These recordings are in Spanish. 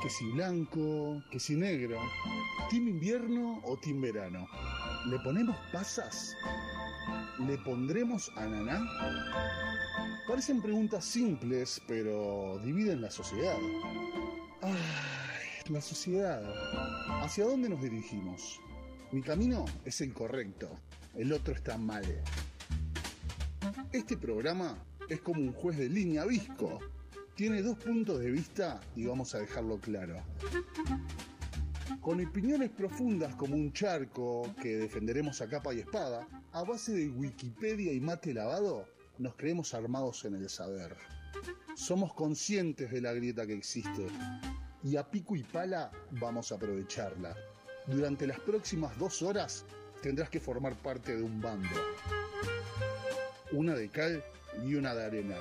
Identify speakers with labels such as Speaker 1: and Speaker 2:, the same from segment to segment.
Speaker 1: que si blanco, que si negro. ¿Team invierno o team verano? ¿Le ponemos pasas? ¿Le pondremos ananá? Parecen preguntas simples, pero dividen la sociedad. Ay, la sociedad. ¿Hacia dónde nos dirigimos? Mi camino es el correcto, el otro está mal. Este programa es como un juez de línea visco. Tiene dos puntos de vista y vamos a dejarlo claro. Con opiniones profundas como un charco que defenderemos a capa y espada, a base de Wikipedia y mate lavado, nos creemos armados en el saber. Somos conscientes de la grieta que existe y a pico y pala vamos a aprovecharla. Durante las próximas dos horas tendrás que formar parte de un bando. Una de cal y una de arena.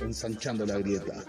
Speaker 1: Ensanchando la grieta.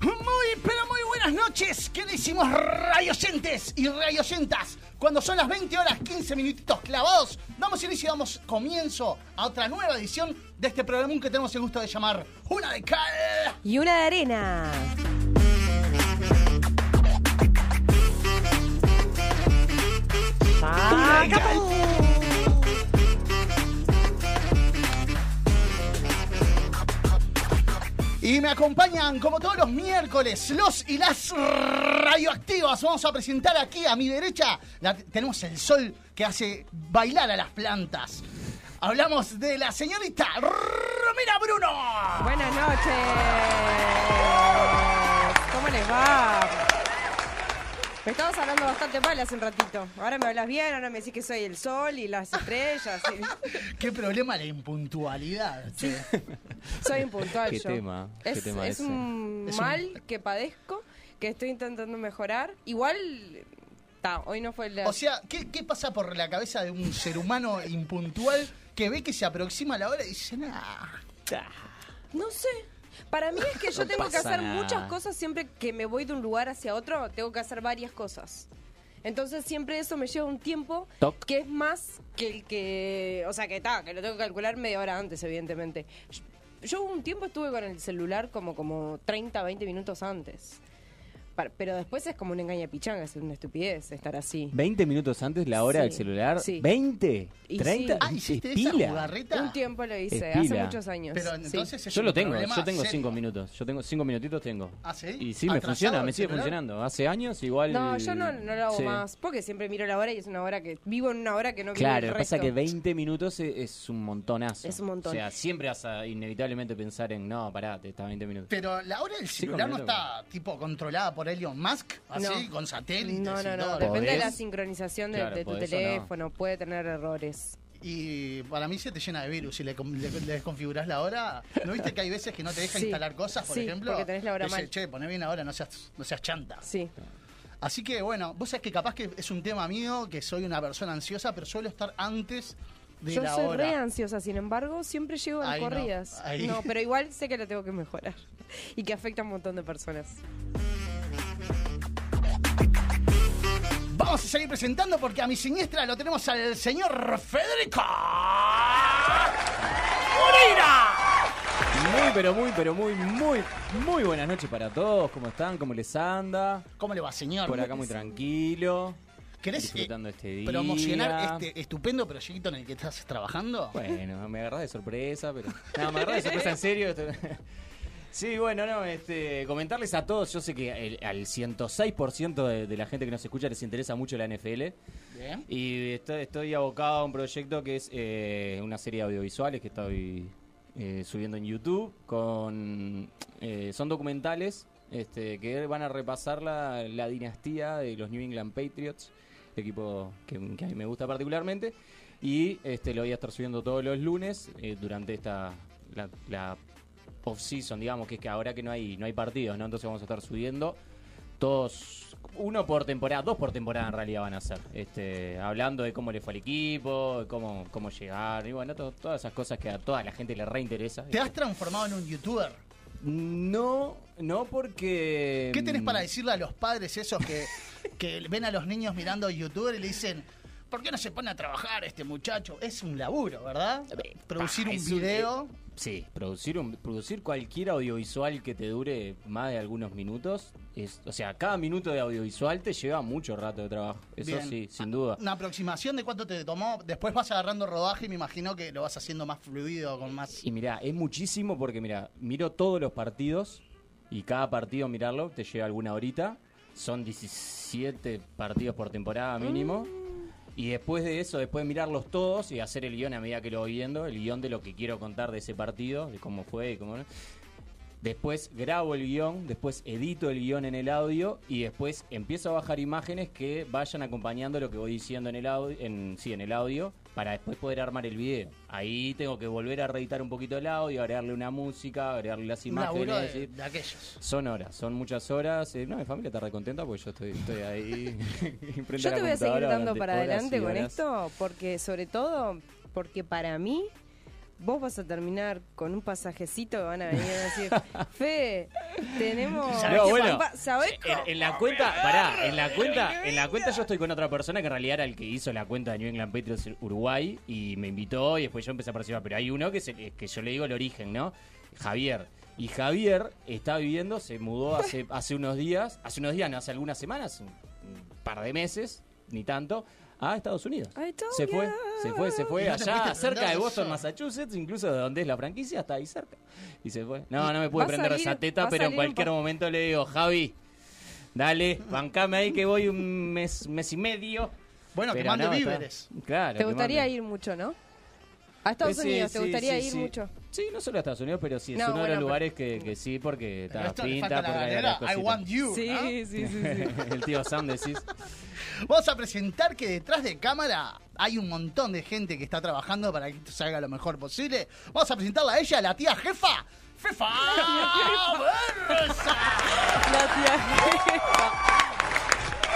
Speaker 2: Muy, pero muy buenas noches, queridísimos radiocentes y radiocentas. Cuando son las 20 horas 15 minutitos clavados, damos inicio y damos comienzo a otra nueva edición de este programa que tenemos el gusto de llamar Una de Cal.
Speaker 3: Y una de arena. ¡Sacapú!
Speaker 2: Y me acompañan, como todos los miércoles, los y las radioactivas. Vamos a presentar aquí a mi derecha. la- tenemos el sol que hace bailar a las plantas. Hablamos de la señorita Romina Bruno.
Speaker 3: Buenas noches. ¿Cómo les va? Me estabas hablando bastante mal hace un ratito. Ahora me hablas bien, ahora me decís que soy el sol y las estrellas. y-
Speaker 2: Qué problema la impuntualidad. che.
Speaker 3: Soy impuntual
Speaker 4: Qué
Speaker 3: yo.
Speaker 4: tema, qué
Speaker 3: Es,
Speaker 4: tema
Speaker 3: es
Speaker 4: ese.
Speaker 3: un
Speaker 2: Es un-
Speaker 3: mal que padezco, que estoy intentando mejorar. Igual, ta, hoy no fue el...
Speaker 2: O sea, ¿qué, qué pasa por la cabeza de un ser humano impuntual que ve que se aproxima la hora y dice, nah,
Speaker 3: No sé. Para mí es que yo
Speaker 4: No
Speaker 3: tengo que
Speaker 4: pasa
Speaker 3: hacer
Speaker 4: nada.
Speaker 3: muchas cosas siempre que me voy de un lugar hacia otro, tengo que hacer varias cosas. Entonces siempre eso me lleva un tiempo
Speaker 4: Toc.
Speaker 3: que es más que el que, o sea, que está, que lo tengo que calcular media hora antes, evidentemente. Yo- Yo un tiempo estuve con el celular como como 30, 20 minutos antes. Pa- Pero después es como una engaña pichanga, es una estupidez estar así.
Speaker 4: 20 minutos antes la hora
Speaker 3: Sí,
Speaker 4: del celular.
Speaker 3: sí.
Speaker 4: ¿20?
Speaker 3: Y sí.
Speaker 4: ¿30?
Speaker 2: ah,
Speaker 4: Es
Speaker 2: hiciste esa
Speaker 4: pila.
Speaker 2: jugarreta.
Speaker 3: Un tiempo lo hice,
Speaker 4: Es
Speaker 3: hace
Speaker 4: pila.
Speaker 3: muchos años.
Speaker 2: Pero
Speaker 3: sí.
Speaker 2: entonces es
Speaker 4: Yo
Speaker 2: un
Speaker 4: lo tengo,
Speaker 2: problema
Speaker 4: yo tengo
Speaker 2: serio.
Speaker 4: 5 minutos. Yo tengo 5 minutitos tengo.
Speaker 2: ¿Ah, sí?
Speaker 4: Y sí, me
Speaker 2: ¿Atrasado
Speaker 4: funciona,
Speaker 2: el
Speaker 4: me sigue
Speaker 2: celular?
Speaker 4: funcionando. Hace años igual.
Speaker 3: No, yo no, no lo hago
Speaker 4: Sí.
Speaker 3: más, porque siempre miro la hora y es una hora que vivo en una hora que no vivo el
Speaker 4: Claro, lo que pasa
Speaker 3: resto.
Speaker 4: que 20 minutos e- es, un montonazo.
Speaker 3: Es un montón.
Speaker 4: O sea, siempre vas a inevitablemente pensar en, no, pará, te está 20 minutos.
Speaker 2: Pero la hora del
Speaker 4: Cinco
Speaker 2: celular no
Speaker 4: minutos.
Speaker 2: está tipo controlada por Elon Musk, así,
Speaker 3: No.
Speaker 2: con satélites
Speaker 3: No, no,
Speaker 2: y
Speaker 3: no,
Speaker 2: todo.
Speaker 3: depende de la
Speaker 4: ¿Podés?
Speaker 3: sincronización de,
Speaker 4: Claro,
Speaker 3: de tu
Speaker 4: por eso no.
Speaker 3: teléfono, puede tener errores.
Speaker 2: Y para mí se te llena de virus. Si le, com- le- le desconfigurás la hora, ¿no viste que hay veces que no te deja
Speaker 3: Sí.
Speaker 2: instalar cosas, por
Speaker 3: Sí,
Speaker 2: ejemplo?
Speaker 3: porque tenés la hora
Speaker 2: Te dice,
Speaker 3: mal.
Speaker 2: Che, poné bien ahora, no seas, no seas chanta.
Speaker 3: Sí,
Speaker 2: Así que bueno, vos sabés que capaz que es un tema mío, que soy una persona ansiosa, pero suelo estar antes de
Speaker 3: yo
Speaker 2: la
Speaker 3: soy
Speaker 2: hora.
Speaker 3: re ansiosa, sin embargo, siempre llego a las
Speaker 2: Ahí no,
Speaker 3: corridas.
Speaker 2: ahí.
Speaker 3: No, pero igual sé que lo tengo que mejorar y que afecta a un montón de personas.
Speaker 2: Vamos a seguir presentando porque a mi siniestra lo tenemos al señor Federico Moreira.
Speaker 4: Muy, pero muy, pero muy, muy, muy buenas noches para todos. ¿Cómo están? ¿Cómo les anda?
Speaker 2: ¿Cómo le va, señor?
Speaker 4: Por acá muy tranquilo.
Speaker 2: ¿Querés eh,
Speaker 4: disfrutando este día.
Speaker 2: promocionar este estupendo proyecto en el que estás trabajando?
Speaker 4: Bueno, me agarrás de sorpresa, pero. No, me agarrás de sorpresa en serio. esto- Sí, bueno, no, este, comentarles a todos, yo sé que el- al 106% de, de la gente que nos escucha les interesa mucho la NFL
Speaker 2: Bien.
Speaker 4: y estoy, estoy abocado a un proyecto que es eh, una serie de audiovisuales que estoy eh, subiendo en YouTube con eh, son documentales este, que van a repasar la, la dinastía de los New England Patriots, equipo que, que a mí me gusta particularmente y este, lo voy a estar subiendo todos los lunes eh, durante esta la, la off-season, digamos, que es que ahora que no hay no hay partidos, ¿no? Entonces vamos a estar subiendo todos, uno por temporada, dos por temporada en realidad van a ser, este, hablando de cómo le fue al equipo, de cómo, cómo llegar, y bueno, to- todas esas cosas que a toda la gente le reinteresa.
Speaker 2: ¿Te has transformado en un youtuber?
Speaker 4: No, no porque...
Speaker 2: ¿Qué tenés
Speaker 4: mm,
Speaker 2: para decirle a los padres esos que, que ven a los niños mirando youtuber y le dicen, ¿por qué no se pone a trabajar este muchacho? Es un laburo, ¿verdad? Producir
Speaker 4: pa,
Speaker 2: un
Speaker 4: es un-
Speaker 2: video.
Speaker 4: Sí, producir, un, producir cualquier audiovisual que te dure más de algunos minutos, es, o sea, cada minuto de audiovisual te lleva mucho rato de trabajo, eso
Speaker 2: Bien.
Speaker 4: sí, sin duda.
Speaker 2: Una aproximación de cuánto te tomó. Después vas agarrando rodaje y me imagino que lo vas haciendo más fluido, con más.
Speaker 4: Y mirá, es muchísimo porque, mirá, miro todos los partidos y cada partido mirarlo te lleva alguna horita. Son 17 partidos por temporada mínimo.
Speaker 2: Mm.
Speaker 4: Y después de eso, después de mirarlos todos y hacer el guión a medida que lo voy viendo, el guión de lo que quiero contar de ese partido, de cómo fue y cómo no. Después grabo el guión, después edito el guión en el audio y después empiezo a bajar imágenes que vayan acompañando lo que voy diciendo en el audio, en, sí, en el audio, para después poder armar el video. Ahí tengo que volver a reeditar un poquito el audio, agregarle una música, agregarle las
Speaker 2: un laburo
Speaker 4: imágenes.
Speaker 2: de,
Speaker 4: ¿sí?
Speaker 2: de aquellos.
Speaker 4: Son horas, son muchas horas. eh, no, mi familia está recontenta porque yo estoy, estoy ahí. enfrente
Speaker 3: Yo
Speaker 4: de la
Speaker 3: te voy a seguir
Speaker 4: computadora
Speaker 3: dando
Speaker 4: durante
Speaker 3: para
Speaker 4: horas y
Speaker 3: adelante con
Speaker 4: horas.
Speaker 3: esto, porque sobre todo, porque para mí, vos vas a terminar con un pasajecito que van a venir a decir, Fe, tenemos...
Speaker 4: No, bueno.
Speaker 3: papá- ¿Sabés
Speaker 4: En,
Speaker 3: cómo?
Speaker 4: en la cuenta, pará, en la cuenta, en la cuenta yo estoy con otra persona que en realidad era el que hizo la cuenta de New England Patriots Uruguay y me invitó y después yo empecé a participar. Pero hay uno que, es el- que yo le digo el origen, ¿no? Javier. Y Javier está viviendo, se mudó hace, hace unos días, hace unos días, no, hace algunas semanas, un, un par de meses, ni tanto, a Estados Unidos.
Speaker 3: I told
Speaker 4: Se fue,
Speaker 3: you.
Speaker 4: se fue, se fue
Speaker 2: Y no te fuiste
Speaker 4: allá,
Speaker 2: a
Speaker 4: cerca de
Speaker 2: aprender
Speaker 4: Boston,
Speaker 2: eso.
Speaker 4: Massachusetts, incluso de donde es la franquicia, está ahí cerca. Y se fue. No, no me pude
Speaker 3: Va a
Speaker 4: prender
Speaker 3: salir-
Speaker 4: esa teta,
Speaker 3: va a
Speaker 4: pero en
Speaker 3: salir un
Speaker 4: cualquier
Speaker 3: pa-
Speaker 4: momento le digo, Javi, dale, bancame ahí que voy un mes, mes y medio.
Speaker 2: Bueno, que
Speaker 4: Pero
Speaker 2: mande
Speaker 4: no, está-
Speaker 2: víveres.
Speaker 4: Claro.
Speaker 3: Te gustaría ir mucho, ¿no? A Estados Unidos, ¿te gustaría ir mucho?
Speaker 4: Sí, no solo a Estados Unidos, pero sí, es
Speaker 3: No,
Speaker 4: uno de
Speaker 3: bueno,
Speaker 4: los
Speaker 3: pero-
Speaker 4: lugares que, que sí, porque
Speaker 2: Pero
Speaker 4: está
Speaker 2: esto le
Speaker 4: pinta,
Speaker 2: falta la
Speaker 4: porque hay
Speaker 2: ganera.
Speaker 4: otras
Speaker 2: I want
Speaker 4: cositas.
Speaker 2: you.
Speaker 3: Sí,
Speaker 2: ¿no?
Speaker 3: sí, sí, sí.
Speaker 4: El tío Sam decís.
Speaker 2: Vamos a presentar que detrás de cámara hay un montón de gente que está trabajando para que esto salga lo mejor posible. Vamos a presentarla a ella, la tía jefa. ¡Jefa!
Speaker 5: La tía-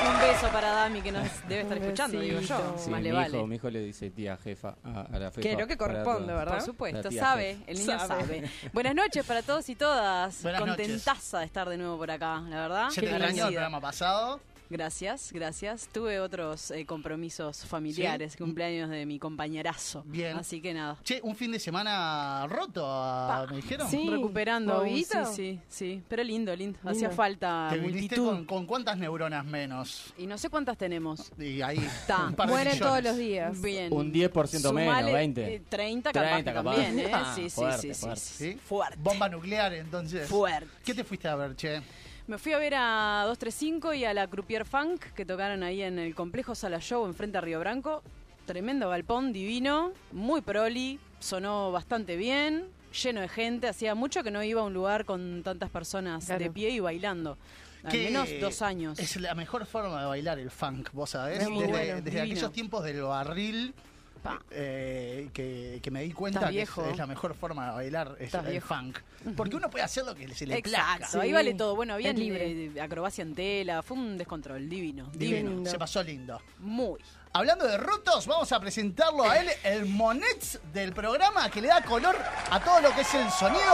Speaker 5: Un beso para Dami que nos debe estar
Speaker 3: Un
Speaker 5: escuchando, digo yo.
Speaker 3: besito.
Speaker 4: Sí,
Speaker 5: Más
Speaker 4: mi,
Speaker 5: le vale.
Speaker 4: hijo, mi hijo le dice tía jefa a, a la jefa.
Speaker 3: Que es lo que
Speaker 4: para
Speaker 3: corresponde,
Speaker 4: todo.
Speaker 3: ¿verdad?
Speaker 5: Por supuesto,
Speaker 4: La tía
Speaker 5: sabe,
Speaker 4: jefa.
Speaker 5: el niño
Speaker 3: Sabe.
Speaker 5: sabe. Buenas noches para todos y todas.
Speaker 2: Buenas noches.
Speaker 5: Contentaza de estar de nuevo por acá, la verdad.
Speaker 2: Se te extrañó el
Speaker 5: Agradecida.
Speaker 2: programa pasado.
Speaker 5: Gracias, gracias. Tuve otros eh, compromisos familiares, cumpleaños de mi compañerazo.
Speaker 2: Bien.
Speaker 5: Así que nada.
Speaker 2: Che, un fin de semana roto, ah, me dijeron.
Speaker 3: Sí.
Speaker 5: Recuperando. aún, Sí,
Speaker 3: ¿Movidito?
Speaker 5: sí, sí. Pero lindo, lindo. Hacía
Speaker 3: Lindo.
Speaker 5: falta
Speaker 2: Te viniste
Speaker 5: multitud.
Speaker 2: con, con cuántas neuronas menos.
Speaker 5: Y no sé cuántas tenemos.
Speaker 2: Y ahí.
Speaker 5: Está.
Speaker 2: un par de
Speaker 3: Mueren
Speaker 2: millones.
Speaker 3: todos los días.
Speaker 5: Bien.
Speaker 4: Un 10% menos,
Speaker 5: Sumale,
Speaker 4: 20.
Speaker 5: eh, 30 capaz,
Speaker 4: 30
Speaker 5: que
Speaker 4: capaz.
Speaker 5: también, ¿eh?
Speaker 4: Ah,
Speaker 5: sí, sí,
Speaker 4: fuerte,
Speaker 5: sí, sí,
Speaker 4: fuerte.
Speaker 5: sí.
Speaker 2: ¿Sí?
Speaker 5: Fuerte.
Speaker 2: Bomba nuclear, entonces.
Speaker 5: Fuerte.
Speaker 2: ¿Qué te fuiste a ver, che?
Speaker 5: Me fui a ver a 235 y a la Croupier Funk que tocaron ahí en el complejo Sala Show enfrente a Río Branco. Tremendo galpón, divino, muy proli, sonó bastante bien, lleno de gente. Hacía mucho que no iba a un lugar con tantas personas
Speaker 3: Claro.
Speaker 5: de pie y bailando. Al
Speaker 2: Que
Speaker 5: menos dos años.
Speaker 2: Es la mejor forma de bailar el funk, vos sabés.
Speaker 5: Es muy
Speaker 2: desde
Speaker 5: bueno,
Speaker 2: desde
Speaker 5: divino.
Speaker 2: aquellos tiempos del barril
Speaker 5: Pa.
Speaker 2: eh, que, que me di cuenta
Speaker 5: Estás
Speaker 2: que es,
Speaker 5: viejo.
Speaker 2: es la mejor forma de bailar es
Speaker 5: Estás
Speaker 2: el
Speaker 5: viejo.
Speaker 2: funk. Porque uno puede hacer lo que se le
Speaker 5: Exacto,
Speaker 2: plazca.
Speaker 5: ahí
Speaker 3: Sí.
Speaker 5: vale todo. Bueno, había
Speaker 3: Es libre.
Speaker 5: eh, acrobacia en tela, fue un descontrol divino, divino.
Speaker 2: Divino,
Speaker 3: Lindo.
Speaker 2: se pasó lindo.
Speaker 5: Muy.
Speaker 2: Hablando de rotos, vamos a presentarlo a él, el Monets del programa que le da color a todo lo que es el sonido,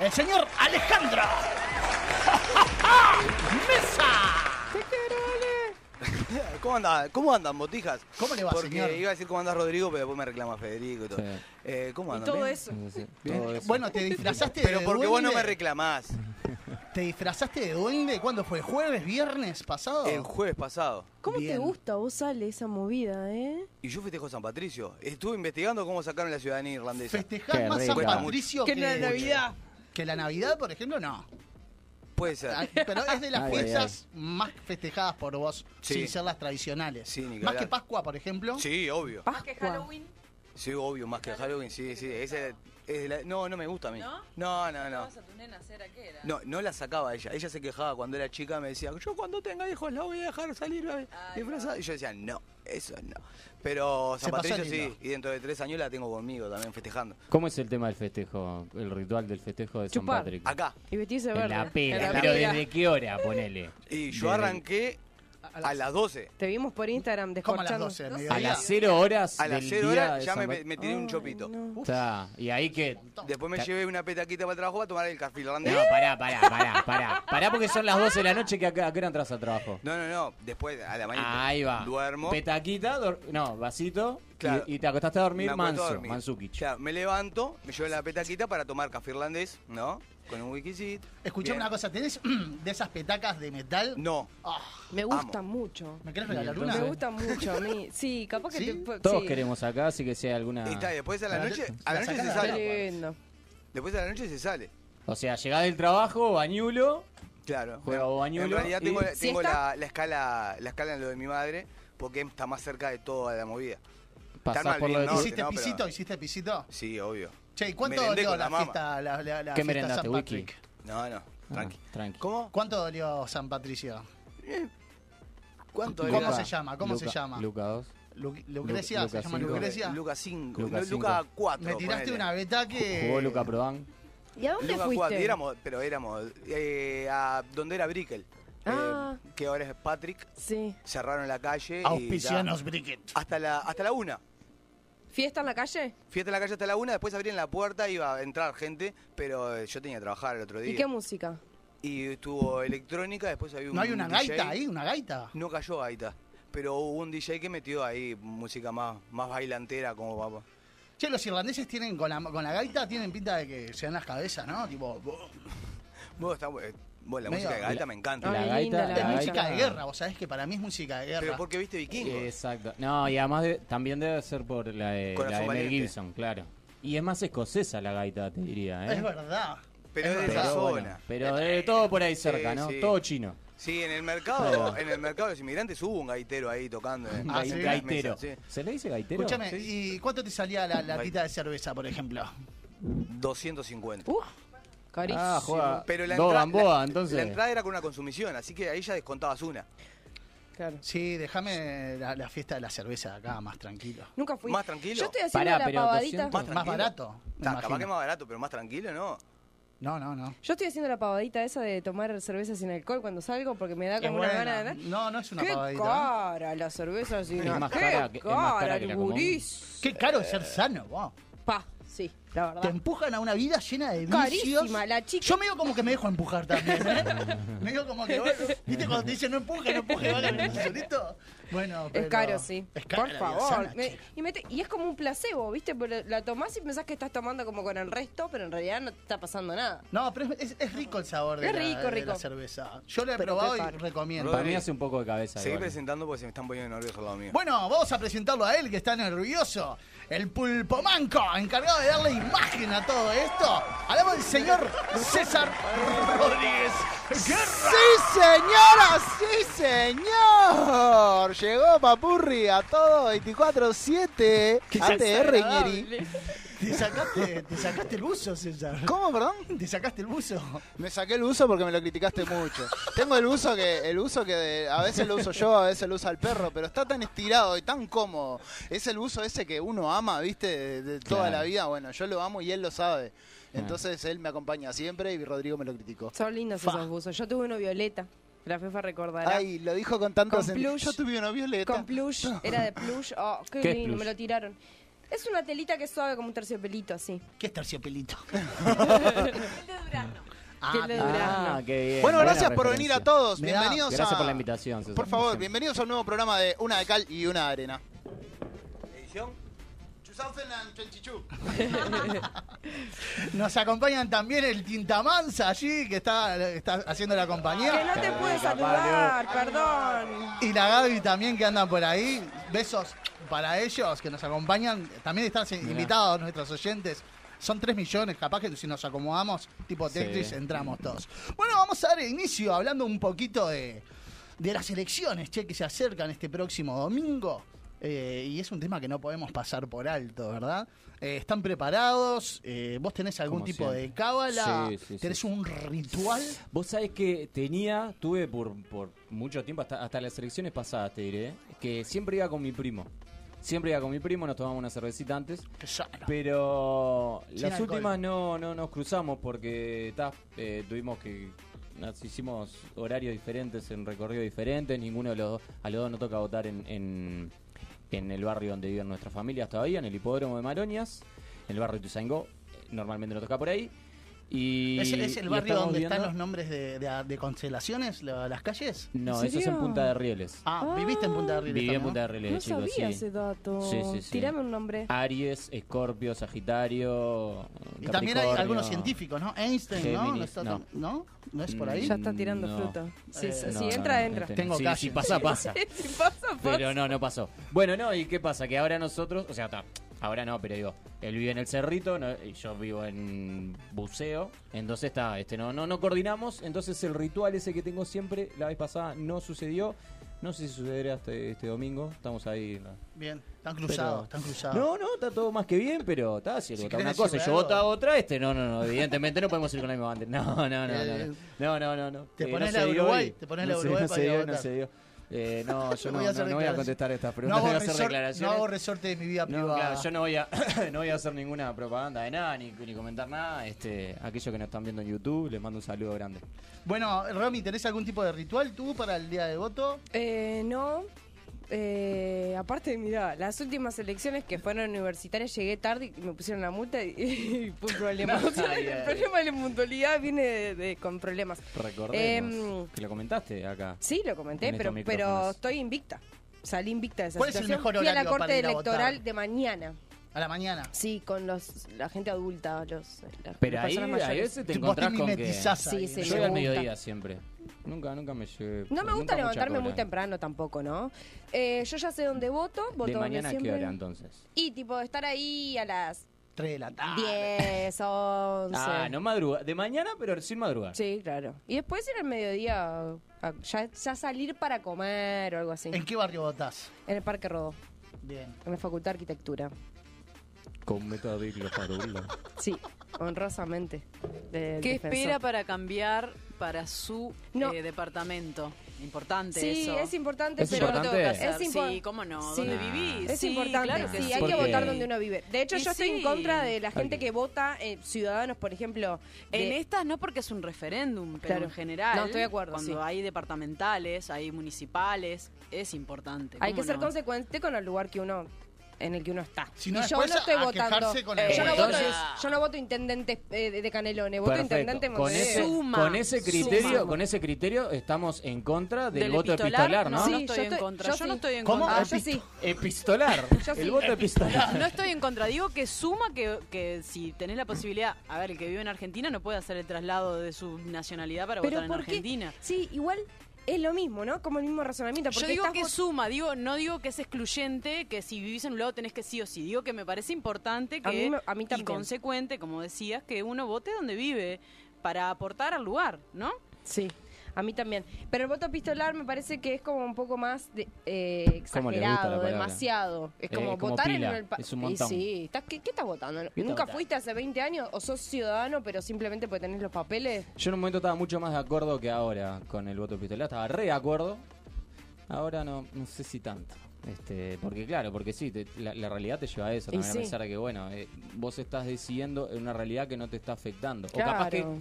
Speaker 2: el señor Alejandro. ¡Mesa!
Speaker 6: ¿Cómo, anda- ¿Cómo andan, botijas?
Speaker 2: ¿Cómo le va,
Speaker 6: Porque
Speaker 2: señor?
Speaker 6: iba a decir cómo andas, Rodrigo, pero después me reclama Federico y todo.
Speaker 4: Sí.
Speaker 6: Eh, ¿Cómo
Speaker 3: Y
Speaker 6: andan?
Speaker 3: todo
Speaker 6: ¿Bien?
Speaker 3: eso.
Speaker 4: Sí, todo eso.
Speaker 2: Bueno, te disfrazaste
Speaker 6: Pero
Speaker 2: de
Speaker 6: porque vos no me
Speaker 2: duende.
Speaker 6: reclamás.
Speaker 2: ¿Te disfrazaste de duende? ¿Cuándo fue? ¿Jueves, viernes pasado?
Speaker 6: El jueves pasado.
Speaker 3: ¿Cómo te
Speaker 2: Bien.
Speaker 3: gusta? a Vos sale esa movida, ¿eh?
Speaker 6: Y yo festejo San Patricio. Estuve investigando cómo sacaron la ciudadanía irlandesa.
Speaker 2: Festejar
Speaker 4: Qué
Speaker 2: más San
Speaker 6: rico.
Speaker 2: Patricio que, Que la Navidad, por ejemplo, no.
Speaker 6: Puede ser.
Speaker 2: Ah, Pero es de las
Speaker 4: Ay,
Speaker 2: fiestas más festejadas por vos,
Speaker 6: Sí.
Speaker 2: sin ser las tradicionales.
Speaker 6: Sí, ni
Speaker 2: más
Speaker 6: hablar.
Speaker 2: que Pascua, por ejemplo.
Speaker 6: Sí, obvio.
Speaker 3: Más que Halloween.
Speaker 6: Sí, obvio, más que Halloween. Sí, sí. Esa es la- No, no me gusta a mí. No, no, no.
Speaker 5: tu nena cera qué era?
Speaker 6: No, no la sacaba ella. Ella se quejaba cuando era chica, me decía, yo cuando tenga hijos la voy a dejar salir eh, disfrazada. Y yo decía, no, Eso no. Pero
Speaker 2: Se
Speaker 6: San
Speaker 2: pasó
Speaker 6: Patricio sí,
Speaker 2: lindo.
Speaker 6: y dentro de tres años la tengo conmigo también festejando.
Speaker 4: ¿Cómo es el tema del festejo? El ritual del festejo de
Speaker 5: Chupar.
Speaker 4: San Patrick.
Speaker 6: Acá.
Speaker 3: Y vestirse
Speaker 4: En
Speaker 3: verde.
Speaker 4: la
Speaker 3: En
Speaker 4: pera,
Speaker 3: la
Speaker 4: pero
Speaker 3: pera.
Speaker 4: ¿desde qué hora? Ponele.
Speaker 6: Y yo
Speaker 4: Desde-
Speaker 6: arranqué a las 12.
Speaker 3: Te vimos por Instagram
Speaker 2: Como a las
Speaker 3: descorchando.
Speaker 2: 12 del
Speaker 4: A
Speaker 2: mediodía.
Speaker 4: las cero horas.
Speaker 6: A las
Speaker 4: del
Speaker 6: 0
Speaker 4: día
Speaker 6: horas
Speaker 4: de
Speaker 6: ya
Speaker 4: San
Speaker 6: me,
Speaker 4: Pat-
Speaker 6: me tiré un chopito.
Speaker 4: Está. Y ahí que.
Speaker 6: Después me
Speaker 4: Ca-
Speaker 6: llevé una petaquita para el trabajo para tomar el café
Speaker 4: No,
Speaker 6: irlandés.
Speaker 4: pará, pará, pará, pará. Pará porque son las 12 de la noche que acá, ¿a qué hora entras al trabajo.
Speaker 6: No, no, no. Después a la mañana
Speaker 4: Ahí va.
Speaker 6: duermo.
Speaker 4: Petaquita, dor- no, vasito. y-
Speaker 6: Claro.
Speaker 4: Y, te acostaste a dormir,
Speaker 6: me acuesto a
Speaker 4: manso,
Speaker 6: dormir.
Speaker 4: mansukichi.
Speaker 6: Claro, me levanto, me llevo la petaquita para tomar café irlandés, ¿no? Con un wikisite.
Speaker 2: Escuchame
Speaker 6: Bien.
Speaker 2: una cosa, ¿tenés de esas petacas de metal?
Speaker 6: No,
Speaker 2: Ah,
Speaker 3: Me gusta
Speaker 6: Amo.
Speaker 3: mucho.
Speaker 2: ¿Me querés regalar
Speaker 4: Y
Speaker 2: una?
Speaker 3: Me
Speaker 4: entonces-
Speaker 3: gusta mucho a mí. Sí, capaz que
Speaker 2: ¿Sí?
Speaker 3: te pu-
Speaker 4: Todos
Speaker 3: sí.
Speaker 4: queremos acá, así que si hay alguna.
Speaker 6: Y está, después a la
Speaker 2: Para-
Speaker 6: noche, a la
Speaker 2: para
Speaker 6: noche se
Speaker 2: sacar la-
Speaker 6: sale.
Speaker 3: Qué lindo.
Speaker 6: Después a la noche se sale.
Speaker 4: O sea, llegás del trabajo, bañulo.
Speaker 6: Claro.
Speaker 4: Juega
Speaker 6: En-
Speaker 4: Bobañuelo
Speaker 6: En realidad
Speaker 4: y-
Speaker 6: tengo, la- tengo
Speaker 3: ¿Siesta?
Speaker 6: la, la escala, la escala en lo de mi madre, porque está más cerca de toda la movida.
Speaker 4: Pasás
Speaker 6: mal
Speaker 4: por lo
Speaker 6: bien,
Speaker 4: de
Speaker 6: no,
Speaker 4: tu-
Speaker 2: ¿Hiciste
Speaker 6: no, pero-
Speaker 2: pisito? ¿Hiciste pisito?
Speaker 6: Sí, obvio.
Speaker 2: Che, ¿y cuánto
Speaker 6: Merendé
Speaker 2: dolió
Speaker 6: con
Speaker 2: la,
Speaker 6: la mama.
Speaker 2: fiesta, la, la- la
Speaker 4: ¿Qué
Speaker 2: fiesta
Speaker 4: merendaste,
Speaker 2: San
Speaker 4: Wiki?
Speaker 2: Patrick?
Speaker 6: No, no.
Speaker 4: Ah,
Speaker 6: Tranqui.
Speaker 4: tranqui.
Speaker 6: ¿Cómo? Eh,
Speaker 2: ¿Cuánto dolió San Patricio?
Speaker 6: ¿Cuánto
Speaker 2: ¿Cómo
Speaker 6: era?
Speaker 2: se llama? ¿Cómo se
Speaker 4: Luca-
Speaker 2: llama?
Speaker 4: Luca 2.
Speaker 2: Lu- ¿Lucrecia?
Speaker 4: Lucas
Speaker 2: ¿Se llama
Speaker 4: cinco.
Speaker 2: Lucrecia?
Speaker 6: Luca 5.
Speaker 4: Luca cinco.
Speaker 6: Luca 4.
Speaker 2: Me tiraste una beta que...
Speaker 4: Jugó Luca Prodan.
Speaker 3: ¿Y a dónde
Speaker 6: Luca
Speaker 3: fuiste?
Speaker 6: 4. Éramos, pero éramos. Eh, a donde era Brickel. eh,
Speaker 3: Ah.
Speaker 6: que ahora es Patrick.
Speaker 3: Sí.
Speaker 6: Cerraron la calle. y ya-
Speaker 2: Auspicianos Bricket.
Speaker 6: Hasta la, hasta la una.
Speaker 3: ¿Fiesta en la calle?
Speaker 6: Fíjate en la calle hasta la una, después abrían la puerta, iba a entrar gente, pero eh, yo tenía que trabajar el otro día.
Speaker 3: ¿Y qué música?
Speaker 6: Y estuvo electrónica, después había un
Speaker 2: ¿No hay una
Speaker 6: DJ.
Speaker 2: gaita ahí? ¿Una gaita?
Speaker 6: No cayó gaita, pero hubo un DJ que metió ahí música más, más bailantera como papá.
Speaker 2: Che, los irlandeses tienen con la, con la gaita tienen pinta de que se dan las cabezas, ¿no? Tipo, bo-
Speaker 6: Bueno, está bu- eh, bueno, la
Speaker 2: Medio-
Speaker 6: música de gaita
Speaker 4: la-
Speaker 6: me encanta.
Speaker 4: La
Speaker 3: Ay, linda
Speaker 4: gaita.
Speaker 3: la
Speaker 2: es
Speaker 4: la
Speaker 3: gaita.
Speaker 2: música
Speaker 4: gaita-
Speaker 2: de guerra, vos sabés que para mí es música de
Speaker 6: pero
Speaker 2: guerra. Eh,
Speaker 6: porque viste vikingos.
Speaker 4: Exacto. No, y además de- también debe ser por la de,
Speaker 6: Corazón
Speaker 4: la de Mel
Speaker 6: valiente.
Speaker 4: Gibson, claro. Y es más escocesa la gaita, te diría, ¿eh?
Speaker 2: Es verdad.
Speaker 6: pero es de esa
Speaker 4: Pero, bueno,
Speaker 6: zona.
Speaker 4: pero de todo por ahí cerca, ¿no?
Speaker 6: sí.
Speaker 4: Todo chino.
Speaker 6: Sí, en el
Speaker 4: Ahí
Speaker 6: mercado,
Speaker 4: va.
Speaker 6: en el mercado de los inmigrantes hubo un gaitero ahí tocando. en-
Speaker 2: Ah,
Speaker 4: Gai-
Speaker 6: en
Speaker 2: sí.
Speaker 6: las
Speaker 4: Gaitero.
Speaker 6: mesas, sí.
Speaker 4: ¿Se le dice gaitero?
Speaker 2: Escúchame,
Speaker 4: Sí.
Speaker 2: ¿y cuánto te salía la latita de cerveza, por ejemplo?
Speaker 6: 250.
Speaker 3: Uh, carísimo.
Speaker 4: Ah, juega.
Speaker 6: Pero la
Speaker 4: dos
Speaker 6: entrada,
Speaker 4: Gamboa,
Speaker 6: la-
Speaker 4: entonces.
Speaker 6: la entrada era con una consumición, así que ahí ya descontabas una.
Speaker 3: Claro.
Speaker 2: Sí, déjame la, la fiesta de la cerveza de acá, más tranquilo.
Speaker 3: Nunca fui.
Speaker 6: ¿Más tranquilo?
Speaker 3: Yo estoy haciendo
Speaker 4: Pará,
Speaker 3: la
Speaker 4: pero
Speaker 3: pavadita.
Speaker 4: 200.
Speaker 2: Más barato, me
Speaker 6: Ta, capaz
Speaker 2: imagino.
Speaker 6: que más barato, pero más tranquilo, ¿no?
Speaker 2: No, no, no.
Speaker 3: Yo estoy haciendo la pavadita esa de tomar cerveza sin alcohol cuando salgo porque me da
Speaker 2: Es
Speaker 3: como una
Speaker 2: buena.
Speaker 3: gana de...
Speaker 2: No, no es una
Speaker 3: ¡Qué
Speaker 2: pavadita. ¿eh?
Speaker 3: cara la cerveza sin
Speaker 4: Es más
Speaker 3: alcohol!
Speaker 4: cara
Speaker 3: ¡Qué
Speaker 4: que- es más cara
Speaker 3: cara
Speaker 4: que la
Speaker 3: el
Speaker 4: común.
Speaker 3: gurís!
Speaker 2: Qué caro es ser sano, vos.
Speaker 3: Pa, sí, la
Speaker 2: Te
Speaker 3: verdad.
Speaker 2: empujan a una vida llena de vicios.
Speaker 3: Carísima, la chica-
Speaker 2: Yo medio como que me dejo empujar también, ¿eh? medio como que, bueno, ¿viste cuando te dicen no empuje, no empuje, va a ganar el solito? Bueno, pero...
Speaker 3: Es caro, sí.
Speaker 2: Es caro
Speaker 3: Por
Speaker 2: la vida sana,
Speaker 3: favor. Me-
Speaker 2: che.
Speaker 3: y, mete- y es como un placebo, ¿viste? Pero la tomás y pensás que estás tomando como con el resto, pero en realidad no te está pasando nada.
Speaker 2: No, pero es, es- es rico el sabor de,
Speaker 3: Es
Speaker 2: la,
Speaker 3: rico,
Speaker 2: de
Speaker 3: rico.
Speaker 2: la cerveza. Yo la he
Speaker 3: Pero
Speaker 2: probado
Speaker 3: qué
Speaker 2: y
Speaker 3: caro.
Speaker 2: recomiendo.
Speaker 4: Para mí hace un poco de cabeza.
Speaker 6: Seguí
Speaker 4: igual.
Speaker 6: presentando porque se me están poniendo nerviosos al lado mío.
Speaker 2: Bueno, vamos a presentarlo a él que está nervioso. El pulpo manco, encargado de darle imagen a todo esto. Hablamos del señor César Rodríguez. Guerra.
Speaker 7: ¡Sí, señora! ¡Sí, señor! Llegó Papurri a todo 24-7. ATR Ñeri.
Speaker 2: Te sacaste, te sacaste el buzo, César.
Speaker 7: ¿Cómo, perdón?
Speaker 2: Te sacaste el buzo.
Speaker 7: Me saqué el uso porque me lo criticaste mucho. Tengo el uso que el uso que de- a veces lo uso yo, a veces lo usa el perro, pero está tan estirado y tan cómodo. Es el uso ese que uno ama, ¿viste? De, de toda
Speaker 4: Claro.
Speaker 7: la vida. Bueno, yo lo amo y él lo sabe. Entonces él me acompaña siempre y Rodrigo me lo criticó.
Speaker 3: Son lindos
Speaker 2: Fa.
Speaker 3: esos buzos. Yo tuve uno violeta. La Fefa recordará.
Speaker 7: Ay, lo dijo con tanto
Speaker 3: Con
Speaker 7: sentido.
Speaker 3: plush.
Speaker 7: Yo tuve una violeta.
Speaker 3: Con plush. Era de plush. Oh, qué,
Speaker 4: ¿Qué es
Speaker 3: lindo.
Speaker 4: plush?
Speaker 3: Me lo tiraron. Es una telita que es suave como un terciopelito así.
Speaker 2: ¿Qué es terciopelito?
Speaker 3: Piel de durazno.
Speaker 4: Ah, qué bien.
Speaker 7: Bueno,
Speaker 4: Buena
Speaker 7: gracias por venir a
Speaker 4: referencia.
Speaker 7: todos.
Speaker 2: Me da-
Speaker 7: Bienvenidos
Speaker 4: Gracias
Speaker 7: a-
Speaker 4: por la invitación. César.
Speaker 7: Por favor, bienvenidos a un nuevo programa de Una de Cal y Una de Arena.
Speaker 6: Edición.
Speaker 7: 2022.
Speaker 2: Nos acompañan también el Tintamanza allí, que está, está haciendo la
Speaker 3: Que
Speaker 2: compañía.
Speaker 3: no te pude saludar, perdón.
Speaker 2: Y la Gaby también que andan por ahí. Besos para ellos que nos acompañan. También están invitados nuestros oyentes. Son 3 millones, capaz que si nos acomodamos, tipo
Speaker 4: Sí.
Speaker 2: Tetris, entramos todos. Bueno, vamos a dar inicio hablando un poquito de, de las elecciones, che, que se acercan este próximo domingo. eh, y es un tema que no podemos pasar por alto, ¿verdad? Eh, ¿Están preparados? Eh, ¿Vos tenés algún
Speaker 4: Como
Speaker 2: tipo de
Speaker 4: siempre.
Speaker 2: cábala?
Speaker 4: Sí, sí, sí.
Speaker 2: ¿Tenés un ritual?
Speaker 4: Vos sabés que tenía, tuve por, por mucho tiempo, hasta, hasta las elecciones pasadas, te diré, que siempre iba con mi primo. Siempre iba con mi primo, nos tomábamos una cervecita antes.
Speaker 2: Qué sano.
Speaker 4: Pero
Speaker 2: Sin
Speaker 4: las
Speaker 2: alcohol.
Speaker 4: últimas no, no nos cruzamos porque ta, eh, tuvimos que. nos hicimos horarios diferentes en recorridos diferentes. Ninguno de los dos. A los dos no toca votar en, en, en el barrio donde viven nuestras familias todavía, en el hipódromo de Maroñas, en el barrio Tuzangó. Normalmente no toca por ahí. Y,
Speaker 2: ¿Es, es el
Speaker 4: y
Speaker 2: barrio
Speaker 4: estamos
Speaker 2: donde están
Speaker 4: viendo-
Speaker 2: los nombres de, de- de constelaciones, la- las calles?
Speaker 4: No,
Speaker 3: ¿En
Speaker 4: eso es en
Speaker 3: serio?
Speaker 4: Punta de Rieles.
Speaker 2: Ah, viviste en Punta de Rieles.
Speaker 4: Viví en
Speaker 2: también,
Speaker 4: Punta de
Speaker 3: No
Speaker 4: Rieles, chicos,
Speaker 3: sabía
Speaker 4: sí.
Speaker 3: ese dato.
Speaker 4: Sí, sí, sí.
Speaker 3: Tirame un nombre.
Speaker 4: Aries, Escorpio, Sagitario.
Speaker 2: Y también hay
Speaker 4: Capricornio.
Speaker 2: algunos científicos, ¿no? Einstein, ¿no?
Speaker 4: Géminis,
Speaker 2: ¿No, está
Speaker 4: no.
Speaker 2: tan- ¿no? ¿No es por
Speaker 4: Mm,
Speaker 2: ahí?
Speaker 3: Ya está tirando
Speaker 4: No.
Speaker 3: fruta. Si,
Speaker 2: Eh,
Speaker 3: si-
Speaker 4: No,
Speaker 3: si
Speaker 4: no,
Speaker 3: entra,
Speaker 4: no, no
Speaker 3: entra.
Speaker 4: tenés.
Speaker 2: Tengo
Speaker 4: Sí,
Speaker 2: calle.
Speaker 4: sí, pasa, pasa.
Speaker 3: si pasa, pasa.
Speaker 4: Pero no, no pasó. Bueno, no, ¿y qué pasa? Que ahora nosotros, o sea, ta, ahora no, pero digo, él vive en el Cerrito no, y yo vivo en Buceo, entonces está, este, no, no, no coordinamos, entonces el ritual ese que tengo siempre, la vez pasada no sucedió, no sé si sucederá este, este domingo, estamos ahí. ¿no?
Speaker 2: Bien, están cruzados,
Speaker 4: Pero-
Speaker 2: están cruzados.
Speaker 4: No, no, está todo más que bien, pero está, si él
Speaker 2: Si
Speaker 4: vota
Speaker 2: querés
Speaker 4: una cosa y
Speaker 2: decirme
Speaker 4: yo
Speaker 2: algo.
Speaker 4: voto a otra, este, no, no, no, evidentemente no podemos ir con la misma bandera. No, no, no,
Speaker 2: Eh,
Speaker 4: no, no, no, no, no.
Speaker 2: te
Speaker 4: Eh,
Speaker 2: pones
Speaker 4: no
Speaker 2: la
Speaker 4: se
Speaker 2: de
Speaker 4: dio
Speaker 2: Uruguay,
Speaker 4: y-
Speaker 2: te pones
Speaker 4: no
Speaker 2: la de
Speaker 4: se-
Speaker 2: Uruguay
Speaker 4: no
Speaker 2: para
Speaker 4: se
Speaker 2: ir a
Speaker 4: dio, no
Speaker 2: votar.
Speaker 4: se dio. Eh, no, yo
Speaker 2: No
Speaker 4: no,
Speaker 2: voy a hacer
Speaker 4: no- no voy a
Speaker 2: declaraciones.
Speaker 4: contestar estas
Speaker 2: no
Speaker 4: preguntas, no
Speaker 2: hago,
Speaker 4: voy a hacer
Speaker 2: resor- no
Speaker 4: declaraciones.
Speaker 2: hago resorte de mi vida
Speaker 4: No,
Speaker 2: privada.
Speaker 4: claro, yo no voy a no voy a hacer ninguna propaganda de nada ni, ni comentar nada. Este, aquellos que nos están viendo en YouTube, les mando un saludo grande.
Speaker 2: Bueno, Romy, ¿tenés algún tipo de ritual tú para el día de voto?
Speaker 3: Eh, no. Eh, aparte, mira, las últimas elecciones que fueron universitarias llegué tarde y me pusieron la multa y, y fue un problema. O sea, el problema de la puntualidad viene de- de- con problemas.
Speaker 4: Recordemos
Speaker 3: Em,
Speaker 4: que lo comentaste acá.
Speaker 3: Sí, lo comenté,
Speaker 4: En estos
Speaker 3: pero, pero
Speaker 4: micrófonos.
Speaker 3: estoy invicta. Salí invicta de esa
Speaker 2: ¿Cuál es el
Speaker 3: situación.
Speaker 2: mejor
Speaker 3: Fui a la
Speaker 2: horario para
Speaker 3: corte
Speaker 2: ir a
Speaker 3: electoral
Speaker 2: votar?
Speaker 3: de mañana.
Speaker 2: A la mañana.
Speaker 3: Sí, con los la gente adulta, los las
Speaker 4: Pero ahí,
Speaker 3: personas
Speaker 4: a
Speaker 3: mayores.
Speaker 4: veces te
Speaker 2: Tipo,
Speaker 4: encontrás con que...
Speaker 2: mimetizás
Speaker 3: Sí,
Speaker 2: ahí,
Speaker 3: sí,
Speaker 2: ¿no?
Speaker 4: Yo voy al
Speaker 3: me gusta.
Speaker 4: mediodía siempre. Nunca, nunca me llevé.
Speaker 3: No me gusta
Speaker 4: nunca mucha
Speaker 3: levantarme muy
Speaker 4: cola.
Speaker 3: temprano tampoco, ¿no? Eh, yo ya sé dónde voto, voto
Speaker 4: ¿De
Speaker 3: donde
Speaker 4: mañana a qué
Speaker 3: siempre.
Speaker 4: hora entonces?
Speaker 3: Y tipo, estar ahí a las
Speaker 2: Tres de la tarde.
Speaker 3: 10, 11.
Speaker 4: Ah, no madruga. De mañana, pero sin madrugar.
Speaker 3: Sí, claro. Y después ir al mediodía, a- ya, ya salir para comer o algo así.
Speaker 2: ¿En
Speaker 3: En,
Speaker 2: qué barrio votás?
Speaker 3: el Parque Rodó,
Speaker 2: Bien.
Speaker 3: en la Facultad de Arquitectura.
Speaker 4: Con metadiclo farula.
Speaker 3: Sí, honrosamente. del
Speaker 5: ¿Qué
Speaker 3: defensor.
Speaker 5: espera para cambiar para su
Speaker 3: No.
Speaker 5: eh, departamento? Importante
Speaker 3: Sí,
Speaker 5: eso.
Speaker 3: es importante,
Speaker 4: ¿Es
Speaker 3: pero
Speaker 5: Yo lo tengo que
Speaker 4: importante?
Speaker 5: hacer.
Speaker 3: Es impo-
Speaker 5: sí, cómo no,
Speaker 3: Sí.
Speaker 5: ¿dónde
Speaker 4: Nah.
Speaker 5: vivís?
Speaker 3: Es
Speaker 5: Sí,
Speaker 3: importante,
Speaker 5: claro que
Speaker 3: sí,
Speaker 5: sí.
Speaker 3: hay que
Speaker 4: Porque-
Speaker 3: votar donde uno vive. De hecho,
Speaker 5: Y
Speaker 3: yo estoy en
Speaker 5: sí.
Speaker 3: contra de la gente
Speaker 4: Ay.
Speaker 3: que vota, eh, ciudadanos, por ejemplo.
Speaker 5: En
Speaker 3: de-
Speaker 5: estas no porque es un referéndum, pero
Speaker 3: Claro.
Speaker 5: en general,
Speaker 3: No, estoy de acuerdo,
Speaker 5: cuando
Speaker 3: sí.
Speaker 5: hay departamentales, hay municipales, es importante.
Speaker 3: hay
Speaker 5: ¿cómo
Speaker 3: que ser
Speaker 5: no?
Speaker 3: consecuente con el lugar que uno en el que uno está.
Speaker 2: Si no,
Speaker 3: y yo
Speaker 2: después
Speaker 3: no estoy
Speaker 2: a
Speaker 3: votando.
Speaker 2: quejarse con el
Speaker 3: yo, no
Speaker 4: voto.
Speaker 3: voto
Speaker 5: Entonces-
Speaker 3: yo no voto intendente eh, de, de Canelones, voto intendente
Speaker 4: Perfecto. Con ese,
Speaker 3: Montevideo.
Speaker 5: Suma,
Speaker 4: con ese criterio,
Speaker 5: suma.
Speaker 4: con ese criterio estamos en contra del,
Speaker 5: ¿Del
Speaker 4: voto epistolar,
Speaker 5: No,
Speaker 4: ¿no?
Speaker 5: no
Speaker 3: Sí,
Speaker 5: estoy
Speaker 3: yo
Speaker 5: en
Speaker 3: estoy-
Speaker 5: contra.
Speaker 3: yo
Speaker 5: Yo, no
Speaker 3: sí.
Speaker 5: estoy en
Speaker 2: ¿Cómo?
Speaker 3: Ah,
Speaker 5: contra.
Speaker 3: yo sí.
Speaker 4: Epistolar.
Speaker 3: Yo sí.
Speaker 4: El voto epistolar.
Speaker 5: No estoy en contra. Digo que suma que, que si tenés la posibilidad. A ver, el que vive en Argentina no puede hacer el traslado de su nacionalidad para
Speaker 3: Pero
Speaker 5: votar en
Speaker 3: ¿por qué?
Speaker 5: Argentina.
Speaker 3: Sí, igual es lo mismo, ¿no? Como el mismo razonamiento.
Speaker 5: Yo
Speaker 3: Porque
Speaker 5: digo
Speaker 3: estás
Speaker 5: que
Speaker 3: vot-
Speaker 5: suma, digo, no digo que es excluyente, que si vivís en un lado tenés que sí o sí. Digo que me parece importante que
Speaker 3: A mí me- a mí
Speaker 5: y
Speaker 3: también.
Speaker 5: consecuente, como decías, que uno vote donde vive para aportar al lugar, ¿no?
Speaker 3: Sí, a mí también. Pero el voto epistolar me parece que es como un poco más de- eh,
Speaker 4: ¿Cómo le gusta la
Speaker 3: exagerado,
Speaker 4: palabra?
Speaker 3: demasiado. Es
Speaker 4: Eh,
Speaker 3: como,
Speaker 4: como
Speaker 3: votar en
Speaker 4: pila,
Speaker 3: el pa-
Speaker 4: es un
Speaker 3: Y
Speaker 4: montón.
Speaker 3: sí, estás- ¿qué, qué estás votando?
Speaker 4: ¿Qué
Speaker 3: ¿Nunca
Speaker 4: estás
Speaker 3: fuiste hace 20 años o sos ciudadano pero simplemente porque tenés los papeles?
Speaker 4: Yo en un momento estaba mucho más de acuerdo que ahora con el voto epistolar. Estaba re de acuerdo. Ahora no, no sé si tanto. Este, porque claro, porque sí, te- la, la realidad te lleva a eso.
Speaker 3: Y
Speaker 4: También a
Speaker 3: sí.
Speaker 4: pensar que, bueno, eh, vos estás decidiendo en una realidad que no te está afectando. O capaz que
Speaker 3: Claro.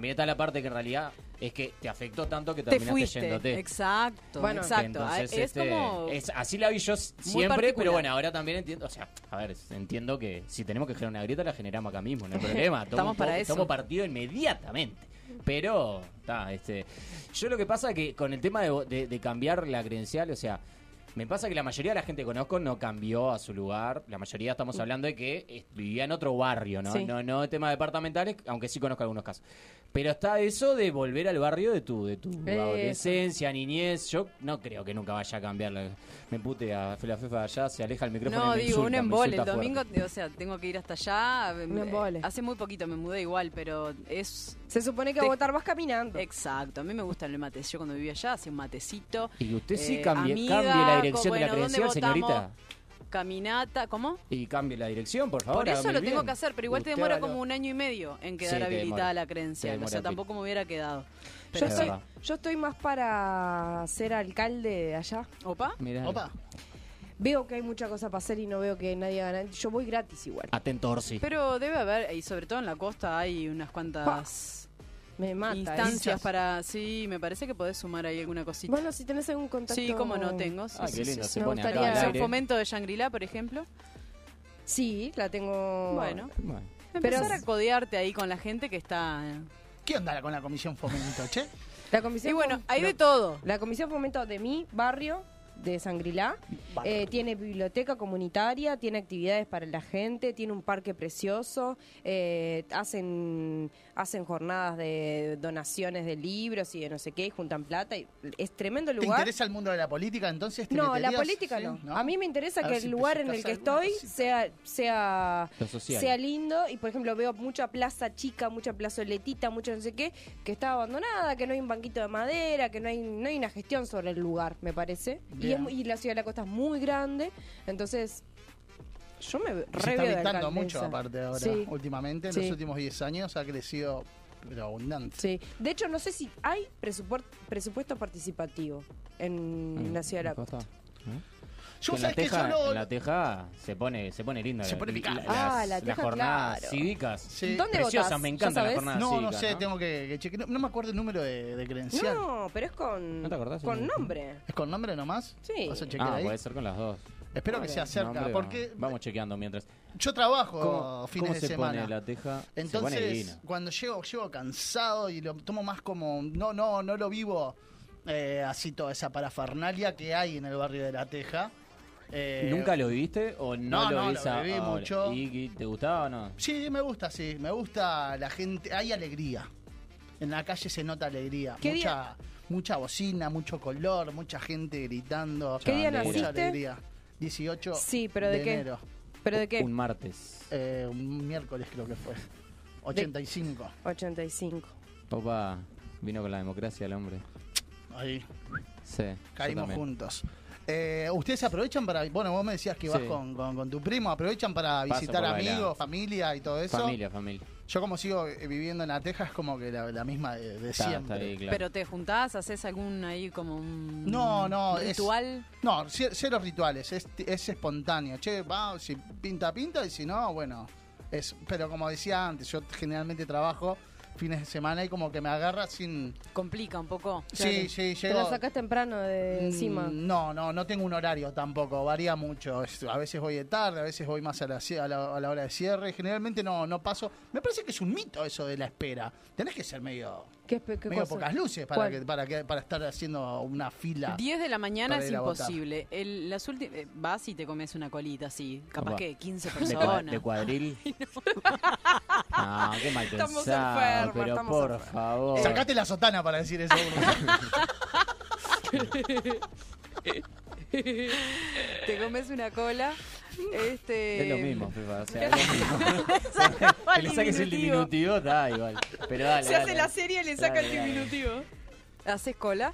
Speaker 4: también está la parte que en realidad es que te afectó tanto que
Speaker 5: Te
Speaker 4: terminaste
Speaker 5: fuiste.
Speaker 4: yéndote.
Speaker 5: Exacto,
Speaker 3: Bueno.
Speaker 5: exacto. Ah,
Speaker 4: Entonces,
Speaker 5: es
Speaker 4: este,
Speaker 5: como
Speaker 4: es- así la vi yo s-
Speaker 5: muy
Speaker 4: siempre,
Speaker 5: particular.
Speaker 4: pero bueno, ahora también entiendo. O sea, a ver, entiendo que si tenemos que generar una grieta, la generamos acá mismo, no hay problema. Tomo
Speaker 5: Estamos
Speaker 4: un po-
Speaker 5: para eso.
Speaker 4: Tomo partido inmediatamente. Pero, está, este. Yo lo que pasa que con el tema de, vo- de- de cambiar la credencial, o sea. Me pasa que la mayoría de la gente que conozco no cambió a su lugar. La mayoría estamos
Speaker 5: Mm.
Speaker 4: hablando de que eh, vivía en otro barrio, ¿no?
Speaker 3: Sí.
Speaker 4: No, no de temas departamentales, aunque sí conozco algunos casos. Pero está eso de volver al barrio de tu, de tu
Speaker 3: Eso.
Speaker 4: adolescencia, niñez. Yo no creo que nunca vaya a cambiar. la- Me putea, la fefa de allá, se aleja el micrófono.
Speaker 5: No,
Speaker 4: y me
Speaker 5: digo, un
Speaker 4: insulta, me
Speaker 5: embole. El
Speaker 4: insulta
Speaker 5: domingo,
Speaker 4: fuerte.
Speaker 5: o sea, tengo que ir hasta allá.
Speaker 3: Un embole.
Speaker 5: Hace muy poquito me mudé igual, pero es.
Speaker 3: Se supone que a
Speaker 5: Te-
Speaker 3: votar vas caminando.
Speaker 5: Exacto, a mí me gustan los mates. Yo cuando vivía allá hacía un matecito,
Speaker 4: Y usted sí
Speaker 5: Eh,
Speaker 4: cambie,
Speaker 5: amiga,
Speaker 4: cambie la
Speaker 5: co-
Speaker 4: dirección de la
Speaker 5: bueno, ¿dónde
Speaker 4: credencial, señorita.
Speaker 5: votamos? caminata, ¿cómo?
Speaker 4: Y cambie la dirección, por favor.
Speaker 5: Por eso
Speaker 4: hágame
Speaker 5: lo
Speaker 4: el
Speaker 5: tengo
Speaker 4: bien.
Speaker 5: que hacer, pero igual te
Speaker 4: Usted
Speaker 5: demora
Speaker 4: valió-
Speaker 5: como un año y medio en quedar
Speaker 4: Sí, te demora.
Speaker 5: habilitada la
Speaker 4: Te
Speaker 5: credencial.
Speaker 4: demora
Speaker 5: O sea,
Speaker 4: pila.
Speaker 5: tampoco me hubiera quedado.
Speaker 3: Yo
Speaker 5: Pero
Speaker 4: Es
Speaker 3: estoy,
Speaker 4: verdad.
Speaker 3: yo estoy más para ser alcalde de allá.
Speaker 5: ¿Opa?
Speaker 4: Mirá.
Speaker 2: Opa.
Speaker 3: Veo que hay mucha cosa para hacer y no veo que nadie haga nada. Yo voy gratis igual.
Speaker 4: Atentorsi.
Speaker 5: Pero debe haber, y sobre todo en la costa hay unas cuantas
Speaker 3: Me mata.
Speaker 5: instancias
Speaker 3: eso.
Speaker 5: para... Sí, me parece que podés sumar ahí alguna cosita.
Speaker 3: Bueno, si tenés algún contacto.
Speaker 5: sí, como no tengo. sí,
Speaker 4: Ah,
Speaker 5: sí,
Speaker 4: qué
Speaker 5: sí,
Speaker 4: lindo,
Speaker 5: sí.
Speaker 4: se
Speaker 3: me
Speaker 4: pone acá
Speaker 3: gustaría-
Speaker 4: al
Speaker 5: Para
Speaker 3: Son
Speaker 5: el
Speaker 4: aire.
Speaker 5: fomento de Shangri-La, por ejemplo.
Speaker 3: Sí, la tengo.
Speaker 5: Bueno,
Speaker 4: Bueno.
Speaker 5: empezar
Speaker 3: Pero-
Speaker 5: a codearte ahí con la gente que está... eh.
Speaker 2: ¿Qué onda con la comisión fomento, che?
Speaker 3: La comisión
Speaker 5: Y bueno,
Speaker 3: Fom-
Speaker 5: hay de
Speaker 3: no.
Speaker 5: todo.
Speaker 3: La comisión fomento de mi barrio de Sangrilá eh, tiene biblioteca comunitaria, tiene actividades para la gente, tiene un parque precioso, eh, hacen hacen jornadas de donaciones de libros y de no sé qué, y juntan plata y es tremendo el
Speaker 2: ¿Te
Speaker 3: lugar.
Speaker 2: interesa el mundo de la política entonces? ¿Te
Speaker 3: No, la
Speaker 2: meterías?
Speaker 3: política
Speaker 2: Sí,
Speaker 3: no. A mí me interesa
Speaker 2: A
Speaker 3: que
Speaker 2: ver
Speaker 3: el
Speaker 2: si
Speaker 3: lugar en el que
Speaker 2: presentás alguna
Speaker 3: estoy
Speaker 2: cosita.
Speaker 3: sea sea
Speaker 4: Lo social.
Speaker 3: sea lindo y por ejemplo veo mucha plaza chica, mucha plazoletita, mucho no sé qué, que está abandonada, que no hay un banquito de madera, que no hay no hay una gestión sobre el lugar, me parece. Y, es
Speaker 2: Bien.
Speaker 3: mu- y la ciudad de la costa es muy grande, entonces yo me
Speaker 2: Y Se
Speaker 3: re
Speaker 2: está
Speaker 3: veo de
Speaker 2: habitando
Speaker 3: alcaldesa.
Speaker 2: mucho aparte ahora.
Speaker 3: Sí.
Speaker 2: Últimamente, en
Speaker 3: Sí.
Speaker 2: los últimos 10 años ha crecido pero abundante.
Speaker 3: Sí. De hecho, no sé si hay presupuer- presupuesto participativo en la ciudad de la costa.
Speaker 2: Yo
Speaker 4: en la
Speaker 2: sabes que
Speaker 4: teja,
Speaker 2: solo...
Speaker 4: en la teja se pone, se pone linda.
Speaker 2: Se
Speaker 4: la-
Speaker 2: pone picante.
Speaker 3: Ah, la
Speaker 4: las-
Speaker 3: teja,
Speaker 4: las jornadas
Speaker 3: claro.
Speaker 4: cívicas.
Speaker 2: Sí.
Speaker 3: ¿Dónde
Speaker 4: Preciosas,
Speaker 3: votás?
Speaker 4: me
Speaker 3: ¿Ya
Speaker 4: encantan las
Speaker 3: sabés?
Speaker 4: jornadas
Speaker 2: No, no
Speaker 4: cívicas,
Speaker 2: sé,
Speaker 4: ¿no?
Speaker 2: tengo que, que chequear. No, no me acuerdo el número de, de credencial.
Speaker 3: No, pero es con
Speaker 4: ¿No te acordás?
Speaker 3: con
Speaker 4: Sí.
Speaker 3: nombre.
Speaker 2: ¿Es con nombre nomás?
Speaker 3: Sí.
Speaker 2: ¿Vas a chequear
Speaker 4: Ah,
Speaker 2: ahí?
Speaker 4: puede ser con las dos.
Speaker 2: Espero que se acerca,
Speaker 4: No, hombre,
Speaker 2: porque
Speaker 4: no. Vamos chequeando mientras.
Speaker 2: yo trabajo
Speaker 4: ¿Cómo,
Speaker 2: fines
Speaker 4: cómo
Speaker 2: de
Speaker 4: se
Speaker 2: semana.
Speaker 4: pone la teja? Se pone
Speaker 2: Entonces,
Speaker 4: divina.
Speaker 2: cuando llego, llego cansado y lo tomo más como, no, no, no lo vivo eh, así toda esa parafernalia que hay en el barrio de La Teja. Eh,
Speaker 4: ¿Nunca lo viviste o no,
Speaker 2: no, no,
Speaker 4: lo
Speaker 2: lo
Speaker 4: vivís a-
Speaker 2: viví
Speaker 4: ahora?
Speaker 2: mucho.
Speaker 4: ¿Y, y te gustaba o no?
Speaker 2: Sí, me gusta, sí, me gusta la gente, hay alegría. En la calle se nota alegría,
Speaker 3: ¿Qué
Speaker 2: mucha, mucha bocina, mucho color, mucha gente gritando.
Speaker 3: ¿Qué día
Speaker 2: mucha
Speaker 3: naciste?
Speaker 2: alegría. 18
Speaker 3: Sí, pero ¿de qué?
Speaker 2: enero.
Speaker 3: ¿Pero de qué?
Speaker 4: Un martes.
Speaker 2: Eh, un miércoles creo que fue. 85.
Speaker 3: 85.
Speaker 4: Opa, vino con la democracia el hombre.
Speaker 2: Ahí.
Speaker 4: Sí. yo
Speaker 2: Caímos
Speaker 4: también.
Speaker 2: juntos. Eh, ¿Ustedes aprovechan para.? Bueno, vos me decías que vas
Speaker 4: Sí.
Speaker 2: con, con- con tu primo. ¿Aprovechan para
Speaker 4: Paso
Speaker 2: visitar
Speaker 4: por
Speaker 2: amigos,
Speaker 4: Bailado.
Speaker 2: familia y todo eso?
Speaker 4: Familia, familia.
Speaker 2: Yo, como sigo eh, viviendo en la Teja, es como que la, la misma de, de
Speaker 4: Está, está
Speaker 2: siempre.
Speaker 4: ahí, claro.
Speaker 5: Pero te juntás, haces algún ahí como un
Speaker 2: No, no, es-
Speaker 5: ritual.
Speaker 2: No, cie- cero rituales. Es, es espontáneo. Che, va, si pinta, pinta. Y si no, bueno. es Pero como decía antes, yo generalmente trabajo fines de semana y como que me agarra sin.
Speaker 5: Complica un poco.
Speaker 2: Sí,
Speaker 3: Te
Speaker 2: sí, llego.
Speaker 3: la sacás temprano de encima.
Speaker 2: Mm, No, no, no tengo un horario tampoco, varía mucho. Es- A veces voy de tarde, a veces voy más a la, cie- a la, a la hora de cierre. Generalmente no, no paso. Me parece que es un mito eso de la espera. Tenés que ser medio,
Speaker 3: ¿Qué, qué
Speaker 2: medio
Speaker 3: cosa?
Speaker 2: pocas luces para,
Speaker 3: ¿Cuál?
Speaker 2: que, para, que, para estar haciendo una fila.
Speaker 5: 10 Ah, de la mañana
Speaker 2: Para
Speaker 5: es
Speaker 2: ir a votar.
Speaker 5: imposible. El, las últi- eh, vas y te comes una colita así. Capaz
Speaker 4: Opa.
Speaker 5: que 15
Speaker 4: De, cua-
Speaker 5: personas.
Speaker 4: de cuadril. Ah, qué mal
Speaker 3: Estamos
Speaker 4: pensado,
Speaker 3: enfermos,
Speaker 4: pero
Speaker 3: estamos
Speaker 4: por
Speaker 3: enfermos.
Speaker 4: favor.
Speaker 2: Eh. Sacate la sotana para decir eso. Bruno.
Speaker 5: Te comes una cola. Este,
Speaker 4: Es lo mismo, Fefa, o sea, es lo mismo. Que le saques el diminutivo, está igual. Pero dale,
Speaker 5: Se hace
Speaker 4: dale.
Speaker 5: la serie y le saca
Speaker 4: Dale,
Speaker 5: el
Speaker 4: dale.
Speaker 5: diminutivo. Haces cola.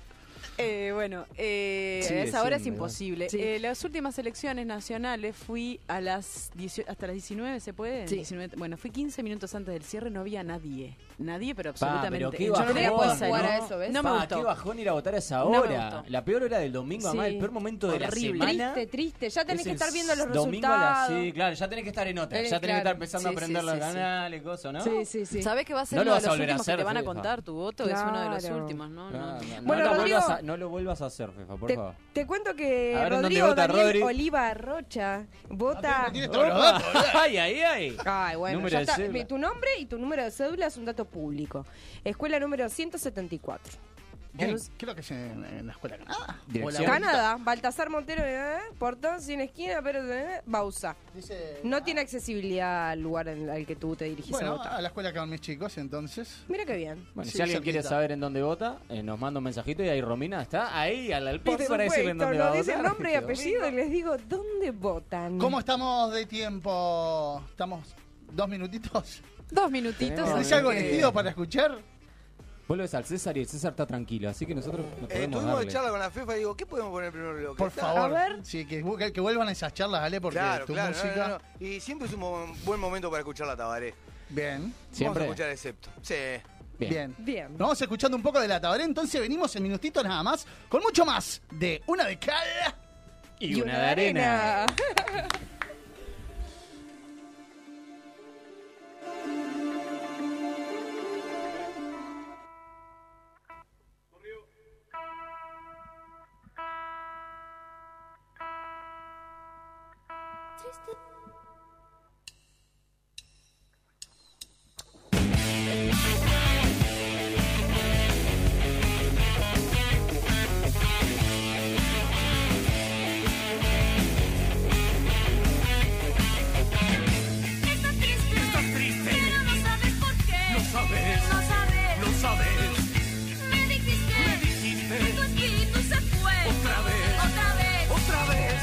Speaker 5: Eh, bueno, eh,
Speaker 4: Sí,
Speaker 5: a esa hora es
Speaker 4: decime,
Speaker 5: imposible. Eh, las últimas elecciones nacionales fui a las 18 hasta las 19, ¿se puede?
Speaker 3: Sí.
Speaker 5: 19, bueno, fui 15 minutos antes del cierre, no había nadie. Nadie, pero
Speaker 4: Pa,
Speaker 5: absolutamente.
Speaker 4: pero qué
Speaker 5: Yo
Speaker 4: bajón,
Speaker 5: no había podido
Speaker 3: jugar a
Speaker 5: salir.
Speaker 3: eso, ¿ves?
Speaker 5: No me
Speaker 4: Pa,
Speaker 5: gustó.
Speaker 4: qué bajón ir a votar a esa
Speaker 5: No me
Speaker 4: hora.
Speaker 5: gustó.
Speaker 4: la peor hora del domingo, además,
Speaker 3: Sí.
Speaker 4: el peor momento de
Speaker 5: Horrible.
Speaker 4: la semana.
Speaker 3: Triste, triste. Ya tenés
Speaker 4: Es
Speaker 3: que
Speaker 4: el
Speaker 3: estar viendo los
Speaker 4: domingo a las-
Speaker 3: resultados.
Speaker 4: sí, claro, ya tenés que estar en otra.
Speaker 3: Eh,
Speaker 4: ya tenés que estar
Speaker 3: claro.
Speaker 4: empezando
Speaker 5: Sí,
Speaker 4: a aprender
Speaker 5: sí,
Speaker 4: los
Speaker 5: sí, sí.
Speaker 4: canales, cosas, ¿no?
Speaker 3: Sí, sí, sí.
Speaker 5: ¿Sabes que va a ser
Speaker 4: No lo
Speaker 5: uno
Speaker 4: vas
Speaker 5: de
Speaker 4: a
Speaker 5: los
Speaker 4: volver a
Speaker 5: últimos que
Speaker 4: hacer,
Speaker 5: te van a
Speaker 4: Fefa.
Speaker 5: contar tu voto? Es uno de los
Speaker 3: Claro.
Speaker 5: últimos, ¿no?
Speaker 4: No,
Speaker 5: no,
Speaker 4: Ah, no,
Speaker 3: Bueno,
Speaker 4: no, no lo
Speaker 3: Rodrigo-
Speaker 4: vuelvas a, no lo vuelvas a hacer, Fefa, por
Speaker 3: Te,
Speaker 4: favor.
Speaker 3: te cuento que
Speaker 4: A ver, ¿dónde
Speaker 3: Rodrigo
Speaker 4: vota
Speaker 3: Daniel
Speaker 4: Rodri?
Speaker 3: Oliva Rocha vota.
Speaker 2: Ah, Tiene todos los datos.
Speaker 4: ay, ay, ay.
Speaker 3: Ay, bueno,
Speaker 4: Número
Speaker 3: ya
Speaker 4: de
Speaker 3: está.
Speaker 4: cédula.
Speaker 3: Mi- Tu nombre y tu número de cédula es un dato público. Escuela número 174.
Speaker 2: Bien,
Speaker 3: Los-
Speaker 2: creo que es en, en la escuela Canadá.
Speaker 4: Dirección.
Speaker 2: O la-
Speaker 3: Canadá, Baltasar Montero, eh, portón sin esquina, pero eh, Bausa.
Speaker 2: Dice- ah.
Speaker 3: No tiene accesibilidad al lugar en- al que tú te dirigís a
Speaker 2: Bueno,
Speaker 3: votar.
Speaker 2: a la escuela que van mis chicos, entonces.
Speaker 3: Mira qué bien.
Speaker 4: Bueno,
Speaker 2: Sí,
Speaker 4: si alguien quiere
Speaker 2: cerquita.
Speaker 4: saber en dónde vota, eh, nos manda un mensajito y ahí Romina está ahí al
Speaker 3: Por
Speaker 4: alpiste para decirle en
Speaker 3: supuesto,
Speaker 4: dónde va
Speaker 3: no
Speaker 4: a
Speaker 3: dice
Speaker 4: votar.
Speaker 3: nombre y
Speaker 4: Este
Speaker 3: apellido y
Speaker 4: domingo.
Speaker 3: les digo dónde votan.
Speaker 2: ¿Cómo estamos de tiempo? ¿Estamos dos minutitos?
Speaker 5: Dos minutitos.
Speaker 4: Tenemos-
Speaker 2: ¿Es
Speaker 5: así
Speaker 2: algo
Speaker 5: que-
Speaker 2: elegido para escuchar?
Speaker 4: Vos lo ves eh, al César y el César está tranquilo, así que nosotros no
Speaker 6: Eh,
Speaker 4: podemos
Speaker 6: tuvimos
Speaker 4: darle.
Speaker 6: charla con la FIFA y digo, ¿qué podemos poner en primer bloque?
Speaker 2: Eh, Por
Speaker 6: Está-
Speaker 2: favor.
Speaker 3: A ver.
Speaker 2: Sí, que, vu- que- que vuelvan esas charlas, Ale, porque
Speaker 6: Claro,
Speaker 2: tu
Speaker 6: claro. no,
Speaker 2: música.
Speaker 6: no, no. Y siempre es un mo- buen momento para escuchar la Tabaré.
Speaker 2: Bien,
Speaker 6: Vamos a
Speaker 4: Siempre.
Speaker 6: escuchar excepto. Sí.
Speaker 4: Bien.
Speaker 2: bien.
Speaker 3: Bien.
Speaker 2: Nos vamos escuchando un poco de la tabaré, entonces venimos en minutitos nada más con mucho más de una de cal.
Speaker 4: Y una de arena.
Speaker 8: Estás triste,
Speaker 9: Estás triste,
Speaker 8: pero no sabes por qué.
Speaker 9: lo sabes,
Speaker 8: No sabes.
Speaker 9: lo sabes,
Speaker 8: Me dijiste,
Speaker 9: me dijiste
Speaker 8: tu espíritu se fue.
Speaker 9: Otra vez.
Speaker 8: Otra vez.
Speaker 9: otra vez.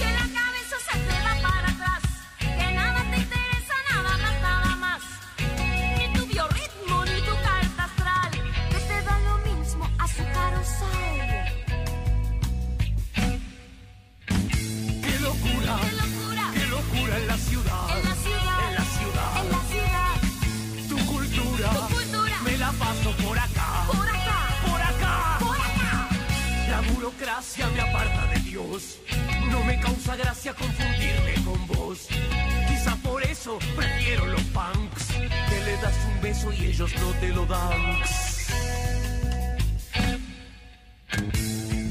Speaker 8: Que la cabeza se te va para atrás. Que nada te interesa, nada más, nada más. Ni tu biorritmo, ni tu carta astral. Que te da lo mismo azúcar o sal.
Speaker 9: Qué locura,
Speaker 8: Qué locura.
Speaker 9: qué locura en la ciudad,
Speaker 8: En la ciudad.
Speaker 9: en la ciudad.
Speaker 8: En la ciudad.
Speaker 9: Tu cultura,
Speaker 8: Tu cultura.
Speaker 9: me la paso por acá,
Speaker 8: Por acá.
Speaker 9: por acá.
Speaker 8: Por acá.
Speaker 9: La burocracia me aparta de Dios. No me causa gracia confundirme con vos. Quizá por eso prefiero los punks. Que le das un beso y ellos no te lo dan.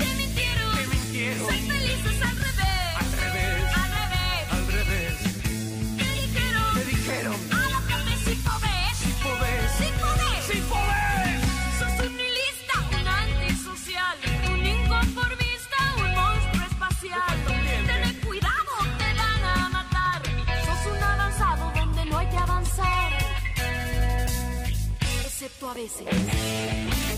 Speaker 8: Te mintieron.
Speaker 9: Te mintieron.
Speaker 8: Soy felices al revés.
Speaker 9: Al revés,
Speaker 8: Al revés.
Speaker 9: al revés.
Speaker 8: Te dijeron.
Speaker 9: Te dijeron.
Speaker 8: A lo que me si podés.
Speaker 9: Si podés,
Speaker 8: Si podés.
Speaker 9: si podés.
Speaker 8: Sos un nihilista, un antisocial. Un inconformista, un monstruo espacial.
Speaker 9: Te falta un diente.
Speaker 8: Tené cuidado, te van a matar. Sos un avanzado donde no hay que avanzar. Excepto a veces.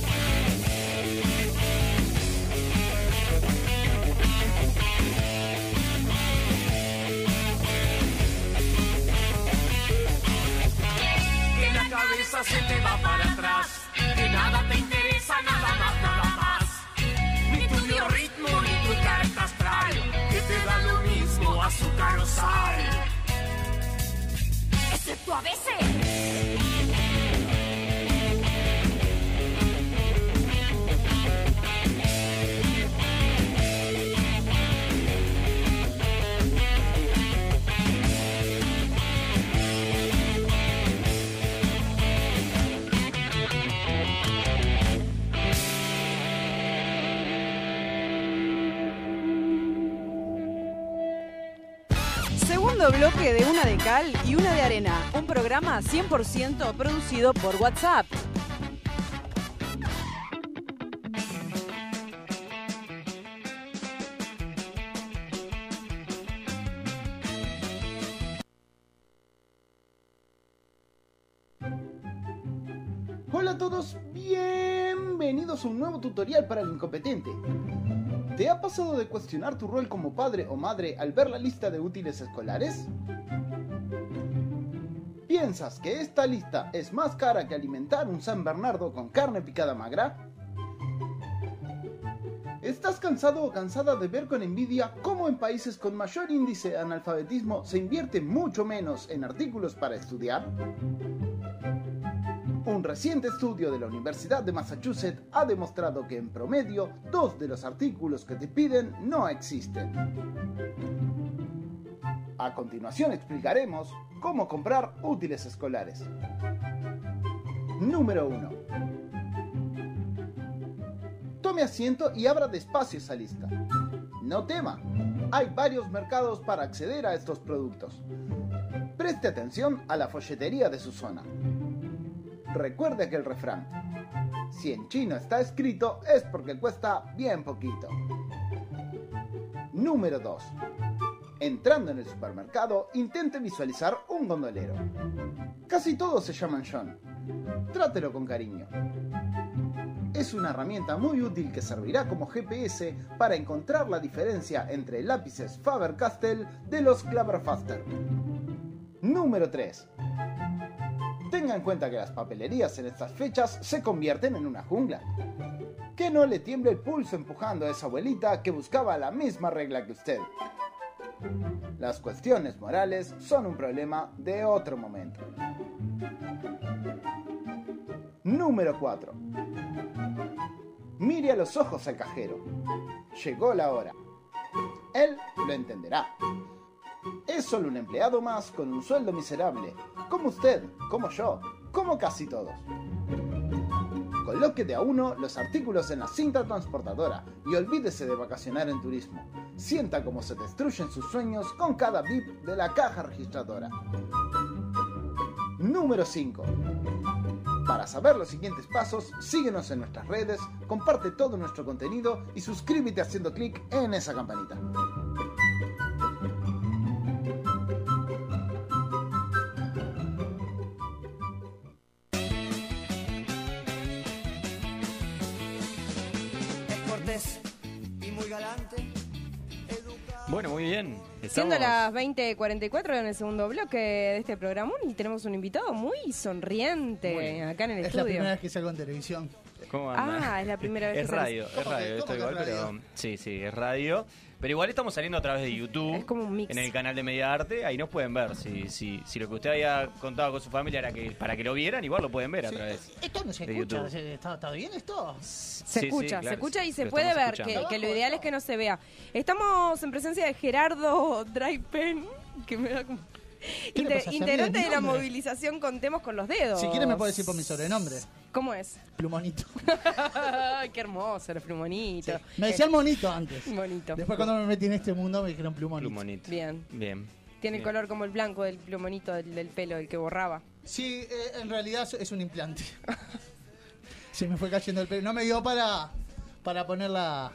Speaker 9: Que la cabeza se te va para atrás. Que nada te interesa, nada más, nada más. Ni tu biorritmo, ni tu carta astral. Que te da lo mismo azúcar o sal.
Speaker 8: Excepto a veces.
Speaker 5: Segundo bloque de una de cal y una de arena. Un programa 100% producido por WhatsApp.
Speaker 10: Hola a todos, bienvenidos a un nuevo tutorial para el incompetente. ¿Te ha pasado de cuestionar tu rol como padre o madre al ver la lista de útiles escolares? ¿Piensas que esta lista es más cara que alimentar un San Bernardo con carne picada magra? ¿Estás cansado o cansada de ver con envidia cómo en países con mayor índice de analfabetismo se invierte mucho menos en artículos para estudiar? Un reciente estudio de la Universidad de Massachusetts ha demostrado que en promedio dos de los artículos que te piden no existen. A continuación explicaremos cómo comprar útiles escolares. Número 1. Tome asiento y abra despacio esa lista. No tema, hay varios mercados para acceder a estos productos. Preste atención a la folletería de su zona. Recuerde aquel refrán. si en chino está escrito es porque cuesta bien poquito. Número 2. Entrando en el supermercado, intente visualizar un gondolero. Casi todos se llaman John. Trátelo con cariño. Es una herramienta muy útil que servirá como GPS para encontrar la diferencia entre lápices Faber-Castell de los Faster. Número 3. Tenga en cuenta que las papelerías en estas fechas se convierten en una jungla. Que no le tiemble el pulso empujando a esa abuelita que buscaba la misma regla que usted. Las cuestiones morales son un problema de otro momento. Número 4. Mire a los ojos al cajero. Llegó la hora. Él lo entenderá. Es solo un empleado más con un sueldo miserable, como usted, como yo, como casi todos. Coloque de a uno los artículos en la cinta transportadora y olvídese de vacacionar en turismo. Sienta cómo se destruyen sus sueños con cada bip de la caja registradora. Número 5. Para saber los siguientes pasos, síguenos en nuestras redes, comparte todo nuestro contenido y suscríbete haciendo clic en esa campanita.
Speaker 11: cortés y muy galante.
Speaker 4: Bueno, muy bien.
Speaker 3: Siendo
Speaker 4: Estamos-
Speaker 3: las 20.44 en el segundo bloque de este programa y tenemos un invitado muy sonriente acá en el
Speaker 2: Es la
Speaker 3: estudio.
Speaker 2: primera vez que salgo en televisión.
Speaker 4: ¿Cómo anda?
Speaker 3: Ah, es la primera vez
Speaker 4: Es
Speaker 3: que sales.
Speaker 4: radio, es
Speaker 2: ¿Cómo que-
Speaker 4: radio, esto
Speaker 2: cómo que
Speaker 4: igual,
Speaker 2: es
Speaker 4: pero. Sí, sí, es radio. Pero igual estamos saliendo a través de YouTube.
Speaker 3: Es como un mix.
Speaker 4: En el canal de Media Arte, ahí nos pueden ver. Si, si, si lo que usted había contado con su familia era que para que lo vieran, igual lo pueden ver a través.
Speaker 2: eh, Esto no se
Speaker 4: De
Speaker 2: escucha.
Speaker 4: YouTube.
Speaker 2: ¿se- ¿Está, está bien esto?
Speaker 3: Se
Speaker 4: Sí, sí,
Speaker 3: escucha,
Speaker 4: claro,
Speaker 3: se escucha y se
Speaker 4: lo
Speaker 3: puede
Speaker 4: estamos
Speaker 3: ver, que,
Speaker 4: escuchando.
Speaker 3: que lo ideal es que no se vea. Estamos en presencia de Gerardo Draypen, que me da como...
Speaker 2: ¿Qué le
Speaker 3: Inter-
Speaker 2: pasa? Se
Speaker 3: integrante
Speaker 2: ríe
Speaker 3: de
Speaker 2: de
Speaker 3: la
Speaker 2: mi nombre.
Speaker 3: movilización Contemos con los dedos.
Speaker 2: Si quieres me puedes decir por mi sobrenombre.
Speaker 3: ¿Cómo es?
Speaker 2: Plumonito.
Speaker 3: Ay, qué hermoso, los plumonito.
Speaker 2: Me decían monito antes.
Speaker 3: Eh, Bonito.
Speaker 2: Después cuando me metí en este mundo me dijeron plumonito.
Speaker 4: Plumonito.
Speaker 3: Bien.
Speaker 4: Bien.
Speaker 3: Tiene el
Speaker 4: Bien.
Speaker 3: color como el blanco del plumonito del, del pelo, el que borraba.
Speaker 2: Sí, eh, en realidad es- es un implante. Se me fue cayendo el pelo. No me dio para, para poner la...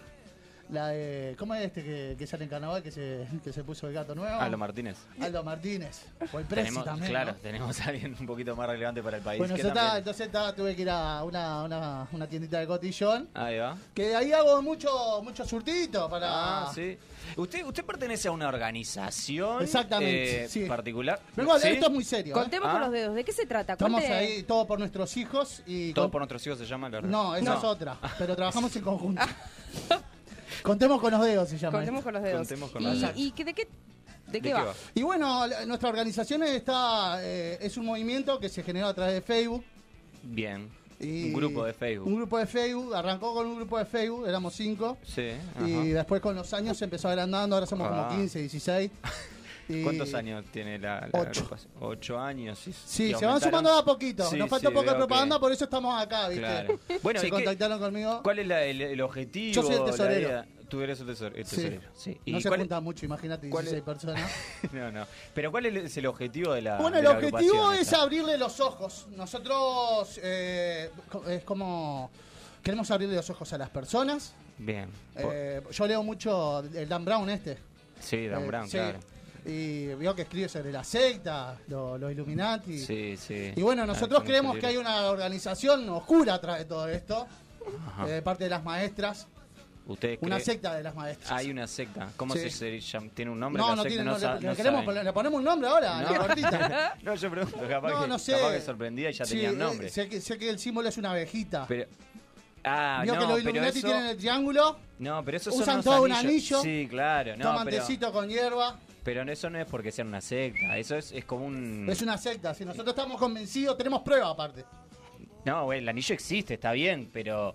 Speaker 2: la de- ¿Cómo es este que, que sale en carnaval que se, que se puso el gato nuevo?
Speaker 4: Aldo Ah, Martínez.
Speaker 2: Aldo Martínez. O el Prezi
Speaker 4: Tenemos,
Speaker 2: también.
Speaker 4: claro,
Speaker 2: ¿no?
Speaker 4: tenemos a alguien un poquito más relevante para el país.
Speaker 2: Bueno,
Speaker 4: que
Speaker 2: yo estaba-
Speaker 4: también-
Speaker 2: entonces estaba- tuve que ir a una, una, una tiendita de cotillón.
Speaker 4: Ahí va.
Speaker 2: Que ahí hago mucho, mucho surtito para.
Speaker 4: Ah, sí. ¿Usted, usted pertenece a una organización
Speaker 2: Exactamente,
Speaker 4: eh,
Speaker 2: sí.
Speaker 4: particular?
Speaker 2: Pero igual,
Speaker 4: ¿Sí?
Speaker 2: esto es muy serio. ¿eh?
Speaker 3: Contemos con
Speaker 4: Ah.
Speaker 3: los dedos, ¿de qué se trata?
Speaker 2: Estamos
Speaker 3: Cuente-
Speaker 2: ahí todo por nuestros hijos y.
Speaker 4: ¿Todo
Speaker 2: con-
Speaker 4: por nuestros hijos se llama? la
Speaker 2: No, esa
Speaker 4: organización?
Speaker 2: es otra. Pero trabajamos en conjunto. Contemos con los dedos, se llama.
Speaker 3: Ah, Contemos
Speaker 2: esto.
Speaker 3: con los dedos.
Speaker 4: Contemos con
Speaker 3: ¿Y,
Speaker 4: los dedos.
Speaker 3: y que- de qué, de
Speaker 4: ¿De
Speaker 3: qué va?
Speaker 2: Y bueno, la- nuestra organización está eh, es un movimiento que se generó a través de Facebook.
Speaker 4: Bien.
Speaker 2: y-
Speaker 4: Un grupo de Facebook.
Speaker 2: Un grupo de Facebook. Arrancó con un grupo de Facebook, éramos cinco.
Speaker 4: Sí.
Speaker 2: Y
Speaker 4: ajá.
Speaker 2: después con los años se empezó agrandando, ahora somos
Speaker 4: Ah.
Speaker 2: como 15, 16. Y-
Speaker 4: ¿Cuántos años tiene la, la
Speaker 2: Ocho.
Speaker 4: agrupación? Ocho años. Sí,
Speaker 2: Sí,
Speaker 4: Y
Speaker 2: se van
Speaker 4: aumentaron.
Speaker 2: sumando de a poquito.
Speaker 4: Sí,
Speaker 2: Nos falta
Speaker 4: sí,
Speaker 2: poca
Speaker 4: veo
Speaker 2: propaganda,
Speaker 4: que-
Speaker 2: por eso estamos acá, ¿viste?
Speaker 4: Claro. Bueno,
Speaker 2: se
Speaker 4: ¿y qué-
Speaker 2: contactaron conmigo.
Speaker 4: ¿Cuál es la- el, el objetivo?
Speaker 2: Yo soy el
Speaker 4: la
Speaker 2: tesorero.
Speaker 4: idea? Tú eres el tesor- el
Speaker 2: Sí.
Speaker 4: tesorero. Sí. ¿Y
Speaker 2: No se
Speaker 4: cuál-
Speaker 2: junta mucho, imagínate,
Speaker 4: cuál es- Ah,
Speaker 2: 16 personas.
Speaker 4: No, no. Pero ¿cuál es el objetivo de la
Speaker 2: Bueno,
Speaker 4: de
Speaker 2: el
Speaker 4: Ah, la
Speaker 2: objetivo
Speaker 4: agrupación
Speaker 2: es
Speaker 4: esta?
Speaker 2: abrirle los ojos. Nosotros eh, co- es como... Queremos abrirle los ojos a las personas.
Speaker 4: Bien. Por-
Speaker 2: Eh, yo leo mucho el Dan Brown este.
Speaker 4: sí, Dan
Speaker 2: Eh,
Speaker 4: Brown,
Speaker 2: sí.
Speaker 4: claro.
Speaker 2: Y veo que escribe sobre la secta, lo- los Illuminati.
Speaker 4: Sí, sí.
Speaker 2: Y bueno, nosotros
Speaker 4: Ah,
Speaker 2: creemos que hay una organización oscura atrás de todo esto,
Speaker 4: Ajá.
Speaker 2: eh, de parte de las maestras,
Speaker 4: Ustedes
Speaker 2: una
Speaker 4: creen-
Speaker 2: secta de las maestras.
Speaker 4: Hay una secta. ¿Cómo
Speaker 2: Sí.
Speaker 4: se- se llama? ¿Tiene un nombre?
Speaker 2: no,
Speaker 4: la
Speaker 2: no
Speaker 4: secta?
Speaker 2: tiene, no,
Speaker 4: sa-
Speaker 2: le,
Speaker 4: no
Speaker 2: le queremos
Speaker 4: saben.
Speaker 2: poner- le ponemos un nombre ahora,
Speaker 4: No.
Speaker 2: la cortita.
Speaker 4: No, yo pregunto, capaz,
Speaker 2: No,
Speaker 4: que,
Speaker 2: no sé.
Speaker 4: capaz que sorprendía y ya
Speaker 2: Sí,
Speaker 4: tenía
Speaker 2: eh,
Speaker 4: nombre.
Speaker 2: Sé que, sé que el símbolo es una abejita.
Speaker 4: Pero, ah,
Speaker 2: Vio
Speaker 4: no,
Speaker 2: que los
Speaker 4: pero
Speaker 2: Illuminati
Speaker 4: eso,
Speaker 2: tienen el triángulo,
Speaker 4: No, pero esos
Speaker 2: usan
Speaker 4: son unos
Speaker 2: todo un
Speaker 4: anillos.
Speaker 2: anillo,
Speaker 4: Sí, claro. No,
Speaker 2: toman
Speaker 4: pero,
Speaker 2: tecito con hierba.
Speaker 4: pero eso no es porque sean una secta. Eso es, es como un...
Speaker 2: Es una secta, si nosotros estamos convencidos, tenemos pruebas aparte.
Speaker 4: No, güey, el anillo existe, está bien, pero...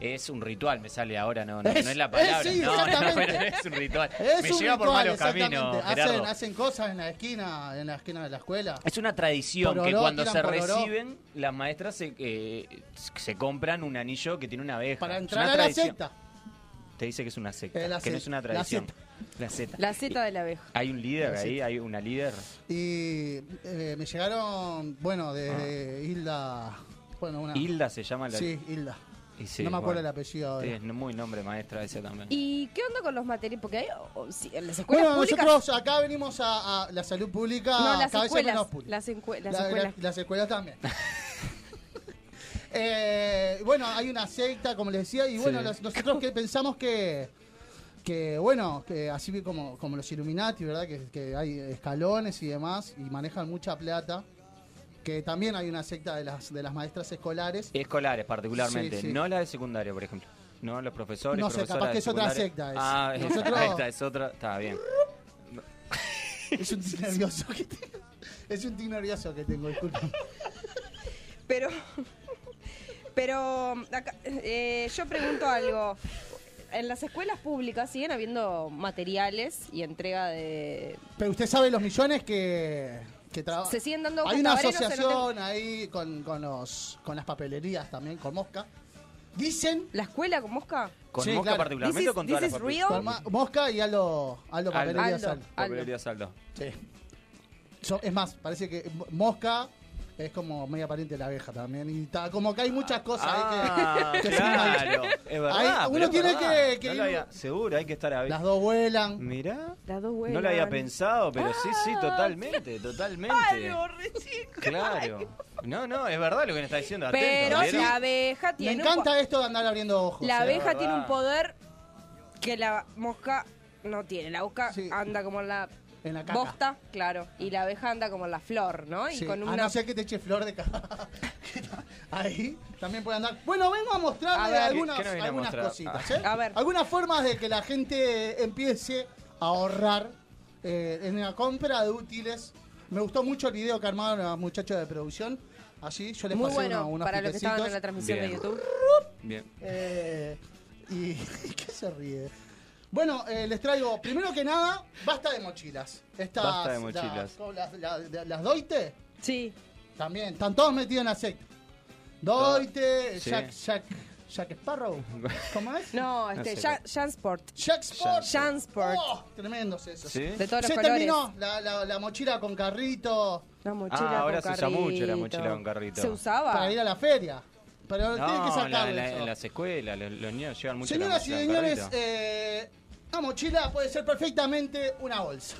Speaker 4: Es un ritual, me sale ahora, no, no, no
Speaker 2: Es-
Speaker 4: es la palabra.
Speaker 2: es, sí,
Speaker 4: no, no,
Speaker 2: exactamente.
Speaker 4: pero es un ritual.
Speaker 2: Es
Speaker 4: me
Speaker 2: un
Speaker 4: lleva por
Speaker 2: ritual,
Speaker 4: malos caminos,
Speaker 2: exactamente.
Speaker 4: Gerardo.
Speaker 2: hacen, hacen cosas en la esquina, en la esquina de la escuela.
Speaker 4: Es una tradición que
Speaker 2: Pororó,
Speaker 4: cuando
Speaker 2: tiran
Speaker 4: se
Speaker 2: pororó.
Speaker 4: reciben, las maestras se, eh, se compran un anillo que tiene una abeja.
Speaker 2: Para
Speaker 4: Es
Speaker 2: entrar
Speaker 4: una
Speaker 2: a la
Speaker 4: tradición.
Speaker 2: secta.
Speaker 4: Te dice que es una secta,
Speaker 2: Eh, la
Speaker 4: que no
Speaker 2: se-
Speaker 4: es una
Speaker 2: la
Speaker 4: tradición. La Z.
Speaker 3: La seta de la abeja.
Speaker 4: Hay un líder
Speaker 2: La
Speaker 4: ahí,
Speaker 2: zeta.
Speaker 4: hay una líder.
Speaker 2: Y eh, me llegaron, bueno, de, de Hilda. Bueno, una.
Speaker 4: Ah. Hilda se llama la.
Speaker 2: Sí, Hilda.
Speaker 4: Y sí,
Speaker 2: no me acuerdo
Speaker 4: bueno.
Speaker 2: el apellido ahora.
Speaker 4: Sí, Es muy nombre maestra ese también.
Speaker 3: ¿Y qué onda con los materiales? Porque hay, o- si- en las escuelas
Speaker 2: Bueno,
Speaker 3: públicas...
Speaker 2: nosotros acá venimos a, a la salud pública,
Speaker 3: no, las
Speaker 2: cada vez
Speaker 3: escuelas,
Speaker 2: menos pública.
Speaker 3: las, encue- las
Speaker 2: La- la-
Speaker 3: escuelas.
Speaker 2: las escuelas también. Eh, bueno, hay una secta, como les decía, y bueno,
Speaker 4: Sí.
Speaker 2: los- nosotros que pensamos que, que bueno, que así que como, como los Illuminati, ¿verdad? Que, que hay escalones y demás, y manejan mucha plata, que también hay una secta de las, de las maestras escolares.
Speaker 4: Escolares particularmente,
Speaker 2: Sí, sí.
Speaker 4: no la de secundaria, por ejemplo. No los profesores,
Speaker 2: No sé,
Speaker 4: profesoras
Speaker 2: capaz que
Speaker 4: de
Speaker 2: es otra
Speaker 4: secundaria.
Speaker 2: secta esa.
Speaker 4: Ah,
Speaker 2: Nosotros-
Speaker 4: esta, esta es otra, está bien.
Speaker 2: Es un tic nervioso que tengo. Es un tic nervioso que tengo, disculpa.
Speaker 3: Pero, pero acá, eh, yo pregunto algo. En las escuelas públicas siguen habiendo materiales y entrega de...
Speaker 2: Pero usted sabe los millones que, que trabajan.
Speaker 3: Se siguen dando
Speaker 2: Hay una
Speaker 3: catabareros en los
Speaker 2: asociación ahí con, con, los, con las papelerías también, con Mosca. Dicen.
Speaker 3: ¿La escuela con Mosca?
Speaker 4: ¿Con Mosca particularmente o con todas las papelerías?
Speaker 2: Con Ma- Mosca y Aldo, Aldo
Speaker 4: Aldo.
Speaker 2: Papelería Sal.
Speaker 4: Papelería Saldo.
Speaker 2: Sí. So- es más, parece que Mo- Mosca es como media pariente de la abeja también. Y ta- como que hay muchas cosas
Speaker 4: Ah,
Speaker 2: ahí que, que se
Speaker 4: claro.
Speaker 2: enganchan.
Speaker 4: Es verdad.
Speaker 2: Ahí
Speaker 4: pero
Speaker 2: uno
Speaker 4: es
Speaker 2: tiene
Speaker 4: verdad.
Speaker 2: que, que
Speaker 4: No
Speaker 2: ir-
Speaker 4: lo había- seguro, hay que estar a
Speaker 2: Las dos vuelan.
Speaker 4: Mirá.
Speaker 3: Las dos Ah.
Speaker 4: No lo había pensado, pero sí, sí, totalmente, totalmente. Claro. No, no, es verdad lo que nos está diciendo. atento,
Speaker 3: Pero
Speaker 4: ¿vieron?
Speaker 3: la abeja
Speaker 2: Me
Speaker 3: tiene un po-
Speaker 2: encanta esto de andar abriendo ojos.
Speaker 3: La
Speaker 2: eh.
Speaker 3: abeja tiene un
Speaker 4: verdad.
Speaker 3: poder que la mosca no tiene. La mosca anda como en la,
Speaker 2: En la caca.
Speaker 3: bosta, claro. Y la abeja anda como en la flor, ¿no? Y
Speaker 2: Sí,
Speaker 3: con
Speaker 2: a
Speaker 3: una.
Speaker 2: no ser que te eche flor de caja. Ahí también puede andar. Bueno, vengo a mostrarle
Speaker 3: A ver.
Speaker 2: algunas,
Speaker 4: ¿Qué- qué nos viene a
Speaker 2: algunas
Speaker 4: mostrar? Ah.
Speaker 2: cositas. ¿eh? Algunas formas de que la gente empiece a ahorrar eh, en la compra de útiles. Me gustó mucho el video que armaron los muchachos de producción. Así, yo les
Speaker 3: Muy
Speaker 2: pasé
Speaker 3: bueno
Speaker 2: uno- unos
Speaker 3: para los que
Speaker 2: pitecitos.
Speaker 3: estaban en la transmisión de
Speaker 4: Bien.
Speaker 3: YouTube.
Speaker 4: Bien.
Speaker 2: Eh, y ¿qué se ríe? Bueno, eh, les traigo, primero que nada, basta de mochilas. Estas,
Speaker 4: Basta de
Speaker 2: las-
Speaker 4: mochilas.
Speaker 2: ¿cómo Las, la- la- las doite.
Speaker 3: Sí.
Speaker 2: También, están todos metidos en la secta. Doite,
Speaker 4: Sí.
Speaker 2: Jack, Jack, Jack Sparrow. ¿Cómo es?
Speaker 3: No, este,
Speaker 2: sé.
Speaker 3: Ja- Jansport.
Speaker 2: Jack Sport.
Speaker 3: Jansport.
Speaker 2: Oh, tremendos esos.
Speaker 4: ¿Sí?
Speaker 3: De todos los
Speaker 2: Se
Speaker 3: colores.
Speaker 2: terminó la, la- la mochila con carrito.
Speaker 3: La
Speaker 4: mochila Ah, ahora con se usa mucho la carrito. mochila con carrito.
Speaker 3: Se usaba.
Speaker 2: Para ir a la feria. Pero tienen que
Speaker 4: No,
Speaker 2: sacarlo.
Speaker 4: la- la-
Speaker 2: eso.
Speaker 4: en las escuelas, los, los niños llevan mucho la
Speaker 2: Señoras y
Speaker 4: mochila en
Speaker 2: señores,
Speaker 4: carrito.
Speaker 2: eh, una mochila puede ser perfectamente una bolsa.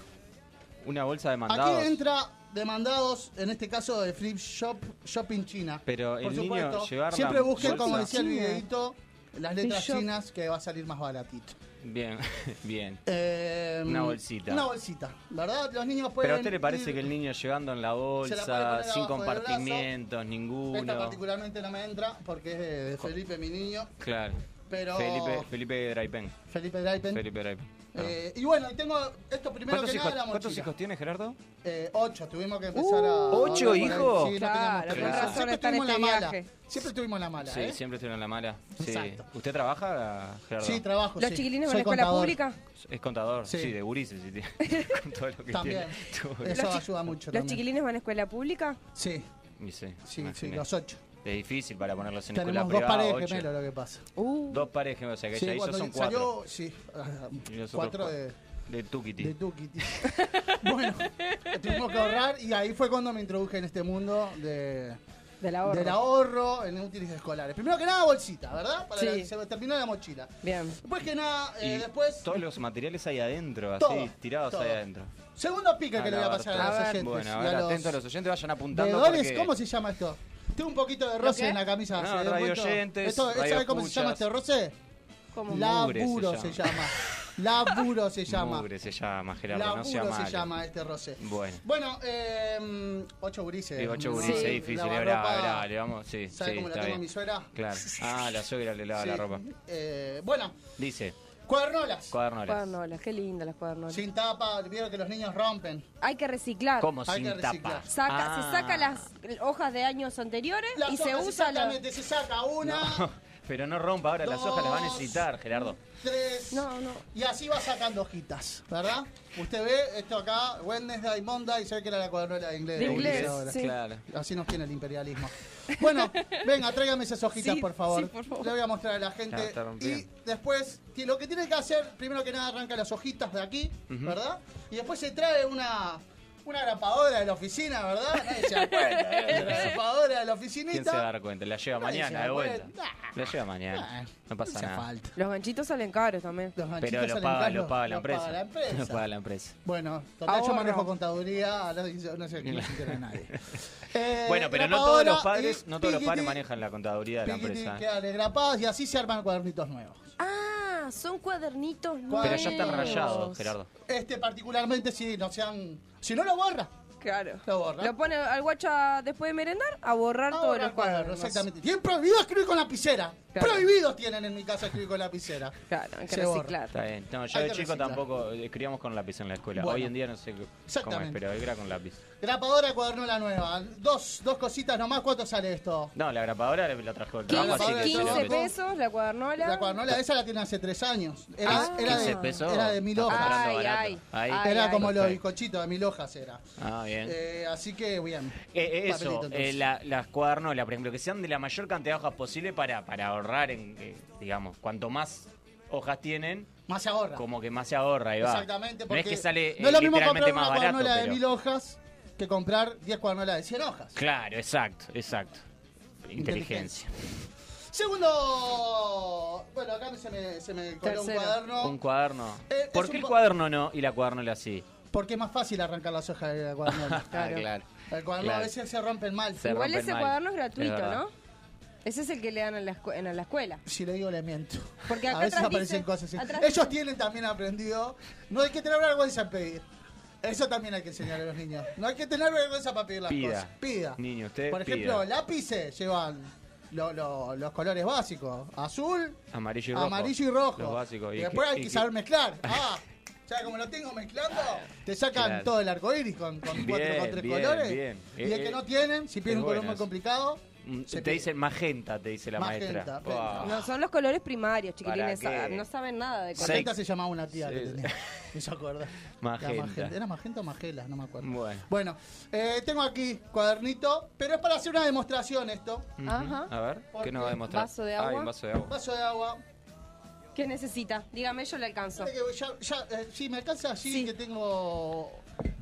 Speaker 4: Una bolsa de mandados.
Speaker 2: Aquí entra demandados, en este caso de Flip Shop, Shopping China.
Speaker 4: Pero
Speaker 2: Por
Speaker 4: el niño
Speaker 2: supuesto,
Speaker 4: llevar la
Speaker 2: siempre busquen, como
Speaker 4: bolsa.
Speaker 2: decía el
Speaker 4: China.
Speaker 2: videito, las letras
Speaker 4: eh. Flip Shop.
Speaker 2: chinas que va a salir más baratito.
Speaker 4: Bien, bien.
Speaker 2: Eh,
Speaker 4: Una bolsita.
Speaker 2: Una bolsita, ¿verdad? Los niños pueden.
Speaker 4: Pero a usted le parece
Speaker 2: ir-
Speaker 4: que el niño llevando en la
Speaker 2: Se la puede
Speaker 4: bolsa,
Speaker 2: poner
Speaker 4: sin
Speaker 2: abajo del brazo.
Speaker 4: compartimentos,
Speaker 2: Esta
Speaker 4: ninguno.
Speaker 2: particularmente no me entra porque es de, de Felipe, mi niño.
Speaker 4: Claro.
Speaker 2: Pero-
Speaker 4: Felipe, Felipe Draipen.
Speaker 2: Felipe Draipen.
Speaker 4: Felipe Draipen. perdón.
Speaker 2: Eh, y bueno, y tengo esto primero
Speaker 4: ¿Cuántos
Speaker 2: que
Speaker 4: hijos,
Speaker 2: nada, la mochila.
Speaker 4: cuántos hijos tiene Gerardo?
Speaker 2: Eh, ocho, tuvimos que empezar a.
Speaker 4: Uh, ¿ocho
Speaker 2: a-
Speaker 4: hijos?
Speaker 2: Sí, no
Speaker 4: Claro,
Speaker 2: teníamos
Speaker 4: con
Speaker 2: tiempo.
Speaker 4: razón
Speaker 2: Siempre
Speaker 3: están
Speaker 2: tuvimos la
Speaker 3: este
Speaker 2: mala.
Speaker 3: viaje.
Speaker 2: Siempre tuvimos la mala,
Speaker 4: Sí,
Speaker 2: ¿eh?
Speaker 4: siempre estuvieron en la mala. Sí.
Speaker 2: Exacto.
Speaker 4: ¿Usted trabaja, Gerardo?
Speaker 2: Sí, trabajo.
Speaker 3: Los
Speaker 2: sí.
Speaker 3: chiquilines
Speaker 2: Soy
Speaker 3: van a la escuela
Speaker 2: contador.
Speaker 3: pública.
Speaker 4: Es contador, sí, de gurises. sí, tiene- con todo lo que
Speaker 2: También.
Speaker 4: tiene. Todo.
Speaker 2: Eso
Speaker 3: Los chi-
Speaker 2: ayuda mucho.
Speaker 3: ¿Los
Speaker 2: también.
Speaker 3: chiquilines van a escuela pública?
Speaker 2: Sí,
Speaker 4: Y sí,
Speaker 2: sí, sí,
Speaker 4: imaginé.
Speaker 2: los ocho.
Speaker 4: Es difícil para ponerlos en
Speaker 2: Tenemos dos
Speaker 4: escuela privada.
Speaker 2: pares de
Speaker 4: ocho.
Speaker 2: gemelos, lo que pasa.
Speaker 3: Uh.
Speaker 4: Dos pares de gemelos, o sea que
Speaker 2: Sí,
Speaker 4: ya ellos
Speaker 2: cuando
Speaker 4: son
Speaker 2: salió-
Speaker 4: cuatro.
Speaker 2: sí, ah,
Speaker 4: Y nosotros
Speaker 2: cuatro
Speaker 4: cua-
Speaker 2: de-
Speaker 4: De Tukiti.
Speaker 2: de Tuki. bueno, tuvimos que ahorrar y ahí fue cuando me introduje en este mundo de,
Speaker 3: Del ahorro.
Speaker 2: del ahorro en útiles escolares. Primero que nada, bolsita, ¿verdad? Para
Speaker 3: Sí.
Speaker 2: la- se me terminó la mochila.
Speaker 3: Bien.
Speaker 2: Después que nada, eh,
Speaker 4: Y
Speaker 2: después
Speaker 4: Todos los materiales ahí adentro, así,
Speaker 2: Todo,
Speaker 4: tirados
Speaker 2: todo.
Speaker 4: ahí adentro.
Speaker 2: Segundo pique que
Speaker 4: Ah,
Speaker 2: le voy a pasar a,
Speaker 4: todo.
Speaker 2: los oyentes.
Speaker 4: Bueno,
Speaker 2: y
Speaker 4: a
Speaker 2: a
Speaker 4: ver,
Speaker 2: los
Speaker 4: atentos a los oyentes, vayan apuntando.
Speaker 2: veedores,
Speaker 4: porque-
Speaker 2: ¿Cómo se llama esto? Tengo un poquito de
Speaker 3: ¿Lo
Speaker 2: roce
Speaker 3: qué?
Speaker 2: en la
Speaker 4: No,
Speaker 2: camisa. ¿se dieron
Speaker 4: radio
Speaker 2: cuenta?
Speaker 4: oyentes,
Speaker 2: Esto-
Speaker 4: radio
Speaker 2: ¿Sabe cómo se llama
Speaker 4: escuchas.
Speaker 2: este roce?
Speaker 3: ¿Cómo?
Speaker 2: Laburo
Speaker 4: Mugre
Speaker 2: se
Speaker 4: se
Speaker 2: llama. Laburo se llama.
Speaker 4: Mugre se llama, Gerardo,
Speaker 2: Laburo
Speaker 4: no sea malo.
Speaker 2: se llama este roce.
Speaker 4: Bueno.
Speaker 2: Bueno, eh, ocho gurises.
Speaker 4: Digo, ocho
Speaker 2: Mi
Speaker 4: gurises,
Speaker 2: mamá
Speaker 4: es difícil,
Speaker 2: lava
Speaker 4: es brava,
Speaker 2: ropa.
Speaker 4: es brava, le vamos, sí,
Speaker 2: ¿Sabe
Speaker 4: sí,
Speaker 2: cómo la
Speaker 4: está
Speaker 2: tengo a
Speaker 4: bien.
Speaker 2: mi suegra?
Speaker 4: Claro. Ah, la suegra le lava
Speaker 2: Sí.
Speaker 4: la ropa.
Speaker 2: Eh, bueno,
Speaker 4: Dice,
Speaker 2: cuadernolas.
Speaker 4: cuadernolas.
Speaker 3: Cuadernolas, qué lindas las cuadernolas.
Speaker 2: Sin tapa, vieron que los niños rompen.
Speaker 3: Hay que reciclar.
Speaker 4: ¿Cómo
Speaker 2: Hay que
Speaker 4: sin tapa?
Speaker 2: reciclar.
Speaker 3: Saca,
Speaker 4: Ah.
Speaker 3: Se saca las hojas de años anteriores
Speaker 2: Las
Speaker 3: y se
Speaker 2: hojas,
Speaker 3: usa la.
Speaker 2: exactamente, se saca una,
Speaker 4: Pero no rompa ahora, las hojas las va a
Speaker 2: Dos.
Speaker 4: necesitar, Gerardo.
Speaker 2: tres.
Speaker 3: No, no.
Speaker 2: Y así va sacando hojitas, ¿verdad? Usted ve esto acá, Wednesday, Monday, se ve que era la cuadernola de inglés.
Speaker 3: De inglés,
Speaker 2: Dice ahora.
Speaker 3: sí.
Speaker 4: Claro.
Speaker 2: Así nos tiene el imperialismo. Bueno, venga, tráigame esas hojitas,
Speaker 3: Sí,
Speaker 2: por, favor.
Speaker 3: sí, por favor.
Speaker 2: Le voy a mostrar a la
Speaker 4: Ya,
Speaker 2: gente.
Speaker 4: está
Speaker 2: y
Speaker 4: rompiendo.
Speaker 2: después, ti- lo que tiene que hacer, primero que nada, arranca las hojitas de aquí,
Speaker 4: Ujú.
Speaker 2: ¿verdad? Y después se trae una, una grapadora de la oficina, ¿verdad? Nadie se da cuenta. ¿eh? Una grapadora
Speaker 4: ¿Quién se
Speaker 2: de la
Speaker 4: va a
Speaker 2: oficinita.
Speaker 4: dar cuenta? La lleva
Speaker 2: Nadie se
Speaker 4: mañana
Speaker 2: da
Speaker 4: de vuelta.
Speaker 2: cuenta.
Speaker 4: La lleva mañana. No pasa
Speaker 2: hace
Speaker 4: nada.
Speaker 3: Los ganchitos salen caros también.
Speaker 4: Pero lo paga, lo paga la empresa. Lo paga la empresa.
Speaker 2: Bueno, total yo
Speaker 3: Ahorro.
Speaker 2: manejo contaduría, no, yo no sé qué me entera nadie. Eh,
Speaker 4: Bueno, pero no todos
Speaker 2: grapadora
Speaker 4: los
Speaker 2: y
Speaker 4: padres, no todos los padres
Speaker 2: piquiti,
Speaker 4: manejan la contaduría de la
Speaker 2: piquiti,
Speaker 4: empresa. ¿eh?
Speaker 2: Claro, grapadas y así se arman cuadernitos nuevos.
Speaker 3: Ah, son cuadernitos nuevos.
Speaker 4: Pero ya están rayados, Gerardo.
Speaker 2: Este particularmente sí, no sean... Si no lo borra.
Speaker 3: Claro.
Speaker 2: Lo borra.
Speaker 3: Lo pone al guacha después de merendar a borrar
Speaker 2: Ahora,
Speaker 3: todos los
Speaker 2: claro,
Speaker 3: cuadernos.
Speaker 2: exactamente. Tienen prohibido escribir con lapicera. Prohibidos tienen en mi casa escribir con lapicera.
Speaker 3: Claro, hay
Speaker 4: que
Speaker 2: reciclar.
Speaker 4: Está bien. No, yo
Speaker 2: Hay
Speaker 4: de
Speaker 2: que
Speaker 4: chico
Speaker 2: reciclar.
Speaker 4: tampoco escribíamos con lápiz en la escuela.
Speaker 2: Bueno.
Speaker 4: Hoy en día no sé cómo es,
Speaker 2: Exactamente.
Speaker 4: pero era con lápiz.
Speaker 2: Grapadora de cuadernola nueva. Dos, dos cositas nomás. ¿Cuánto sale esto?
Speaker 4: No, la grapadora la- la trajo el trabajo, así que
Speaker 3: 15, 15
Speaker 4: se lo-
Speaker 3: pesos la cuadernola.
Speaker 2: La cuadernola esa la tiene hace tres años. Era,
Speaker 4: Ah.
Speaker 2: era de,
Speaker 4: 15 pesos.
Speaker 2: era de mil
Speaker 4: Está
Speaker 2: hojas.
Speaker 4: comprando Ay, barato. ay, Ahí. ay,
Speaker 2: era
Speaker 4: ay.
Speaker 2: como los
Speaker 4: Perfecto.
Speaker 2: bizcochitos de mil hojas era.
Speaker 4: Ah, bien.
Speaker 2: Eh, así que bien.
Speaker 4: Eh, eh, eso,
Speaker 2: Papelito,
Speaker 4: eh,
Speaker 2: entonces.
Speaker 4: la- las cuadernolas, por ejemplo, que sean de la mayor cantidad de hojas posible para, para ahorrar en, eh, digamos, cuanto más hojas tienen,
Speaker 2: Más se ahorra.
Speaker 4: como que más se ahorra y va.
Speaker 2: Exactamente,
Speaker 4: no
Speaker 2: porque
Speaker 4: es que sale
Speaker 2: no
Speaker 4: eh,
Speaker 2: es lo mismo
Speaker 4: literalmente
Speaker 2: comprar una
Speaker 4: más barato,
Speaker 2: cuadernola de
Speaker 4: pero-
Speaker 2: mil hojas que comprar 10 cuadernolas de 100 hojas.
Speaker 4: Claro, exacto, exacto. Inteligencia.
Speaker 2: Segundo. Bueno, acá se me, se me coló un
Speaker 3: Tercero.
Speaker 2: cuaderno.
Speaker 4: Un cuaderno.
Speaker 2: Eh,
Speaker 4: ¿Por
Speaker 2: es
Speaker 4: qué
Speaker 2: un
Speaker 4: el
Speaker 2: po-
Speaker 4: cuaderno no y la cuadernola sí?
Speaker 2: Porque es más fácil arrancar las hojas de la cuadernola.
Speaker 4: Ah, claro.
Speaker 2: El cuaderno
Speaker 4: Claro.
Speaker 2: a veces se rompen mal.
Speaker 4: Se
Speaker 3: Igual
Speaker 4: rompen
Speaker 3: ese
Speaker 4: mal.
Speaker 3: cuaderno es
Speaker 4: Es
Speaker 3: gratuito,
Speaker 4: verdad.
Speaker 3: ¿no? Ese es el que le dan a la, escu- en- a la escuela.
Speaker 2: Si le digo, le miento.
Speaker 3: Porque acá
Speaker 2: a veces
Speaker 3: atrás
Speaker 2: aparecen
Speaker 3: dice-
Speaker 2: cosas así.
Speaker 3: atrás
Speaker 2: Ellos
Speaker 3: dice-
Speaker 2: tienen también aprendido. No hay que tener vergüenza en pedir. Eso también hay que enseñar a los niños. No hay que tener vergüenza para pedir las cosas.
Speaker 4: Pida.
Speaker 2: Pida.
Speaker 4: Niño, usted
Speaker 2: Por ejemplo,
Speaker 4: pida.
Speaker 2: lápices llevan lo- lo- los colores básicos: azul,
Speaker 4: Amarillo y rojo.
Speaker 2: amarillo y rojo.
Speaker 4: Los básicos.
Speaker 2: Y,
Speaker 4: Y
Speaker 2: después
Speaker 4: que-
Speaker 2: hay
Speaker 4: y
Speaker 2: que
Speaker 4: que-
Speaker 2: saber mezclar. Ah, ya como lo tengo mezclando, te sacan
Speaker 4: Claro.
Speaker 2: todo el arco iris con, con cuatro
Speaker 4: Bien,
Speaker 2: con tres
Speaker 4: bien,
Speaker 2: colores.
Speaker 4: bien.
Speaker 2: Y
Speaker 4: Eh,
Speaker 2: el que
Speaker 4: eh,
Speaker 2: no tienen, si piden
Speaker 4: es
Speaker 2: un color
Speaker 4: bueno
Speaker 2: muy
Speaker 4: eso.
Speaker 2: complicado,
Speaker 4: Mm,
Speaker 2: Se
Speaker 4: Te
Speaker 2: pide.
Speaker 4: dicen magenta, te dice la
Speaker 2: Magenta,
Speaker 4: maestra. Oh.
Speaker 3: No son los colores primarios, chiquilines.
Speaker 4: ¿Para
Speaker 3: sa-
Speaker 4: qué?
Speaker 3: No saben nada de colores.
Speaker 2: Magenta se llamaba una tía que
Speaker 4: Sí.
Speaker 2: tenía. No se acuerda.
Speaker 4: Magenta.
Speaker 2: Era magenta. Era magenta o magela, no me acuerdo.
Speaker 4: Bueno.
Speaker 2: Bueno, eh, tengo aquí cuadernito, pero es para hacer una demostración esto.
Speaker 4: Ujú.
Speaker 3: Ajá.
Speaker 4: A ver, ¿qué nos va a demostrar?
Speaker 3: Vaso de
Speaker 4: Ay,
Speaker 3: agua.
Speaker 4: un vaso de agua.
Speaker 2: Vaso de agua.
Speaker 3: ¿Qué necesita? Dígame, yo le alcanzo.
Speaker 2: Eh, Ya, ya, eh, sí, me alcanza allí que tengo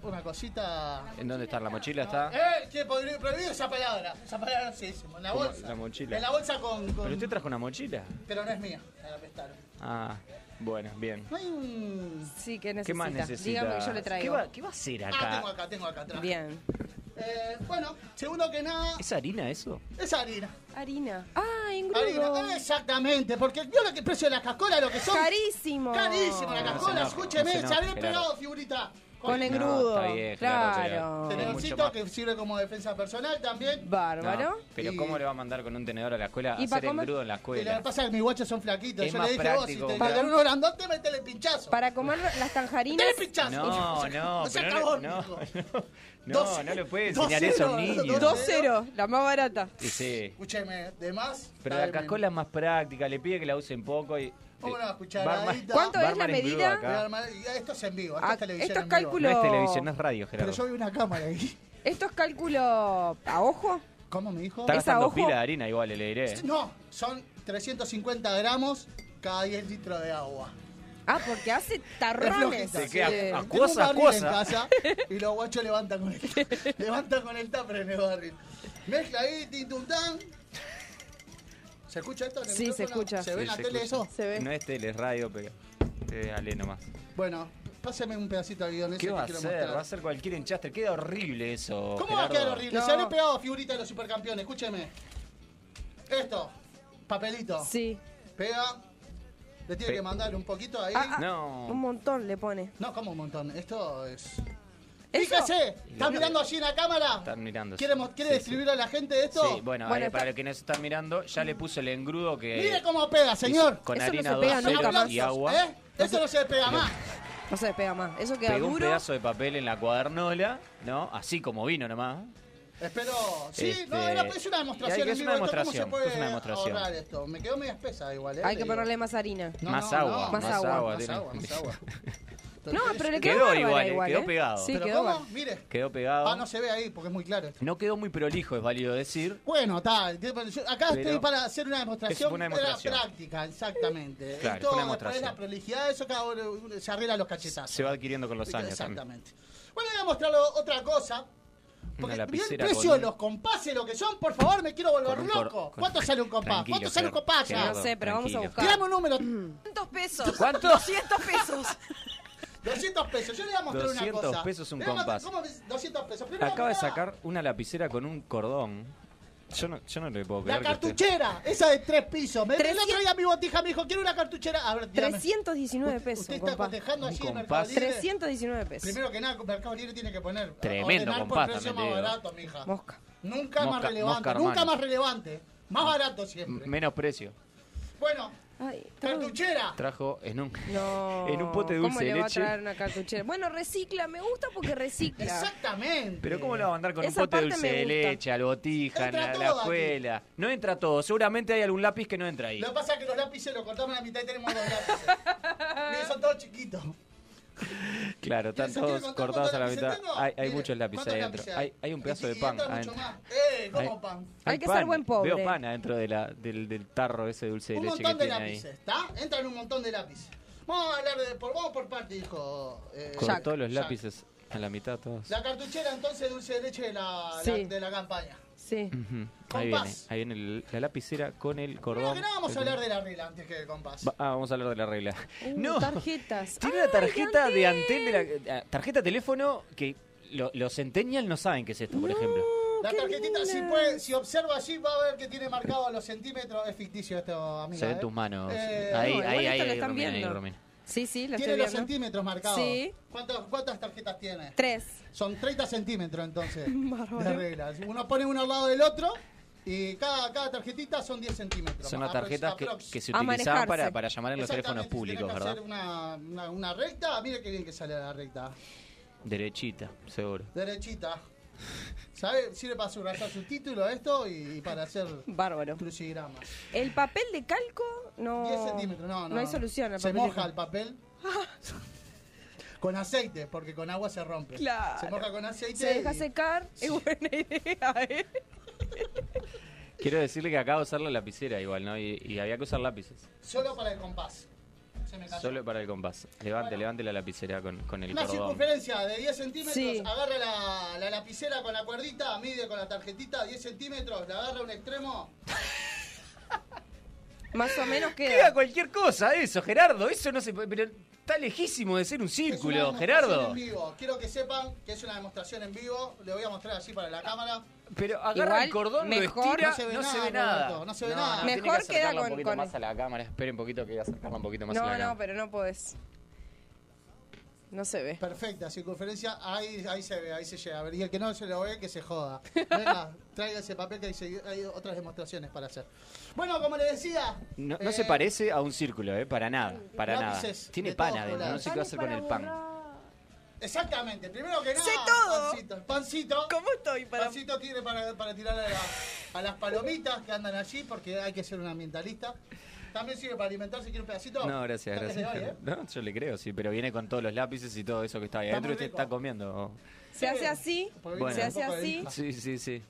Speaker 2: una cosita.
Speaker 4: ¿En dónde está? ¿La mochila está?
Speaker 2: Eh, que podri- prohibido esa palabra. Esa palabra sí, sí, en la
Speaker 4: ¿Cómo?
Speaker 2: bolsa.
Speaker 4: La mochila.
Speaker 2: En la bolsa con. con-
Speaker 4: ¿Pero usted trajo una mochila?
Speaker 2: pero no es mía. me la prestaron.
Speaker 4: Ah, bueno, bien.
Speaker 2: No hay un.
Speaker 3: Sí, ¿qué necesita?
Speaker 4: ¿Qué más necesita?
Speaker 3: Dígame, yo le traigo.
Speaker 4: ¿Qué va, qué va a hacer
Speaker 2: Ah,
Speaker 4: acá?
Speaker 2: tengo acá, tengo acá atrás.
Speaker 3: Bien.
Speaker 2: Eh, bueno, segundo que nada,
Speaker 4: ¿Es harina eso?
Speaker 2: es harina.
Speaker 3: Harina. Ah, engrudo.
Speaker 2: Harina, ah, exactamente, porque vio lo que el precio de las cascolas, lo que son.
Speaker 3: Carísimo.
Speaker 2: Carísimo la
Speaker 4: No se
Speaker 2: cascola,
Speaker 4: enoje,
Speaker 2: escúcheme,
Speaker 4: no se
Speaker 2: se había
Speaker 4: enoje,
Speaker 2: pegado
Speaker 4: Gerardo.
Speaker 2: figurita.
Speaker 3: Con
Speaker 4: el-
Speaker 3: engrudo.
Speaker 4: No, está bien, claro,
Speaker 3: claro.
Speaker 4: pero-
Speaker 2: Tenedorcito
Speaker 4: mucho más.
Speaker 2: que sirve como defensa personal también.
Speaker 4: No,
Speaker 3: Bárbaro.
Speaker 4: pero
Speaker 2: Y-
Speaker 4: ¿cómo le va a mandar con un tenedor a la escuela a
Speaker 3: ¿Y pa'
Speaker 4: hacer
Speaker 3: comer?
Speaker 4: engrudo en la
Speaker 2: Y lo que
Speaker 4: escuela?
Speaker 2: pasa es que mis guachos son flaquitos.
Speaker 4: Es
Speaker 2: Yo
Speaker 4: más
Speaker 2: le dije
Speaker 4: práctico,
Speaker 2: vos, si te
Speaker 4: claro.
Speaker 2: tenés uno grandote, metele pinchazo.
Speaker 3: Para comer las tanjarinas.
Speaker 2: Metele pinchazo.
Speaker 4: No, no,
Speaker 2: No se
Speaker 4: pero
Speaker 2: acabó,
Speaker 4: no, no, no,
Speaker 2: Doce-
Speaker 4: no le puede enseñar
Speaker 2: doce
Speaker 4: eso a un
Speaker 2: no,
Speaker 4: niño.
Speaker 2: doce.
Speaker 3: 2-0, la más barata.
Speaker 4: Sí, sí.
Speaker 2: Escúcheme, de más.
Speaker 4: Pero la
Speaker 2: está de
Speaker 4: cascola es más práctica, le pide que la usen poco y...
Speaker 2: Una
Speaker 4: eh,
Speaker 2: cucharadita.
Speaker 4: va a armar-
Speaker 3: ¿Cuánto
Speaker 4: va a
Speaker 3: es la
Speaker 4: armar engrudo
Speaker 3: medida?
Speaker 2: menos. Voy a
Speaker 4: acá.
Speaker 2: armar- Esto es en vivo, esto
Speaker 3: Ah,
Speaker 2: es televisión.
Speaker 3: esto es
Speaker 2: en vivo.
Speaker 4: No
Speaker 3: cálculo.
Speaker 4: es televisión, es radio,
Speaker 2: Pero yo
Speaker 4: Gerardo.
Speaker 2: vi una cámara ahí.
Speaker 3: Esto es cálculo a ojo.
Speaker 2: ¿Cómo me dijo?
Speaker 4: Está
Speaker 3: ¿Es a
Speaker 4: gastando
Speaker 3: ojo?
Speaker 4: pila eh. de harina igual, le diré.
Speaker 2: No, son 350 gramos cada 10 litros de agua.
Speaker 3: Ah, porque hace tarrones.
Speaker 2: flojita.
Speaker 4: Se queda
Speaker 3: Sí.
Speaker 4: acu-
Speaker 2: Tengo un
Speaker 4: Acuosa,
Speaker 2: barril en
Speaker 4: acuosa.
Speaker 2: casa y los guachos levantan con el, levantan con el tupper en el barril. Mezcla ahí, tin, tum, tan. ¿Se escucha esto? en el
Speaker 3: Sí, se
Speaker 2: micrófono?
Speaker 3: escucha.
Speaker 2: ¿Se ve
Speaker 4: Sí,
Speaker 2: en la
Speaker 4: se
Speaker 2: tele
Speaker 4: escucha.
Speaker 2: eso?
Speaker 3: Se ve.
Speaker 4: No es tele, es radio, pero... Eh, ale nomás.
Speaker 2: Bueno, páseme un pedacito de guión ese
Speaker 4: ¿Qué
Speaker 2: que
Speaker 4: va a
Speaker 2: quiero
Speaker 4: hacer?
Speaker 2: mostrar.
Speaker 4: Va a hacer cualquier enchastre. Queda horrible eso.
Speaker 2: ¿Cómo va a quedar
Speaker 4: Gerardo.
Speaker 2: horrible? Se
Speaker 3: No.
Speaker 2: habré pegado a figurita de los supercampeones, escúcheme. Esto, papelito.
Speaker 3: Sí.
Speaker 2: Pega. Le tiene
Speaker 4: Pe-
Speaker 2: que mandar un poquito ahí.
Speaker 3: Ah, ah. Un
Speaker 4: No.
Speaker 3: montón le pone.
Speaker 2: No, como un montón. Esto es.
Speaker 3: ¿Eso?
Speaker 2: Fíjese, ¿estás
Speaker 4: Lo-
Speaker 2: mirando allí en la cámara?
Speaker 4: Están mirando.
Speaker 2: ¿Quiere, mo- quiere
Speaker 4: Sí,
Speaker 2: describir a la gente esto?
Speaker 4: Sí, bueno, a
Speaker 3: Bueno,
Speaker 4: ver,
Speaker 3: está-
Speaker 4: para los que nos están mirando, ya le puso el engrudo que.
Speaker 2: Mire cómo pega, señor.
Speaker 4: hizo Con
Speaker 3: Eso no
Speaker 4: harina
Speaker 3: se pega
Speaker 4: 2
Speaker 3: nunca
Speaker 4: ceros
Speaker 3: más.
Speaker 4: y agua.
Speaker 2: ¿Eh? Eso no se pega más.
Speaker 3: No se despega más. Eso queda
Speaker 4: Pegó un
Speaker 3: duro.
Speaker 4: pedazo de papel en la cuadernola, ¿no? Así como vino nomás.
Speaker 2: Espero. Sí,
Speaker 4: Este,
Speaker 2: no, era, es una
Speaker 4: y hay
Speaker 2: demostración.
Speaker 4: que
Speaker 2: en
Speaker 4: hacer
Speaker 2: vivo,
Speaker 4: una
Speaker 2: esto,
Speaker 4: demostración,
Speaker 2: ¿Cómo
Speaker 4: esto
Speaker 2: se
Speaker 4: es una
Speaker 2: puede
Speaker 4: demostración.
Speaker 2: ahorrar esto? Me quedó media espesa igual. ¿eh?
Speaker 3: Hay
Speaker 2: Le
Speaker 3: que
Speaker 2: digo.
Speaker 3: ponerle más harina.
Speaker 2: No,
Speaker 4: más,
Speaker 2: no,
Speaker 4: agua,
Speaker 2: no,
Speaker 4: más,
Speaker 3: más agua,
Speaker 4: agua,
Speaker 2: Más
Speaker 4: tiene.
Speaker 2: agua, más agua.
Speaker 3: No, pero le
Speaker 4: Quedó
Speaker 3: quedó, bárbara
Speaker 4: igual,
Speaker 3: igual,
Speaker 4: eh, quedó
Speaker 3: ¿eh?
Speaker 4: pegado.
Speaker 3: Sí,
Speaker 4: Pero
Speaker 3: quedó
Speaker 2: ¿Cómo?
Speaker 3: bárbara.
Speaker 2: Mire.
Speaker 4: Quedó pegado.
Speaker 2: Ah, no se ve ahí porque es muy claro.
Speaker 4: No quedó muy prolijo, es válido decir.
Speaker 2: Bueno, está. de- yo- Acá
Speaker 4: Pero-
Speaker 2: estoy para hacer una
Speaker 4: Es
Speaker 2: demostración,
Speaker 4: una
Speaker 2: de la
Speaker 4: demostración.
Speaker 2: práctica, exactamente.
Speaker 4: Claro,
Speaker 2: y
Speaker 4: es
Speaker 2: todo
Speaker 4: una
Speaker 2: después de
Speaker 4: demostración.
Speaker 2: la prolijidad, eso cada uno se arregla los cachetazos.
Speaker 4: Se va adquiriendo con los años.
Speaker 2: Exactamente. Bueno, voy a mostrarlo otra cosa.
Speaker 4: Una
Speaker 2: Mirá el
Speaker 4: lapicera
Speaker 2: precio
Speaker 4: con
Speaker 2: de los compases, lo que son, por favor, me quiero volver
Speaker 4: Con un cor-
Speaker 2: loco.
Speaker 4: con-
Speaker 2: ¿Cuánto sale un compás?
Speaker 4: Tranquilo,
Speaker 2: ¿Cuánto sale un
Speaker 4: Gerardo,
Speaker 2: compás ya?
Speaker 4: Gerardo, No sé, pero vamos a tranquilo. buscar. Mm.
Speaker 2: Tirame un número.
Speaker 5: 200 pesos.
Speaker 4: ¿Cuánto?
Speaker 5: 200 pesos.
Speaker 2: 200 pesos. Yo le voy a mostrar una
Speaker 4: 200
Speaker 2: cosa.
Speaker 4: pesos un
Speaker 2: Le voy a mostrar-
Speaker 4: compás.
Speaker 2: ¿Cómo que 200 pesos? Primero,
Speaker 4: Acaba de
Speaker 2: mirá,
Speaker 4: sacar una lapicera con un cordón. Yo no, yo no le puedo creer.
Speaker 2: La
Speaker 4: que usted-
Speaker 2: cartuchera, esa de tres pisos. Me, el otro día mi botija me dijo, quiero una cartuchera. A ver, dígame.
Speaker 3: 319 pesos.
Speaker 2: Usted está
Speaker 3: compás.
Speaker 2: cotejando allí en
Speaker 4: Un
Speaker 2: Mercado
Speaker 4: compás.
Speaker 2: Libre.
Speaker 3: 319 pesos.
Speaker 2: Primero que nada, Mercado Libre tiene que poner.
Speaker 4: Tremendo
Speaker 2: ordenar
Speaker 4: compás
Speaker 2: por precio
Speaker 4: también,
Speaker 2: más
Speaker 4: te digo.
Speaker 2: barato, mija.
Speaker 3: Mosca.
Speaker 2: Nunca más
Speaker 4: Mosca- Mm.
Speaker 2: relevante.
Speaker 4: Mosca
Speaker 2: nunca
Speaker 4: Armani.
Speaker 2: más relevante. Más barato siempre.
Speaker 4: Menos precio.
Speaker 2: Bueno, cartuchera.
Speaker 4: Trajo en un,
Speaker 3: No,
Speaker 4: en un pote de
Speaker 3: ¿Cómo
Speaker 4: dulce
Speaker 3: le
Speaker 4: de
Speaker 3: va a
Speaker 4: leche.
Speaker 3: traer una cartuchera? Bueno, recicla, me gusta porque recicla.
Speaker 2: Exactamente.
Speaker 4: Pero ¿cómo lo va a mandar con
Speaker 3: Esa
Speaker 4: un pote de
Speaker 3: parte
Speaker 4: dulce
Speaker 3: me
Speaker 4: de
Speaker 3: gusta.
Speaker 4: leche, al botija,
Speaker 2: Entra
Speaker 4: a
Speaker 2: todo
Speaker 4: la
Speaker 2: aquí.
Speaker 4: escuela? No entra todo. Seguramente hay algún lápiz que no entra ahí.
Speaker 2: Lo que pasa es que los lápices los cortamos a la mitad y tenemos dos lápices. Miren, son todos chiquitos.
Speaker 4: Claro, están
Speaker 2: ¿Quieren
Speaker 4: todos
Speaker 2: contar
Speaker 4: cortados a la
Speaker 2: cuántos
Speaker 4: mitad.
Speaker 2: lápices tengo?
Speaker 4: Hay, hay
Speaker 2: Miren,
Speaker 4: muchos lápices
Speaker 2: ¿cuántos
Speaker 4: ahí adentro.
Speaker 2: lápices hay?
Speaker 4: Hay, hay un pedazo de
Speaker 2: Y
Speaker 4: pan
Speaker 2: entra mucho
Speaker 4: adentro.
Speaker 2: más. ¡Eh! ¿Cómo
Speaker 4: Hay-
Speaker 2: pan?
Speaker 3: Hay que ser buen pobre.
Speaker 4: Veo pan adentro de la, del, del tarro ese dulce de
Speaker 2: Un
Speaker 4: leche que
Speaker 2: montón de
Speaker 4: tiene ahí.
Speaker 2: lápices, ¿está? Entran un montón de lápices. Vamos a hablar de por vamos por parte, dijo. eh, Jack.
Speaker 4: Cortó los
Speaker 2: Jack.
Speaker 4: lápices a la mitad todos.
Speaker 2: La cartuchera entonces dulce de leche de la, la-
Speaker 3: Sí.
Speaker 2: de la campaña.
Speaker 3: Sí.
Speaker 4: Ujú.
Speaker 2: Compás.
Speaker 4: Ahí viene, ahí viene el- la lapicera con el
Speaker 2: Primero
Speaker 4: cordón.
Speaker 2: que nada vamos a hablar de la regla antes que de compás.
Speaker 4: Va- ah, vamos a hablar de la regla.
Speaker 3: Uh,
Speaker 4: no,
Speaker 3: Tarjetas.
Speaker 4: tiene una tarjeta de Antel,
Speaker 3: Antel.
Speaker 4: de la, eh, tarjeta teléfono que lo- los centennials no saben qué es esto, por ejemplo.
Speaker 3: Oh,
Speaker 2: La tarjetita, si, puede, si observa allí, va a ver que tiene marcado a los centímetros. Es ficticio esto, amiga.
Speaker 4: Se ven
Speaker 2: ¿eh?
Speaker 4: tus manos.
Speaker 2: Eh,
Speaker 4: ahí,
Speaker 3: no, igual
Speaker 4: ahí,
Speaker 3: esto
Speaker 4: ahí,
Speaker 3: lo
Speaker 4: ahí,
Speaker 3: están
Speaker 4: Romina, ahí,
Speaker 3: viendo.
Speaker 4: Romina.
Speaker 3: Sí, sí, la
Speaker 2: Tiene
Speaker 3: estoy
Speaker 2: los
Speaker 3: viendo.
Speaker 2: centímetros marcados.
Speaker 3: Sí.
Speaker 2: ¿Cuántas, ¿Cuántas tarjetas tiene?
Speaker 3: Tres.
Speaker 2: Son 30 centímetros entonces.
Speaker 3: Bárbaro.
Speaker 2: de reglas. Uno pone uno al lado del otro y cada, cada tarjetita son 10 centímetros.
Speaker 4: Son las
Speaker 2: Aprox-
Speaker 4: tarjetas que,
Speaker 2: aprox.
Speaker 4: que se
Speaker 3: A
Speaker 4: utilizaban para,
Speaker 3: manejarse.
Speaker 4: para llamar en los teléfonos
Speaker 2: Exactamente, si tenés
Speaker 4: públicos,
Speaker 2: que
Speaker 4: ¿verdad?
Speaker 2: hacer una, una, una recta, mire qué bien que sale la recta.
Speaker 4: Derechita, seguro.
Speaker 2: Derechita. ¿Sabe? Sirve para subrayar su título esto y, y para hacer
Speaker 3: Bárbaro.
Speaker 2: crucigramas.
Speaker 3: El papel de calco no.
Speaker 2: 10 centímetros, no, no.
Speaker 3: No hay solución. al
Speaker 2: Se
Speaker 3: papel de
Speaker 2: moja el
Speaker 3: calco.
Speaker 2: papel. Con aceite, porque con agua se rompe.
Speaker 3: Claro.
Speaker 2: Se moja con aceite.
Speaker 3: Se deja
Speaker 2: y-
Speaker 3: secar. Es buena idea, ¿eh?
Speaker 4: Quiero decirle que acabo de usar la lapicera igual, ¿no? Y, y había que usar lápices.
Speaker 2: Solo para el compás. Se me cayó.
Speaker 4: Solo para el compás. Levante, levante la lapicera con, con el
Speaker 2: Una
Speaker 4: cordón.
Speaker 2: circunferencia de 10 centímetros,
Speaker 3: Sí.
Speaker 2: agarra la, la lapicera con la cuerdita, mide con la tarjetita 10 centímetros, la agarra a un extremo.
Speaker 3: Más o menos
Speaker 4: Queda
Speaker 3: queda.
Speaker 4: cualquier cosa eso, Gerardo. Eso no se puede. Pero está lejísimo de ser un
Speaker 2: Es una
Speaker 4: círculo,
Speaker 2: demostración
Speaker 4: Gerardo.
Speaker 2: En vivo. Quiero que sepan que es una demostración en vivo, le voy a mostrar así para la cámara.
Speaker 4: Pero
Speaker 3: Igual,
Speaker 4: agarra el cordón,
Speaker 3: mejor-
Speaker 4: lo estira,
Speaker 2: No se ve
Speaker 4: no
Speaker 2: nada,
Speaker 4: se ve
Speaker 2: Roberto,
Speaker 4: nada.
Speaker 2: no se ve nada.
Speaker 4: tiene
Speaker 3: Mejor
Speaker 4: que
Speaker 3: queda
Speaker 4: acercarla un
Speaker 3: con-
Speaker 4: poquito
Speaker 3: con-
Speaker 4: más a la cámara. Esperen un poquito que voy a acercarla un poquito más a la
Speaker 3: No,
Speaker 4: cámara.
Speaker 3: no, pero no podés. No se ve.
Speaker 2: Perfecta, circunferencia, ahí, ahí se ve, ahí se llega. A ver, y el que no se lo ve, que se joda. Venga, traiga ese papel que hay, segui- hay otras demostraciones para hacer. Bueno, como les decía.
Speaker 4: No, no
Speaker 2: eh,
Speaker 4: se parece a un círculo, ¿eh? Para nada, para nada.
Speaker 2: Lápices de
Speaker 4: Tiene
Speaker 2: todos
Speaker 4: pan adentro, no
Speaker 2: colores.
Speaker 4: sé qué va a hacer con el pan.
Speaker 2: Exactamente, primero que nada.
Speaker 3: Sé todo.
Speaker 2: Pancito. pancito
Speaker 3: ¿Cómo estoy para.?
Speaker 2: Pancito tiene para, para tirar a, la- a las palomitas que andan allí, porque hay que ser un ambientalista. También sirve para alimentarse, quiere un pedacito.
Speaker 4: No, gracias,
Speaker 2: Está
Speaker 4: gracias.
Speaker 2: desde hoy, ¿eh?
Speaker 4: No, yo le creo, sí, pero viene con todos los lápices y todo eso que está ahí
Speaker 2: Está
Speaker 4: adentro
Speaker 2: muy
Speaker 4: y usted
Speaker 2: rico.
Speaker 4: está comiendo.
Speaker 3: Se hace así.
Speaker 2: Porque
Speaker 4: Bueno.
Speaker 2: viene
Speaker 3: Se
Speaker 2: un
Speaker 3: hace
Speaker 2: poco de
Speaker 3: así.
Speaker 2: isla.
Speaker 4: Sí, sí, sí.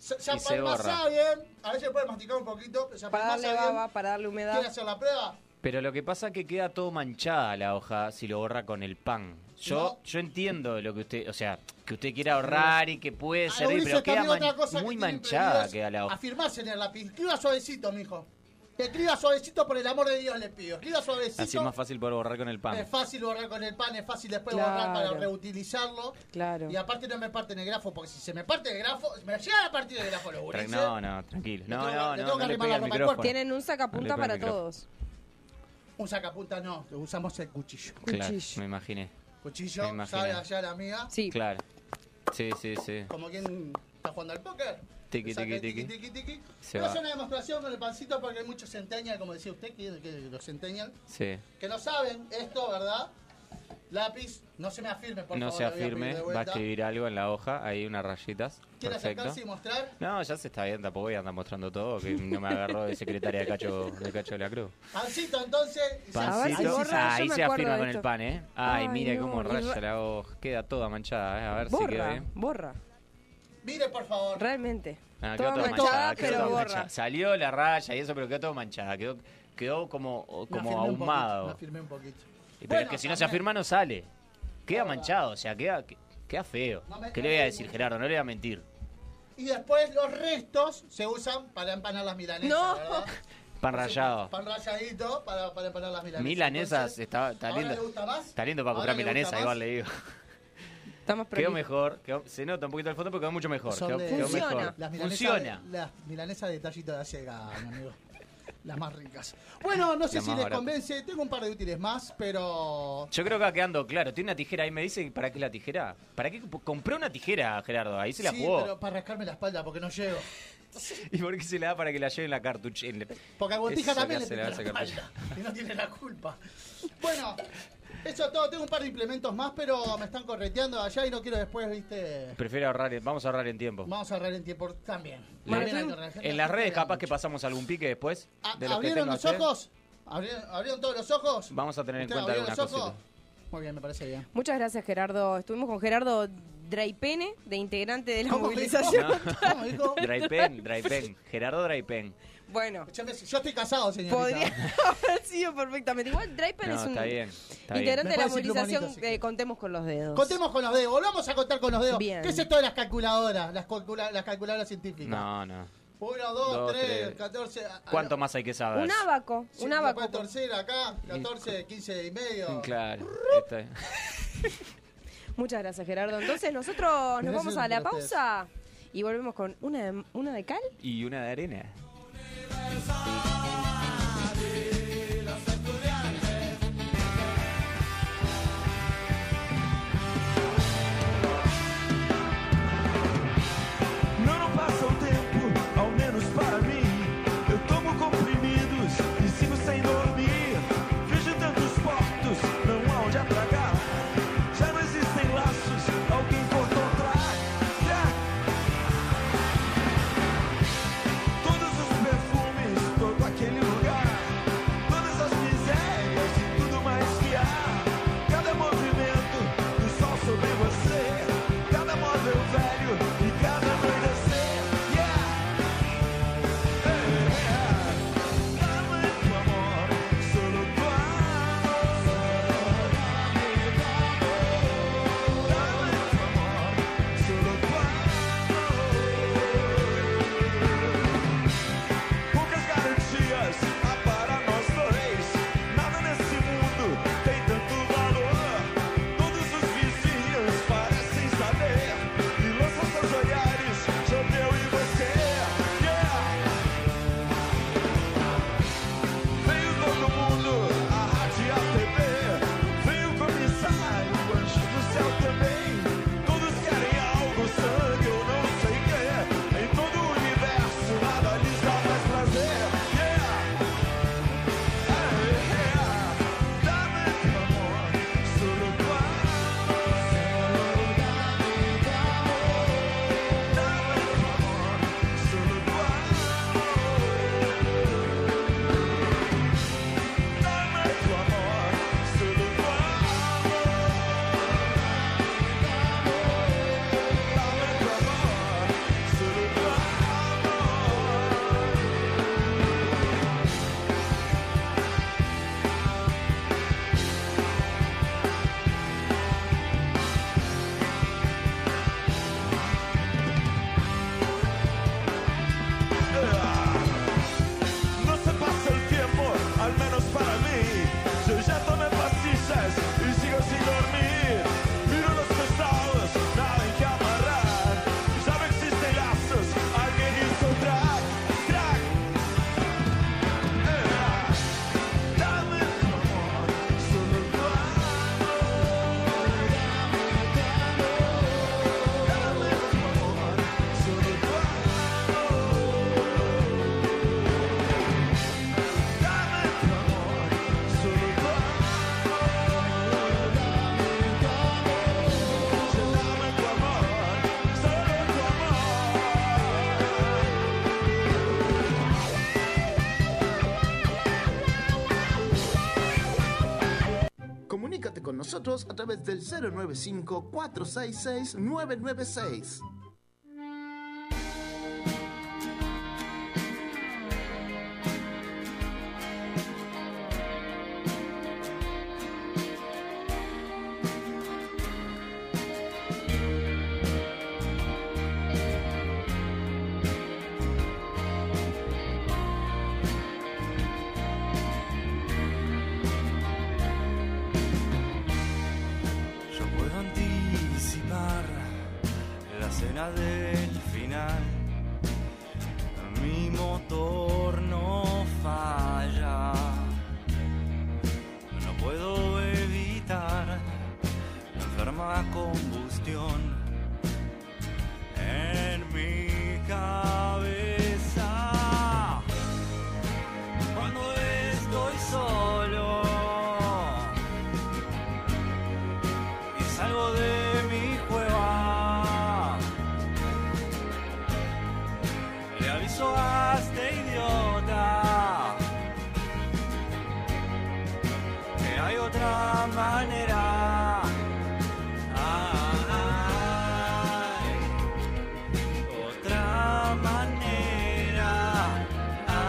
Speaker 2: Se, se
Speaker 4: Y se
Speaker 2: apalmazaba
Speaker 4: borra.
Speaker 2: bien. A veces puede masticar un poquito. pero Se
Speaker 3: Para
Speaker 2: apalmaza
Speaker 3: darle
Speaker 2: bien.
Speaker 3: baba, para darle
Speaker 2: ¿Quiere
Speaker 3: humedad.
Speaker 2: hacer la prueba?
Speaker 4: Pero lo que pasa es que queda todo manchada la hoja si lo borra con el pan. Yo,
Speaker 2: No.
Speaker 4: yo entiendo lo que usted, o sea, que usted quiera ahorrar y que puede
Speaker 2: A
Speaker 4: servir,
Speaker 2: los
Speaker 4: pero
Speaker 2: grises
Speaker 4: queda
Speaker 2: Ah, también
Speaker 4: man-
Speaker 2: otra cosa que
Speaker 4: muy
Speaker 2: tienen
Speaker 4: manchada
Speaker 2: prohibido
Speaker 4: queda
Speaker 2: es
Speaker 4: la hoja.
Speaker 2: Afirmarse en el lápiz. Escriba suavecito, mijo. Que escriba suavecito, por el amor de Dios, le pido. Escriba suavecito.
Speaker 4: Así es más fácil poder borrar con el pan.
Speaker 2: Es fácil borrar con el pan, es fácil después
Speaker 3: Claro.
Speaker 2: borrar para reutilizarlo.
Speaker 3: Claro.
Speaker 2: Y aparte no me parten el grafo, porque si se me parte el grafo, me llega a partir del grafo los
Speaker 4: Tra-
Speaker 2: gurises.
Speaker 4: No, no, tranquilo.
Speaker 2: Le
Speaker 4: No,
Speaker 2: tengo-
Speaker 4: no,
Speaker 2: le
Speaker 4: no,
Speaker 2: tengo
Speaker 4: no
Speaker 2: que
Speaker 4: le
Speaker 2: arrimar
Speaker 4: pegue
Speaker 2: la
Speaker 4: al
Speaker 2: ropa al
Speaker 4: micrófono.
Speaker 3: Tienen un sacapunta
Speaker 4: Dale,
Speaker 3: para
Speaker 4: micrófono.
Speaker 3: todos.
Speaker 2: Un sacapunta no, usamos el cuchillo.
Speaker 4: Claro,
Speaker 3: Cuchillo.
Speaker 4: me imaginé. Me
Speaker 2: Cuchillo,
Speaker 4: imaginé.
Speaker 2: sabe allá la amiga.
Speaker 3: Sí.
Speaker 4: Claro. Sí, sí, sí.
Speaker 2: Como quien está jugando al póker.
Speaker 4: Tiqui,
Speaker 2: Le saca
Speaker 4: tiqui,
Speaker 2: el
Speaker 4: tiqui.
Speaker 2: tiqui, tiqui, tiqui.
Speaker 4: Se
Speaker 2: Pero
Speaker 4: va.
Speaker 2: es una demostración con el pancito porque hay muchos centennial, como decía usted, que, que los centennial,
Speaker 4: Sí.
Speaker 2: que no saben esto, ¿verdad? Lápiz, no se me afirme, por
Speaker 4: no
Speaker 2: favor.
Speaker 4: se
Speaker 2: la voy a pedir
Speaker 4: afirme,
Speaker 2: de
Speaker 4: va a
Speaker 2: vuelta.
Speaker 4: escribir algo en la hoja, hay unas rayitas.
Speaker 2: ¿Quiere
Speaker 4: Perfecto.
Speaker 2: acercarse y mostrar?
Speaker 4: No, ya se está bien, tampoco voy a andar mostrando todo, que no me agarró de secretaria de Cacho de, Cacho de la Cruz.
Speaker 2: Pancito, entonces. y se-
Speaker 4: Pancito, ahí se afirma con el pan, ¿eh? Ay,
Speaker 3: Ay,
Speaker 4: mira
Speaker 3: no,
Speaker 4: cómo
Speaker 3: y
Speaker 4: raya
Speaker 3: ra-
Speaker 4: la hoja, queda toda manchada, ¿eh? a ver si queda
Speaker 3: borra,
Speaker 4: bien.
Speaker 3: borra.
Speaker 2: Mire, por favor.
Speaker 3: Realmente.
Speaker 4: Ah,
Speaker 3: Toda
Speaker 4: quedó toda
Speaker 3: manchada,
Speaker 4: manchada, quedó
Speaker 3: pero
Speaker 4: toda
Speaker 3: borra.
Speaker 4: manchada. Salió la raya y eso, pero quedó toda manchada, quedó, quedó como, como
Speaker 2: afirmé un poquito,
Speaker 4: ahumado.
Speaker 2: la afirmé un poquito.
Speaker 4: Y Pero es que si no se afirma no sale. Queda manchado, o sea, queda, queda feo.
Speaker 2: No me-
Speaker 4: ¿Qué le voy a decir, Gerardo? No le voy a mentir.
Speaker 2: Y después los restos se usan para empanar las milanesas.
Speaker 3: No.
Speaker 2: ¿verdad?
Speaker 4: Pan rallado.
Speaker 2: Pan rayadito para, para empanar las milanesas.
Speaker 4: Milanesas, está, está
Speaker 2: ¿ahora
Speaker 4: lindo.
Speaker 2: le gusta más?
Speaker 4: Está lindo para comprar
Speaker 2: ¿Ahora le
Speaker 4: milanesa,
Speaker 2: gusta más?
Speaker 4: igual le digo. Quedó mejor, quedó- se nota un poquito el fondo, pero quedó mucho mejor.
Speaker 2: Son
Speaker 4: Quedó,
Speaker 2: de-
Speaker 4: quedó mejor.
Speaker 2: Las milanesas,
Speaker 4: Funciona.
Speaker 2: Las milanesas de tallito de acega, mi amigo. Las más ricas. Bueno, no sé
Speaker 4: Las
Speaker 2: si
Speaker 4: más
Speaker 2: les
Speaker 4: baratas.
Speaker 2: convence. Tengo un par de útiles más, pero.
Speaker 4: Yo creo que va quedando claro. Tiene una tijera ahí, me dice, ¿para qué la tijera? ¿Para qué comp- compró una tijera, Gerardo? Ahí se la
Speaker 2: sí,
Speaker 4: jugó.
Speaker 2: pero para rascarme la espalda porque no llego.
Speaker 4: ¿Y por qué se la da para que la lleven la cartuche? en la-
Speaker 2: Porque a Botija
Speaker 4: Eso que
Speaker 2: también le
Speaker 4: hace la
Speaker 2: pinta la
Speaker 4: hace cartuche.
Speaker 2: espalda. Y no tiene la culpa. Bueno, eso es todo. Tengo un par de implementos más, pero me están correteando allá y no quiero después, viste.
Speaker 4: Prefiero ahorrar, en- vamos a ahorrar en tiempo.
Speaker 2: Vamos a ahorrar en tiempo también.
Speaker 4: Le-
Speaker 2: También hay que ahorrar. Gente,
Speaker 4: en las
Speaker 2: gente
Speaker 4: redes
Speaker 2: está
Speaker 4: capaz que pasamos algún pique después.
Speaker 2: hablando.
Speaker 4: de los
Speaker 2: ¿A-
Speaker 4: que
Speaker 2: ¿Abrieron
Speaker 4: tengo
Speaker 2: los
Speaker 4: que hacer.
Speaker 2: ojos? ¿Abrieron, abrieron todos los ojos?
Speaker 4: Vamos a tener en
Speaker 2: ¿Ustedes
Speaker 4: cuenta
Speaker 2: abrieron
Speaker 4: algunas
Speaker 2: los ojos?
Speaker 4: cositas.
Speaker 2: Muy bien, me parece bien.
Speaker 3: Muchas gracias, Gerardo. Estuvimos con Gerardo Draipene, de integrante de la
Speaker 2: ¿Cómo dijo?
Speaker 3: movilización.
Speaker 2: ¿Cómo dijo?
Speaker 4: Draipen, Draipen, Gerardo Draipen.
Speaker 3: Bueno,
Speaker 2: Escúchame, si yo estoy casado, señorita.
Speaker 3: podría haber sido perfectamente. Igual Draipen
Speaker 4: No,
Speaker 3: es un
Speaker 4: está bien. Está bien.
Speaker 3: integrante de
Speaker 2: Me
Speaker 3: la
Speaker 2: puede decir
Speaker 3: movilización.
Speaker 2: plumonito, si
Speaker 3: eh, contemos con los dedos.
Speaker 2: Contemos con los dedos, volvamos a contar con los dedos.
Speaker 3: Bien.
Speaker 2: ¿Qué es esto de las calculadoras? Las, calcula- las calculadoras científicas.
Speaker 4: No, no.
Speaker 2: Uno, dos,
Speaker 4: Dos,
Speaker 2: tres,
Speaker 4: tres.
Speaker 2: catorce. ah, a- a-
Speaker 4: ¿Cuánto más hay que saber?
Speaker 3: un abaco,
Speaker 2: Sí,
Speaker 3: un
Speaker 2: lo
Speaker 3: abaco.
Speaker 2: puede torcer acá, 14, 15 y medio.
Speaker 4: Claro. está bien.
Speaker 3: Muchas gracias, Gerardo. Entonces, nosotros nos
Speaker 2: Gracias
Speaker 3: vamos a la
Speaker 2: por ustedes.
Speaker 3: pausa y volvemos con una de, una de cal.
Speaker 4: Y una de arena.
Speaker 9: Não passa o tempo, ao menos para mim. Eu tomo comprimidos e sigo sem dormir. Vejo tantos portos, não há onde apagar. Já não existem laços, alguém cortou o traje. Todos os
Speaker 10: nosotros a través del 095-466-996.
Speaker 12: Yo puedo anticipar la escena del final. Mi motor no falla. No puedo evitar la enferma combustión en mi cabeza. Cuando estoy solo y salgo de mi cueva. Le aviso a este idiota que hay otra manera. Hay otra manera. Hay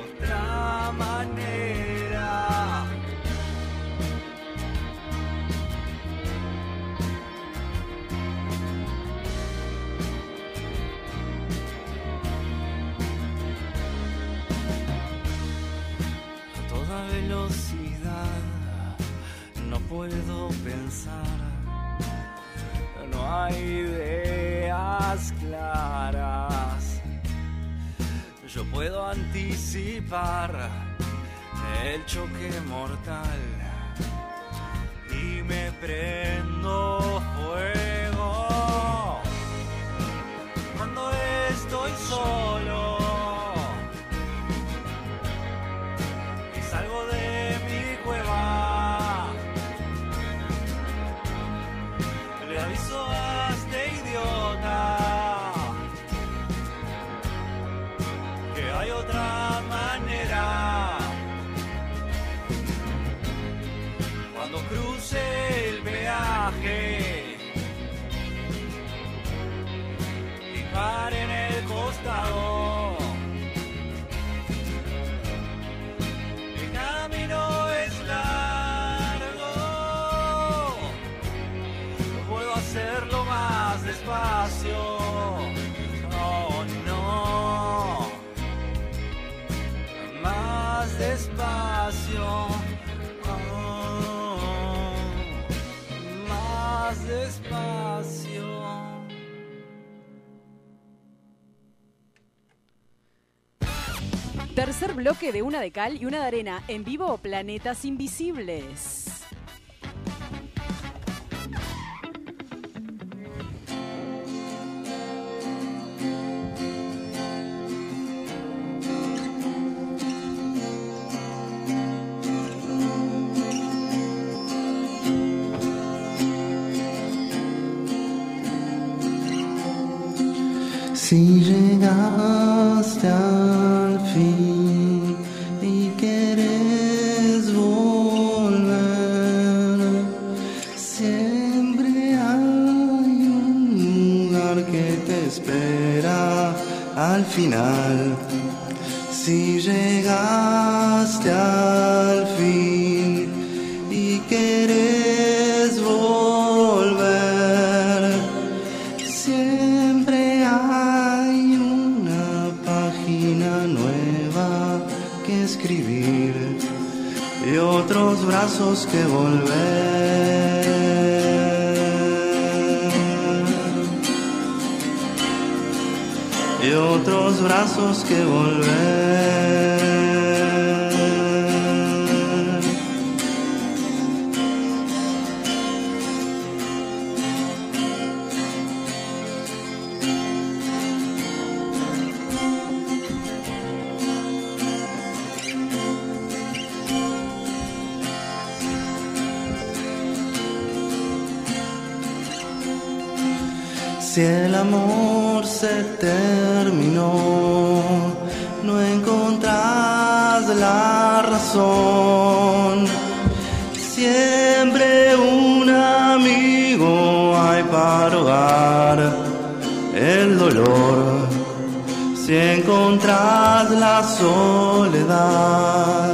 Speaker 12: otra manera. a toda velocidad. No puedo pensar, no hay ideas claras. Yo puedo anticipar el choque mortal y me prendo fuego cuando estoy solo y salgo de mi cueva. Le aviso a este idiota que hay otra manera. Cuando cruce el peaje y pare en el costado. El camino es largo, puedo hacerlo más despacio. Oh no, más despacio. Oh, más despacio.
Speaker 5: Tercer bloque de una de cal y una de arena. En vivo, Planetas Invisibles.
Speaker 13: Si llegaste al fin y quieres volver, siempre hay un lugar que te espera al final. Si llegaste al fin y quieres volver, Siempre hay una página nueva que escribir y otros brazos que volver. Y otros brazos que volver.
Speaker 14: Si el amor se terminó, no encontrás la razón.
Speaker 15: parogar el dolor si encontrás la soledad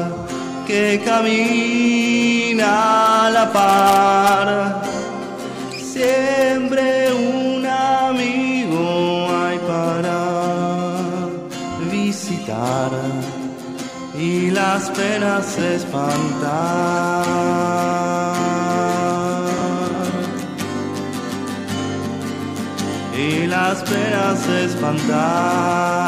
Speaker 15: que camina a la par. Siempre un amigo hay para visitar y las penas espantar. y las penas espantar.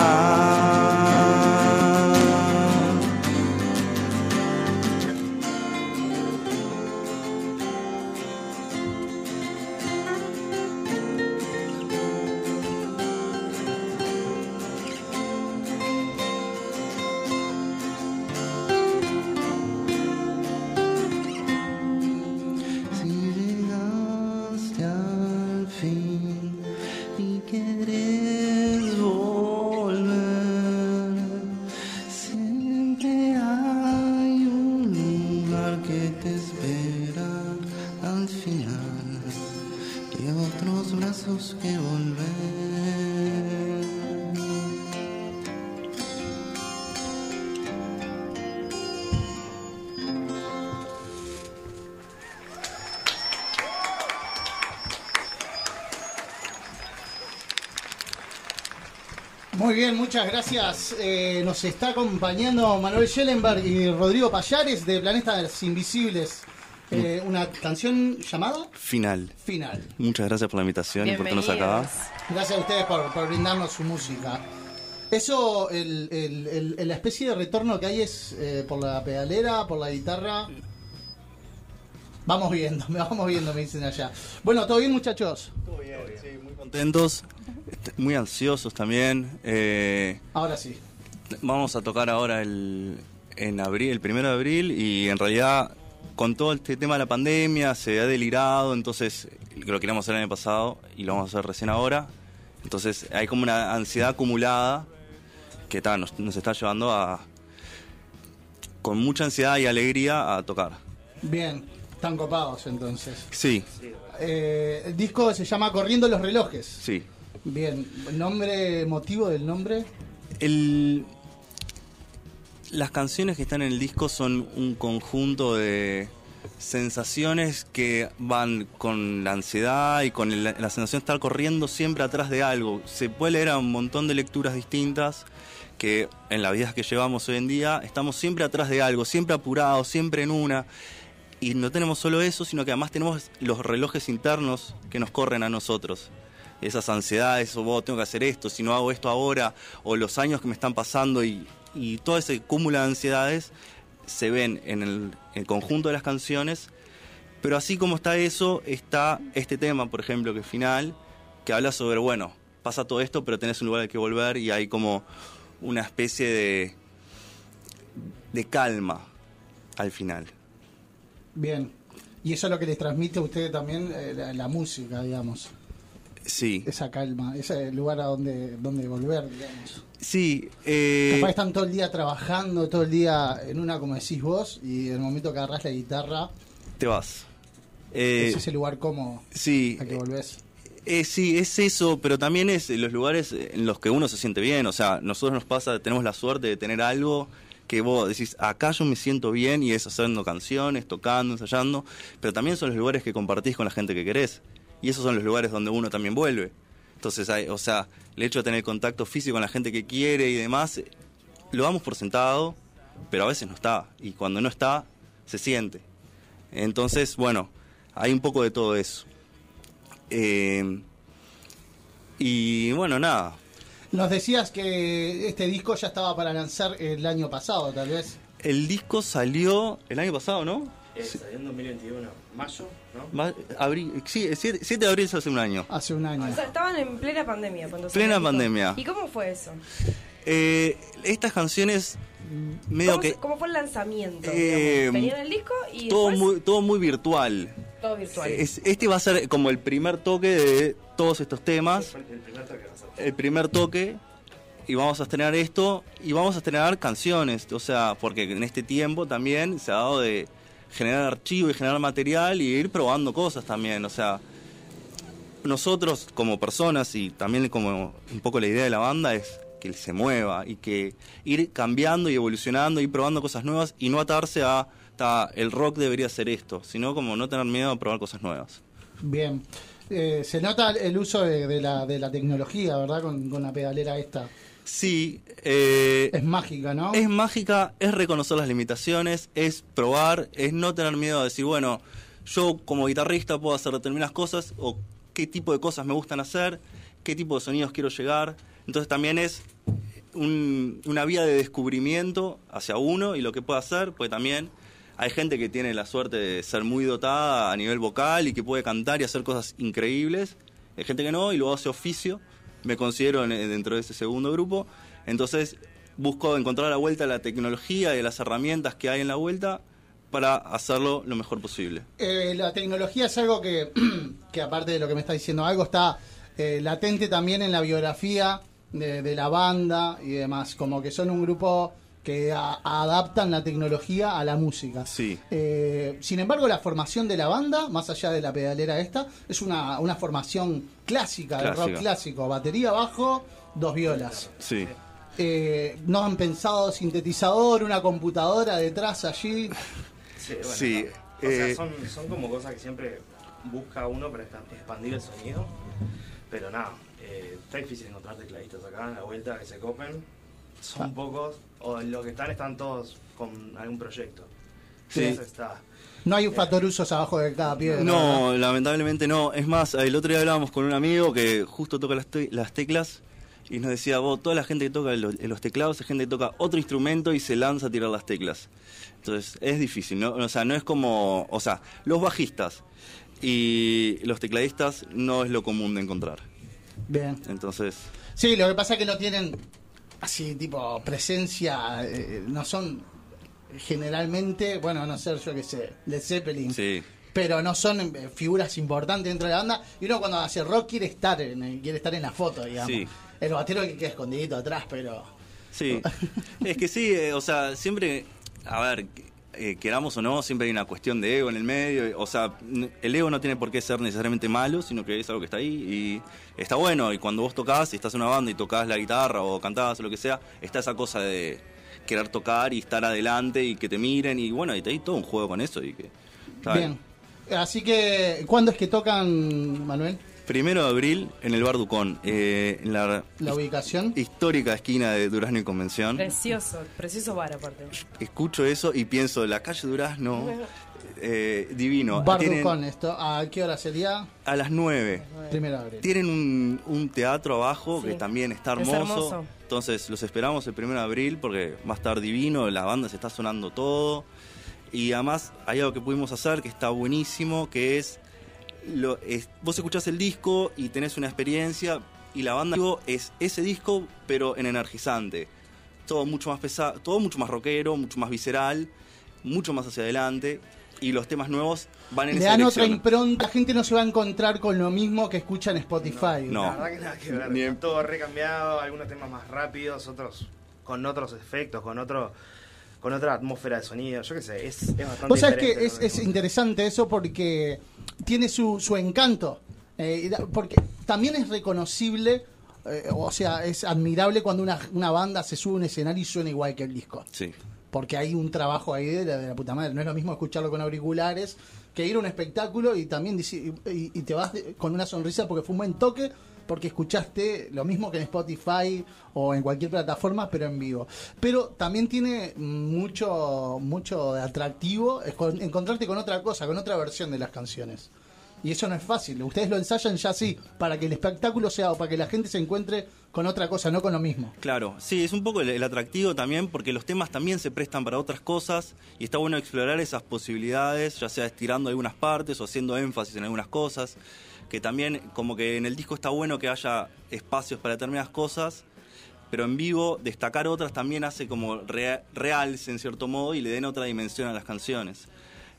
Speaker 15: Si llegaste al fin y querés volver, siempre hay un lugar que te espera al final y otros brazos que volver.
Speaker 2: Muy bien, muchas gracias. Eh, nos está acompañando Manuel Schellenberg y Rodrigo Payares de Planetas Invisibles. Eh, una canción llamada
Speaker 15: Final.
Speaker 2: Final.
Speaker 15: Muchas gracias por la invitación y por tenernos acá.
Speaker 2: Gracias a ustedes por, por brindarnos su música. Eso, el, el- el- el- la especie de retorno que hay es eh, por la pedalera, por la guitarra. Vamos viendo, me vamos viendo, me dicen allá. Bueno, ¿todo bien, muchachos?
Speaker 15: Contentos, est- muy ansiosos también. eh,
Speaker 2: Ahora sí.
Speaker 15: Vamos a tocar ahora el, en abril, el primero de abril y en realidad con todo este tema de la pandemia se ha delirado, entonces lo queríamos hacer el año pasado y lo vamos a hacer recién ahora. Entonces hay como una ansiedad acumulada que ta, nos, nos está llevando a, con mucha ansiedad y alegría a tocar.
Speaker 2: Bien, están copados entonces.
Speaker 15: Sí,
Speaker 2: Eh, el disco se llama Corriendo los relojes.
Speaker 15: sí.
Speaker 2: Bien, nombre, motivo del nombre.
Speaker 15: El, las canciones que están en el disco son un conjunto de sensaciones que van con la ansiedad y con el- la sensación de estar corriendo siempre atrás de algo. Se puede leer a un montón de lecturas distintas que en las vidas que llevamos hoy en día estamos siempre atrás de algo, siempre apurados, siempre en una. Y no tenemos solo eso, sino que además tenemos los relojes internos que nos corren a nosotros. Esas ansiedades, o vos tengo que hacer esto, si no hago esto ahora, o los años que me están pasando y, y todo ese cúmulo de ansiedades se ven en el, el conjunto de las canciones. Pero así como está eso, está este tema, por ejemplo, que es final, que habla sobre, bueno, pasa todo esto, pero tenés un lugar al que volver y hay como una especie de, de calma al final.
Speaker 2: Bien. Y eso es lo que les transmite a ustedes también eh, la, la música, digamos.
Speaker 15: Sí.
Speaker 2: Esa calma, ese lugar a donde, donde volver, digamos.
Speaker 15: Sí, eh,
Speaker 2: Capaz están todo el día trabajando, todo el día en una, como decís vos, y en el momento que agarrás la guitarra,
Speaker 15: te vas. Eh,
Speaker 2: es ese lugar cómodo
Speaker 15: sí,
Speaker 2: a que volvés.
Speaker 15: Eh, sí, es eso, pero también es eh, los lugares en los que uno se siente bien. O sea, nosotros nos pasa, tenemos la suerte de tener algo que vos decís, acá yo me siento bien y es haciendo canciones, tocando, ensayando, pero también son los lugares que compartís con la gente que querés. Y esos son los lugares donde uno también vuelve. Entonces, hay- o sea, el hecho de tener contacto físico con la gente que quiere y demás, eh, lo damos por sentado, pero a veces no está. Y cuando no está, se siente. Entonces, bueno, hay un poco de todo eso. Eh, y bueno, nada.
Speaker 2: Nos decías que este disco ya estaba para lanzar el año pasado, tal vez.
Speaker 15: El disco salió el año pasado, ¿no?
Speaker 4: Salió en 2021, mayo, ¿no?
Speaker 15: Va- abril, sí, 7 de abril hace un año.
Speaker 2: Hace un año.
Speaker 3: O sea, estaban en plena pandemia cuando se
Speaker 15: Plena
Speaker 3: publicó.
Speaker 15: pandemia.
Speaker 3: ¿Y cómo fue eso?
Speaker 15: Eh, estas canciones, medio
Speaker 3: ¿Cómo,
Speaker 15: que.
Speaker 3: se- cómo fue el lanzamiento?
Speaker 15: Eh,
Speaker 3: digamos? Tenían el disco y
Speaker 15: Todo
Speaker 3: después
Speaker 15: muy, todo muy virtual.
Speaker 3: todo virtual.
Speaker 15: Es- este va a ser como el primer toque de todos estos temas. El primer toque. Y vamos a estrenar esto. Y vamos a estrenar canciones. O sea, porque en este tiempo también se ha dado de generar archivo y generar material y ir probando cosas también. O sea, nosotros como personas y también como un poco la idea de la banda es que él se mueva y que ir cambiando y evolucionando, ir probando cosas nuevas y no atarse a "Ta, el rock debería ser esto, sino como no tener miedo a probar cosas nuevas.
Speaker 2: Bien. Eh, se nota el uso de, de la, de la tecnología, ¿verdad? Con, con la pedalera esta.
Speaker 15: Sí, eh,
Speaker 2: Es mágica, ¿no?
Speaker 15: Es mágica, es reconocer las limitaciones, es probar, es no tener miedo a decir, bueno, yo como guitarrista puedo hacer determinadas cosas o qué tipo de cosas me gustan hacer, qué tipo de sonidos quiero llegar. Entonces también es un- una vía de descubrimiento hacia uno y lo que puede hacer, pues también hay gente que tiene la suerte de ser muy dotada a nivel vocal y que puede cantar y hacer cosas increíbles. Hay gente que no y luego hace oficio. Me considero en- dentro de ese segundo grupo. Entonces busco encontrar la vuelta a la tecnología y a las herramientas que hay en la vuelta para hacerlo lo mejor posible.
Speaker 2: Eh, la tecnología es algo que, que aparte de lo que me está diciendo algo, está eh, latente también en la biografía de, de la banda y demás. Como que son un grupo que a- adaptan la tecnología a la música.
Speaker 15: Sí.
Speaker 2: Eh, sin embargo, la formación de la banda, más allá de la pedalera esta, es una, una formación clásica, del rock
Speaker 15: Clásica.
Speaker 2: clásico. Batería, bajo, dos violas.
Speaker 15: Sí.
Speaker 2: Eh, ¿No han pensado sintetizador, una computadora detrás allí?
Speaker 16: Sí, bueno,
Speaker 15: Sí,
Speaker 16: no. O
Speaker 15: eh,
Speaker 16: sea, son, son como cosas que siempre busca uno para esta- expandir el sonido. Pero nada, eh, está difícil encontrar tecladistas acá en la vuelta que se copen. Son
Speaker 2: Ah.
Speaker 16: pocos, o los que están están todos con algún proyecto.
Speaker 15: Sí.
Speaker 16: Eso está.
Speaker 2: No hay un fatoruzos abajo de cada piedra. ¿verdad?
Speaker 15: Eh. No, lamentablemente no. Es más, el otro día hablábamos con un amigo que justo toca las, te- las teclas y nos decía, vos, toda la gente que toca los, los teclados es gente que toca otro instrumento y se lanza a tirar las teclas. Entonces, es difícil, ¿no? O sea, no es como, o sea, los bajistas y los tecladistas no es lo común de encontrar.
Speaker 2: Bien.
Speaker 15: Entonces,
Speaker 2: Sí, lo que pasa es que no tienen así tipo presencia, eh, no son generalmente, bueno, a no ser yo que sé, Led Zeppelin,
Speaker 15: sí.
Speaker 2: pero no son eh, figuras importantes dentro de la banda y uno cuando hace rock quiere estar en, quiere estar en la foto, digamos.
Speaker 15: Sí.
Speaker 2: El batero que queda escondidito atrás, pero
Speaker 15: Sí, es que sí, eh, o sea, siempre, a ver, eh, queramos o no, siempre hay una cuestión de ego en el medio, eh, o sea, n- el ego no tiene por qué ser necesariamente malo, sino que es algo que está ahí y está bueno, y cuando vos tocás, si estás en una banda y tocás la guitarra o cantás o lo que sea, está esa cosa de querer tocar y estar adelante y que te miren y bueno, y te hay todo un juego con eso y que... está
Speaker 2: bien. Así que, ¿cuándo es que tocan, Manuel?
Speaker 15: Primero de abril en el Bar Ducón, eh, en la
Speaker 2: La ubicación.
Speaker 15: histórica esquina de Durazno y Convención.
Speaker 17: Precioso, precioso bar aparte.
Speaker 15: escucho eso y pienso, la calle Durazno, eh, divino.
Speaker 2: Bar
Speaker 15: Tienen-
Speaker 2: Ducón, esto. ¿A qué hora sería?
Speaker 15: a las 9.
Speaker 2: Primero de abril.
Speaker 15: Tienen un, un teatro abajo
Speaker 2: Sí.
Speaker 15: que también está
Speaker 2: Es
Speaker 15: hermoso.
Speaker 2: hermoso.
Speaker 15: Entonces los esperamos el 1 de abril porque va a estar divino, la banda se está sonando todo. Y además hay algo que pudimos hacer que está buenísimo, que es, lo, es- vos escuchás el disco y tenés una experiencia y la banda es ese disco pero en energizante. Todo mucho más pesado, todo mucho más rockero, mucho más visceral, mucho más hacia adelante. Y los temas nuevos van en
Speaker 2: Le
Speaker 15: esa
Speaker 2: dan otra
Speaker 15: dirección.
Speaker 2: impronta, la gente no se va a encontrar con lo mismo que escucha en Spotify.
Speaker 15: No.
Speaker 16: La verdad que nada que ver.
Speaker 15: Ni
Speaker 16: está Todo recambiado, algunos temas más rápidos, otros con otros efectos, con otro con otra atmósfera de sonido. Yo qué sé, es, es bastante
Speaker 2: Vos sabés
Speaker 16: diferente,
Speaker 2: que
Speaker 16: ¿no?
Speaker 2: es, es interesante eso porque tiene su, su encanto. Eh, y da- porque también es reconocible, eh, o sea, es admirable cuando una, una banda se sube a un escenario y suena igual que el disco.
Speaker 15: Sí.
Speaker 2: Porque hay un trabajo ahí de la, de la puta madre. No es lo mismo escucharlo con auriculares que ir a un espectáculo y también dici- y, y te vas de- con una sonrisa porque fue un buen toque, porque escuchaste lo mismo que en Spotify o en cualquier plataforma, pero en vivo. Pero también tiene mucho, mucho de atractivo es con- encontrarte con otra cosa, con otra versión de las canciones. Y eso no es fácil. Ustedes lo ensayan ya así, para que el espectáculo sea o para que la gente se encuentre con otra cosa, no con lo mismo.
Speaker 15: Claro, sí, es un poco el, el atractivo también porque los temas también se prestan para otras cosas y está bueno explorar esas posibilidades, ya sea estirando algunas partes o haciendo énfasis en algunas cosas, que también como que en el disco está bueno que haya espacios para determinadas cosas, pero en vivo destacar otras también hace como re- realce en cierto modo y le den otra dimensión a las canciones.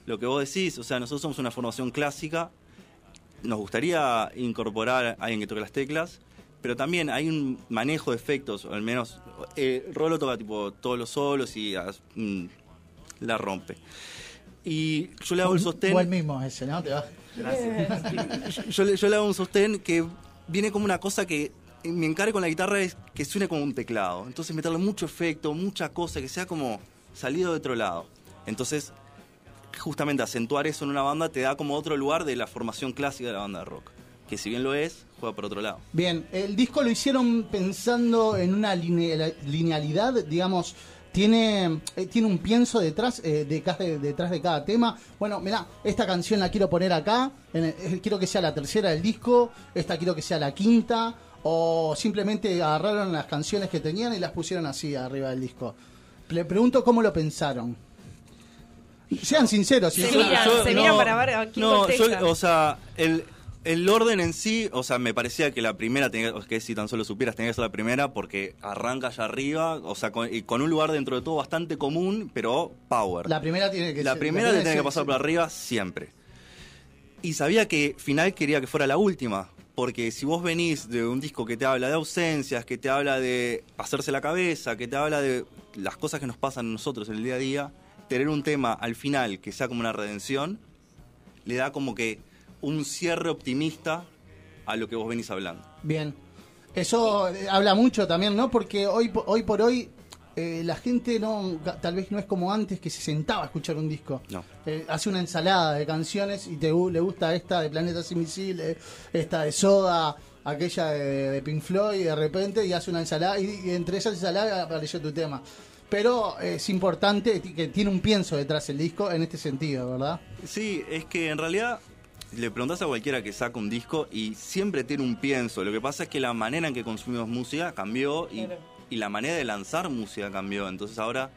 Speaker 15: Lo que vos decís, o sea, nosotros somos una formación clásica, nos gustaría incorporar a alguien que toque las teclas, pero también hay un manejo de efectos, o al menos eh, Rolo toca tipo todos los solos y ah, mm, la rompe. y yo le hago el sostén.
Speaker 2: O el mismo ese, ¿no? Te va.
Speaker 15: yo, le, yo le hago un sostén que viene como una cosa que mi encargo con la guitarra es que suene como un teclado. Entonces meterle mucho efecto, mucha cosa, que sea como salido de otro lado. Entonces, justamente acentuar eso en una banda te da como otro lugar de la formación clásica de la banda de rock. Que si bien lo es, juega por otro lado.
Speaker 2: Bien, el disco lo hicieron pensando en una linea- linealidad, digamos, tiene, eh, tiene un pienso detrás, eh, de ca- de- detrás de cada tema. Bueno, mirá, esta canción la quiero poner acá, en el- eh, quiero que sea la tercera del disco, esta quiero que sea la quinta, o simplemente agarraron las canciones que tenían y las pusieron así arriba del disco. Le pregunto cómo lo pensaron. Sean sinceros,
Speaker 15: Yo-
Speaker 2: sinceros.
Speaker 15: yo- no, no, yo- o sea, el, el orden en sí, o sea, me parecía que la primera, tenía, o que si tan solo supieras, tenía que ser la primera porque arranca allá arriba, o sea, con, y con un lugar dentro de todo bastante común, pero power.
Speaker 2: La primera tiene que
Speaker 15: La
Speaker 2: ser-
Speaker 15: primera
Speaker 2: la
Speaker 15: te
Speaker 2: primera
Speaker 15: tiene que
Speaker 2: sí,
Speaker 15: pasar
Speaker 2: sí.
Speaker 15: por arriba siempre. Y sabía que final quería que fuera la última. Porque si vos venís de un disco que te habla de ausencias, que te habla de hacerse la cabeza, que te habla de las cosas que nos pasan a nosotros en el día a día, tener un tema al final que sea como una redención, le da como que un cierre optimista a lo que vos venís hablando.
Speaker 2: Bien. Eso eh, habla mucho también, ¿no? Porque hoy, po- hoy por hoy eh, la gente no ca- tal vez no es como antes que se sentaba a escuchar un disco.
Speaker 15: No.
Speaker 2: Eh, hace una ensalada de canciones y te, gu- le gusta esta de Planetas Invisibles, esta de Soda, aquella de, de Pink Floyd, y de repente y hace una ensalada y, y entre esas ensaladas apareció tu tema. Pero eh, es importante ti- que tiene un pienso detrás el disco en este sentido, ¿verdad?
Speaker 15: Sí, es que en realidad le preguntás a cualquiera que saca un disco y siempre tiene un pienso. Lo que pasa es que la manera en que consumimos música cambió y, y la manera de lanzar música cambió. Entonces ahora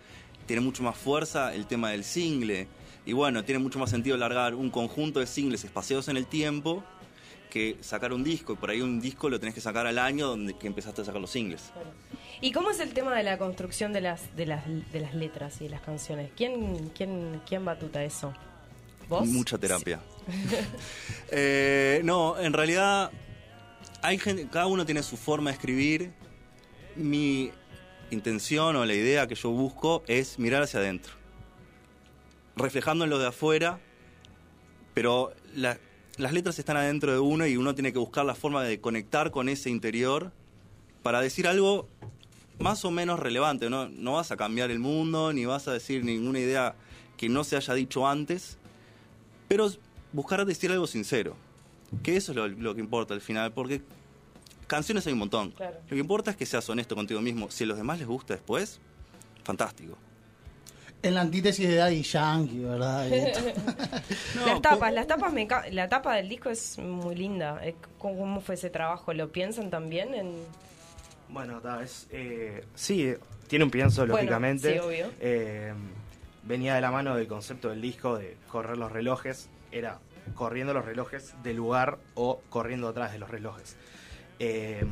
Speaker 15: tiene mucho más fuerza el tema del single. Y bueno, tiene mucho más sentido largar un conjunto de singles espaciados en el tiempo que sacar un disco. Y por ahí un disco lo tenés que sacar al año donde que empezaste a sacar los singles.
Speaker 18: ¿Y cómo es el tema de la construcción de las, de las, de las letras y de las canciones? ¿Quién, quién, quién batuta eso? ¿Vos?
Speaker 15: Mucha terapia. Eh, no, en realidad hay gente, cada uno tiene su forma de escribir. Mi intención o la idea que yo busco es mirar hacia adentro, reflejando en lo de afuera, pero la- las letras están adentro de uno y uno tiene que buscar la forma de conectar con ese interior para decir algo más o menos relevante. No, no vas a cambiar el mundo, ni vas a decir ninguna idea que no se haya dicho antes, pero buscar decir algo sincero. Que eso es lo, lo que importa al final, porque canciones hay un montón.
Speaker 18: Claro.
Speaker 15: Lo que importa es que seas honesto contigo mismo. Si a los demás les gusta después, fantástico.
Speaker 2: En la antítesis de Daddy Yankee, ¿verdad?
Speaker 18: las tapas, las tapas me ca- la tapa del disco es muy linda. Eh, ¿Cómo cómo fue ese trabajo? ¿Lo piensan también? En...
Speaker 16: Bueno, ta, es, eh, sí, eh, tiene un pienso,
Speaker 18: Bueno,
Speaker 16: lógicamente.
Speaker 18: sí, obvio.
Speaker 16: Eh, venía de la mano del concepto del disco de correr los relojes. Era corriendo los relojes de lugar o corriendo atrás de los relojes. Eh,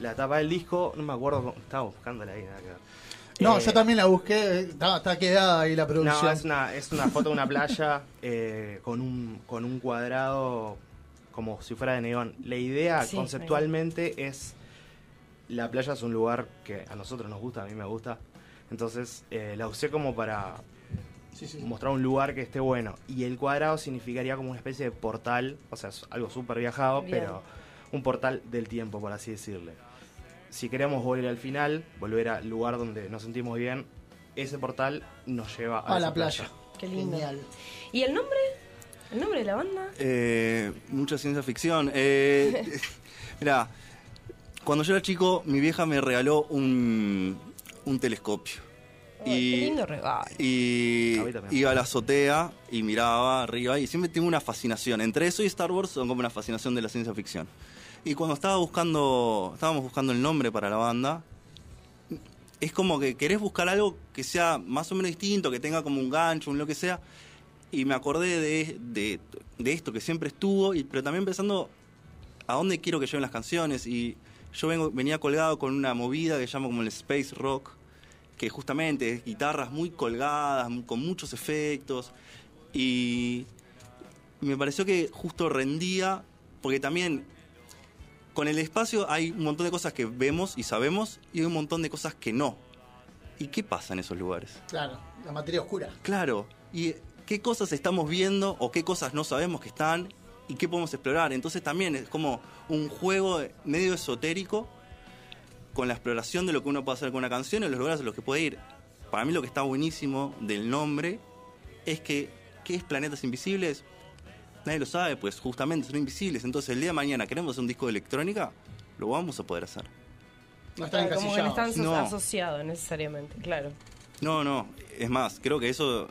Speaker 16: la tapa del disco, no me acuerdo, cómo- estaba buscándola ahí. nada que ver.
Speaker 2: No,
Speaker 16: Eh,
Speaker 2: yo también la busqué, está, está quedada ahí la producción.
Speaker 16: no, es una, es una foto de una playa eh, con, un, con un cuadrado como si fuera de neón. La idea
Speaker 18: Sí,
Speaker 16: conceptualmente es, la playa es un lugar que a nosotros nos gusta, a mí me gusta. Entonces eh, la usé como para mostrar un lugar que esté bueno. Y el cuadrado significaría como una especie de portal, o sea, es algo súper viajado,
Speaker 18: Bien.
Speaker 16: pero un portal del tiempo, por así decirle. Si queremos volver al final, volver al lugar donde nos sentimos bien, ese portal nos lleva a,
Speaker 2: A
Speaker 16: esa
Speaker 2: la playa.
Speaker 18: Qué lindo. ¿Y el nombre? ¿El nombre de la banda?
Speaker 15: Eh, mucha ciencia ficción. Eh, mirá, cuando yo era chico, mi vieja me regaló un, un telescopio. y,
Speaker 18: lindo regalo.
Speaker 15: Y
Speaker 18: A mí también.
Speaker 15: iba a la azotea y miraba arriba y siempre tengo una fascinación. Entre eso y Star Wars son como una fascinación de la ciencia ficción. Y cuando estaba buscando, estábamos buscando el nombre para la banda, es como que querés buscar algo que sea más o menos distinto, que tenga como un gancho, un lo que sea. Y me acordé de, de- de esto que siempre estuvo, y, pero también pensando a dónde quiero que lleven las canciones. Y yo vengo, venía colgado con una movida que llamo como el space rock, que justamente es guitarras muy colgadas, mu- con muchos efectos. Y me pareció que justo rendía, porque también con el espacio hay un montón de cosas que vemos y sabemos y hay un montón de cosas que no. ¿Y qué pasa en esos lugares?
Speaker 2: Claro, la materia oscura.
Speaker 15: Claro, y qué cosas estamos viendo o qué cosas no sabemos que están y qué podemos explorar. Entonces también es como un juego medio esotérico con la exploración de lo que uno puede hacer con una canción y los lugares a los que puede ir. Para mí lo que está buenísimo del nombre es que, ¿qué es Planetas Invisibles? Nadie lo sabe, pues justamente son invisibles. Entonces el día de mañana queremos hacer un disco de electrónica, lo vamos a poder hacer.
Speaker 18: No están
Speaker 2: eh,
Speaker 18: Como que no están aso-
Speaker 15: No.
Speaker 18: asociados necesariamente, claro.
Speaker 15: No, no, es más, creo que eso,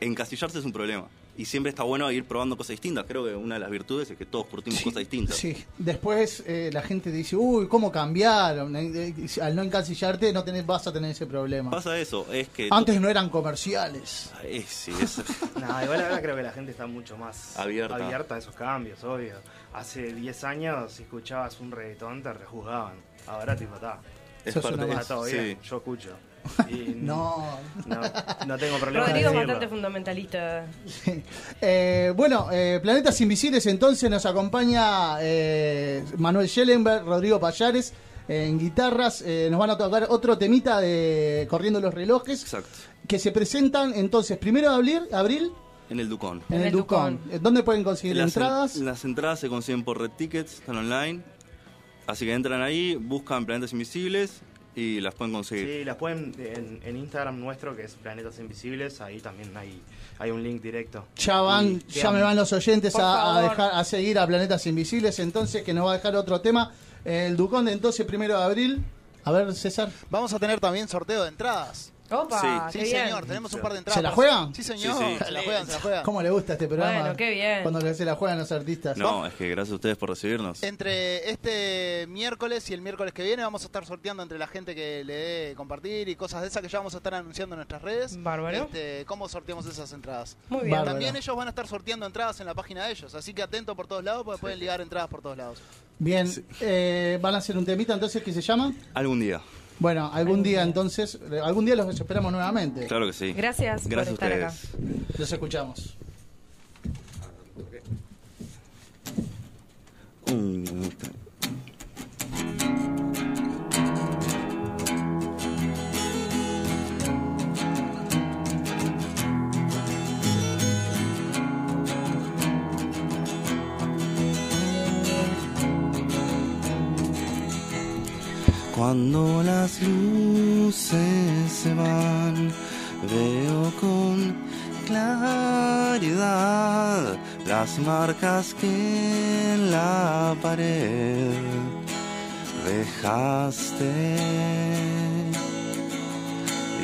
Speaker 15: encasillarse es un problema. Y siempre está bueno ir probando cosas distintas. Creo que una de las virtudes es que todos curtimos cosas distintas.
Speaker 2: Sí, después eh, la gente te dice, uy, ¿cómo cambiaron? Eh, eh, Al no encasillarte no tenés, vas a tener ese problema.
Speaker 15: Pasa eso, es que...
Speaker 2: Antes no eran comerciales.
Speaker 15: Eh, sí, es-
Speaker 16: Nah, igual ahora creo que la gente está mucho más
Speaker 15: Abierta.
Speaker 16: abierta a esos cambios, obvio. Hace 10 años, si escuchabas un reggaetón, te rejuzgaban. Ahora, tipo, está.
Speaker 15: Es Sos parte- uno
Speaker 16: Está
Speaker 15: más.
Speaker 16: todo
Speaker 15: sí.
Speaker 16: bien, yo escucho. Y
Speaker 2: No.
Speaker 16: No, no tengo problema
Speaker 18: Rodrigo es
Speaker 16: en
Speaker 18: bastante
Speaker 16: decirlo.
Speaker 18: fundamentalista.
Speaker 2: Eh, bueno, eh, Planetas Invisibles, entonces nos acompaña eh, Manuel Schellenberg, Rodrigo Payares eh, en guitarras. Eh, nos van a tocar otro temita de Corriendo los Relojes. Que se presentan entonces, primero de abril, abril
Speaker 15: En el Ducón.
Speaker 2: en el Ducón. Eh, ¿Dónde pueden conseguir
Speaker 15: Las en-
Speaker 2: entradas?
Speaker 15: las entradas se consiguen por Red Tickets, están online. Así que entran ahí, buscan Planetas Invisibles y las pueden conseguir.
Speaker 16: Sí, las pueden en, en Instagram nuestro, que es Planetas Invisibles, ahí también hay, hay un link directo.
Speaker 2: Ya
Speaker 16: Y
Speaker 2: van, ya
Speaker 16: quedan-
Speaker 2: me van los oyentes
Speaker 16: Por
Speaker 2: a, a
Speaker 16: favor.
Speaker 2: dejar a seguir a Planetas Invisibles, entonces que nos va a dejar otro tema. Eh, El Ducón de entonces primero de abril. A ver, César.
Speaker 7: Vamos a tener también sorteo de entradas.
Speaker 18: Opa,
Speaker 7: Sí,
Speaker 18: qué bien.
Speaker 7: señor, tenemos un par de entradas.
Speaker 2: ¿Se
Speaker 7: para-
Speaker 2: la juegan?
Speaker 7: Sí, señor, se la juegan, se la juegan.
Speaker 2: ¿Cómo le gusta este programa?
Speaker 7: Bueno, qué bien.
Speaker 2: Cuando se la juegan los artistas.
Speaker 15: No, es que gracias a ustedes por recibirnos.
Speaker 7: Entre este miércoles y el miércoles que viene vamos a estar sorteando entre la gente que le dé compartir y cosas de esas que ya vamos a estar anunciando en nuestras redes.
Speaker 18: Bárbaro.
Speaker 7: Este, cómo sorteamos esas entradas.
Speaker 18: Muy bien. Bárbaro.
Speaker 7: También ellos van a estar sorteando entradas en la página de ellos, así que atento por todos lados porque pueden ligar entradas por todos lados.
Speaker 2: Bien, eh, van a hacer un temita entonces que se llama.
Speaker 15: Algún día.
Speaker 2: Bueno, algún día entonces, eh, algún día los esperamos nuevamente.
Speaker 15: Claro que sí.
Speaker 2: Gracias por
Speaker 15: Gracias
Speaker 2: estar
Speaker 15: a
Speaker 2: acá.
Speaker 15: ustedes.
Speaker 2: Los escuchamos.
Speaker 15: Un, dos, tres.
Speaker 13: Cuando las luces se van, veo con claridad las marcas que en la pared dejaste.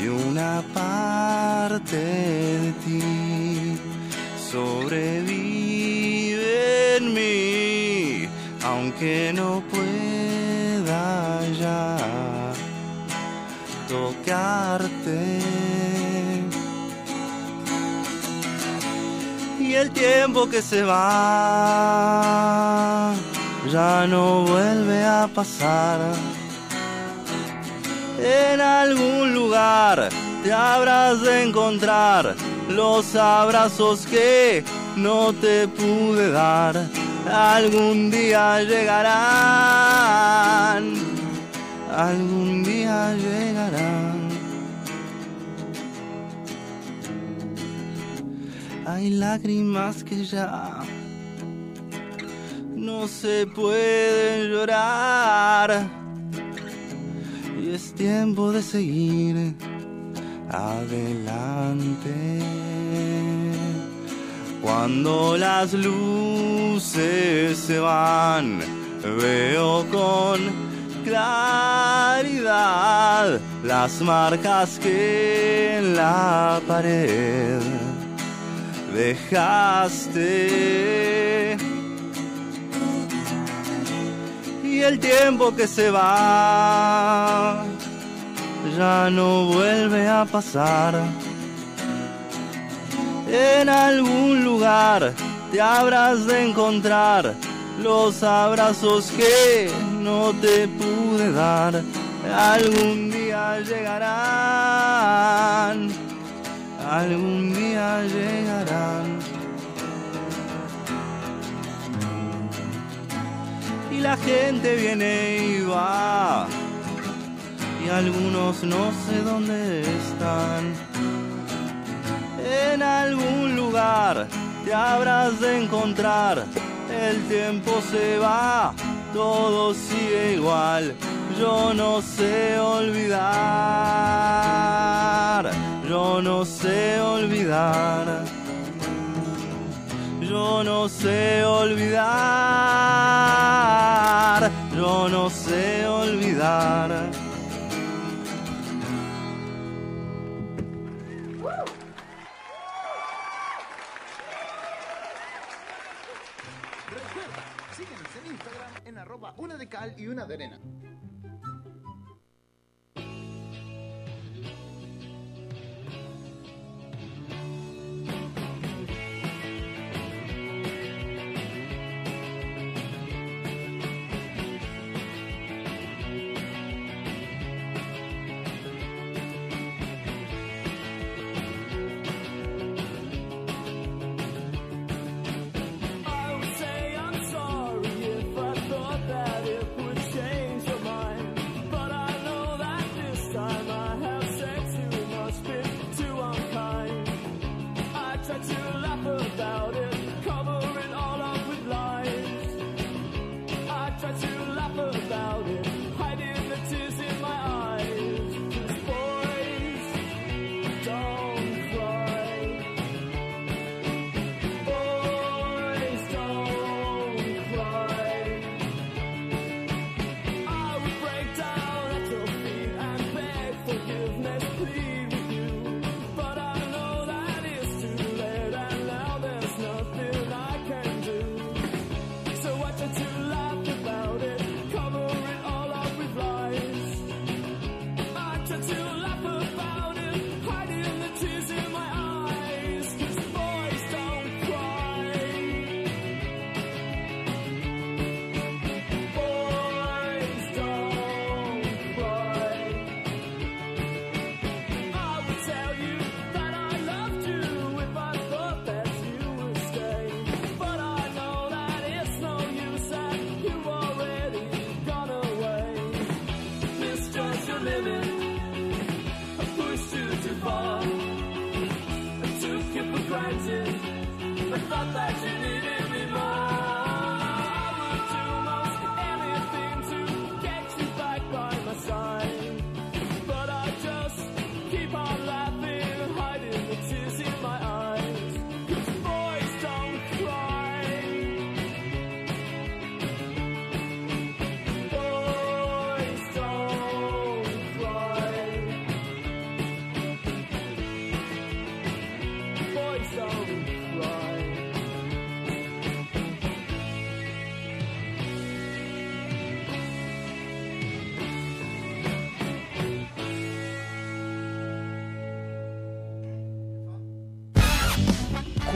Speaker 13: Y una parte de ti sobrevive en mí, aunque no pueda ya tocarte. Y el tiempo que se va ya no vuelve a pasar. En algún lugar te habrás de encontrar los abrazos que no te pude dar. Algún día llegarán. Algún día llegarán. Hay lágrimas que ya no se pueden llorar. Y es tiempo de seguir adelante. Cuando las luces se van, veo con claridad las marcas que en la pared dejaste. Y el tiempo que se va ya no vuelve a pasar. En algún lugar te habrás de encontrar los abrazos que no te pude dar. Algún día llegarán, algún día llegarán. Y la gente viene y va, y algunos no sé dónde están. en algún lugar te habrás de encontrar. El tiempo se va, todo sigue igual. Yo no sé olvidar, yo no sé olvidar. Yo no sé olvidar, yo no sé olvidar.
Speaker 10: Recuerda, síguenos en Instagram en arroba una de cal y una de arena.
Speaker 9: I would say I'm sorry if I thought that it would change your mind. But I know that this time I have said too much, been too unkind. I tried to laugh about it, cover it all up with lies. I tried to laugh about it, hiding the tears in my eyes. 'Cause boys don't cry. Boys don't cry. I would break down at your feet and beg forgiveness, plead with you. But I know that it's too late, and now there's nothing I can do. So I try to laugh about it, cover it all up with lies. I try to laugh about it, hiding the tears in my eyes. 'Cause boys don't cry. Boys don't cry. I would tell you that I loved you if I thought that you would stay. But I know that it's no use that you already gone away. Misjudge your limit. I pushed you too far. I took you for granted. I thought that you needed me more. I would do most anything to get you back by my side. But I just keep on laughing, hiding the tears in my eyes. 'Cause boys don't cry. Boys don't cry. voice of cry.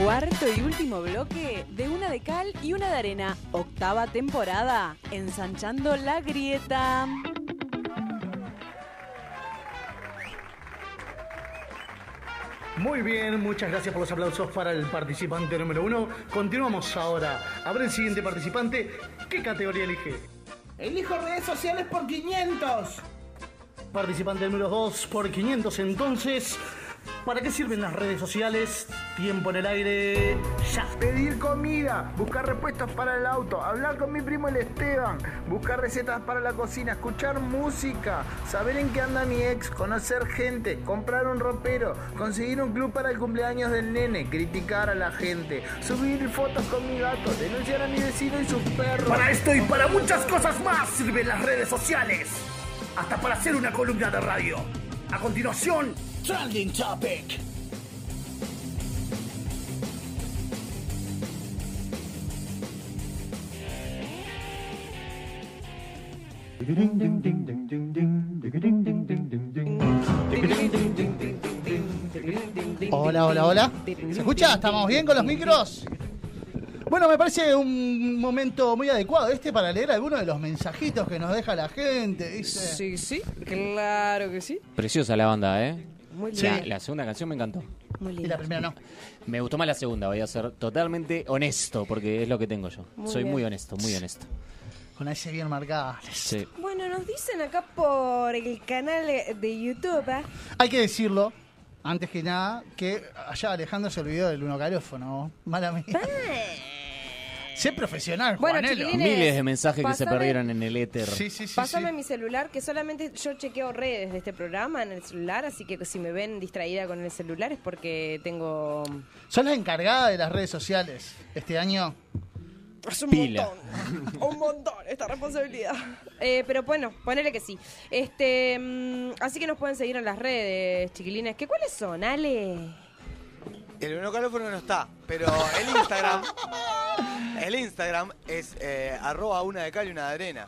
Speaker 5: Cuarto y último bloque de una de cal y una de arena. Octava temporada, ensanchando la grieta.
Speaker 2: Muy bien, muchas gracias por los aplausos para el participante número uno. Continuamos ahora. A ver el siguiente participante. ¿Qué categoría elige?
Speaker 19: Elijo redes sociales por 500.
Speaker 2: Participante número 2 por 500 entonces. ¿Para qué sirven las redes sociales? Tiempo en el aire. Ya.
Speaker 19: Pedir comida, buscar repuestos para el auto, hablar con mi primo el Esteban, buscar recetas para la cocina, escuchar música, saber en qué anda mi ex, conocer gente, comprar un ropero, conseguir un club para el cumpleaños del nene, criticar a la gente, subir fotos con mi gato, denunciar a mi vecino y sus perros.
Speaker 9: Para esto y para muchas cosas más sirven las redes sociales. Hasta para hacer una columna de radio. A continuación, Trending Topic.
Speaker 2: Hola, hola, hola. ¿Se escucha? ¿Estamos bien con los micros? Bueno, me parece un momento muy adecuado este para leer algunos de los mensajitos que nos deja la gente. Sí, sí, claro que sí.
Speaker 4: Preciosa la banda, ¿eh?
Speaker 2: Muy
Speaker 4: La,
Speaker 2: linda.
Speaker 4: la segunda canción me encantó.
Speaker 2: Y la primera no.
Speaker 4: Me gustó más la segunda, voy a ser totalmente honesto, porque es lo que tengo yo.
Speaker 18: Muy
Speaker 4: Soy
Speaker 18: bien.
Speaker 4: muy honesto, muy honesto.
Speaker 2: Con la S bien marcada.
Speaker 4: Sí.
Speaker 3: ¿eh?
Speaker 18: Bueno, nos dicen acá por el canal de YouTube. ¿ah?
Speaker 2: Hay que decirlo Antes que nada, que allá Alejandro se olvidó del unocarófono. Mala mía. sé profesional,
Speaker 3: Bueno,
Speaker 2: Juanelo.
Speaker 3: chiquilines, Miles de
Speaker 4: mensajes que se
Speaker 3: pasame-
Speaker 4: perdieron en el éter.
Speaker 2: Sí, sí, sí.
Speaker 3: Pásame mi celular, que solamente yo chequeo redes de este programa en el celular, así que si me ven distraída con el celular es porque tengo...
Speaker 2: Son las encargadas de las redes sociales este año.
Speaker 3: Es un un montón esta responsabilidad. Eh, pero bueno, ponele que sí. Este, mm, así que nos pueden seguir en las redes, chiquilines. ¿Qué cuáles son, Ale?
Speaker 6: El unocalófono no está, pero el Instagram. el Instagram es eh, arroba una de cal y una de arena.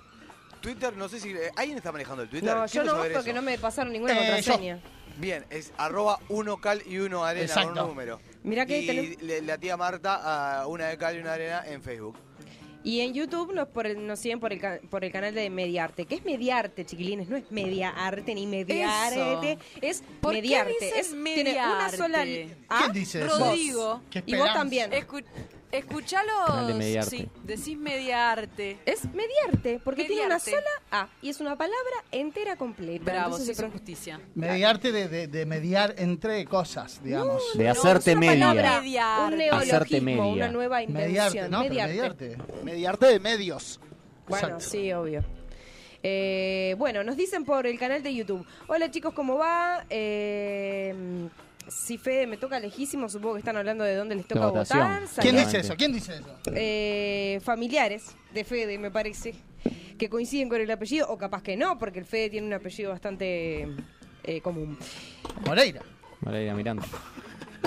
Speaker 6: Twitter, no sé si. eh, ¿Alguien está manejando el Twitter?
Speaker 3: No, yo
Speaker 6: Quiero
Speaker 3: no,
Speaker 6: saber
Speaker 3: porque
Speaker 6: eso.
Speaker 3: no me pasaron ninguna
Speaker 6: Eh,
Speaker 3: contraseña.
Speaker 6: Bien, es arroba uno cal y uno arena con
Speaker 3: Exacto.
Speaker 6: un número.
Speaker 3: Mirá que
Speaker 6: y
Speaker 3: tenés-
Speaker 6: le- la tía Marta a una de cal y una arena en Facebook.
Speaker 3: Y en YouTube nos, por el- nos siguen por el, ca- por el canal de Mediarte. ¿Qué es Mediarte, chiquilines? No es Mediarte ni Mediarte.
Speaker 5: Eso.
Speaker 3: Es
Speaker 5: ¿Por qué
Speaker 3: Mediarte.
Speaker 5: dicen
Speaker 3: es, Tiene una
Speaker 5: Mediarte?
Speaker 3: sola...
Speaker 5: ¿Quién
Speaker 3: ¿Ah?
Speaker 2: dice eso?
Speaker 5: Rodrigo.
Speaker 2: Qué
Speaker 3: Y vos
Speaker 2: esperanza.
Speaker 3: también.
Speaker 5: Escu- Escuchalo.
Speaker 4: Canal de Mediarte.
Speaker 5: Sí, decís mediarte.
Speaker 3: Es mediarte, porque tiene una
Speaker 5: Mediarte.
Speaker 3: sola A y es una palabra entera completa.
Speaker 5: Bravo,
Speaker 3: Entonces
Speaker 5: sí,
Speaker 3: se
Speaker 5: eso es
Speaker 3: pro-
Speaker 5: justicia.
Speaker 2: Mediarte de, de- de mediar entre cosas, digamos.
Speaker 3: Uh,
Speaker 4: De no, hacerte es una media. palabra.
Speaker 3: un
Speaker 4: Mediarte. Hacerte
Speaker 3: neologismo,
Speaker 4: media.
Speaker 3: una nueva invención.
Speaker 2: Mediarte, ¿no? Pero mediarte.
Speaker 7: Mediarte de medios.
Speaker 3: Bueno,
Speaker 7: Exacto.
Speaker 3: sí, obvio. Eh, bueno, nos dicen por el canal de YouTube. Hola chicos, ¿cómo va? Eh, si Fede me toca lejísimo, supongo que están hablando de dónde les toca
Speaker 2: votación.
Speaker 3: votar.
Speaker 2: ¿Quién
Speaker 3: Saludos.
Speaker 2: dice eso? ¿Quién dice eso?
Speaker 3: Eh, familiares de Fede, me parece, que coinciden con el apellido, o capaz que no, porque el Fede tiene un apellido bastante eh, común.
Speaker 2: Moreira.
Speaker 4: Valeria Miranda.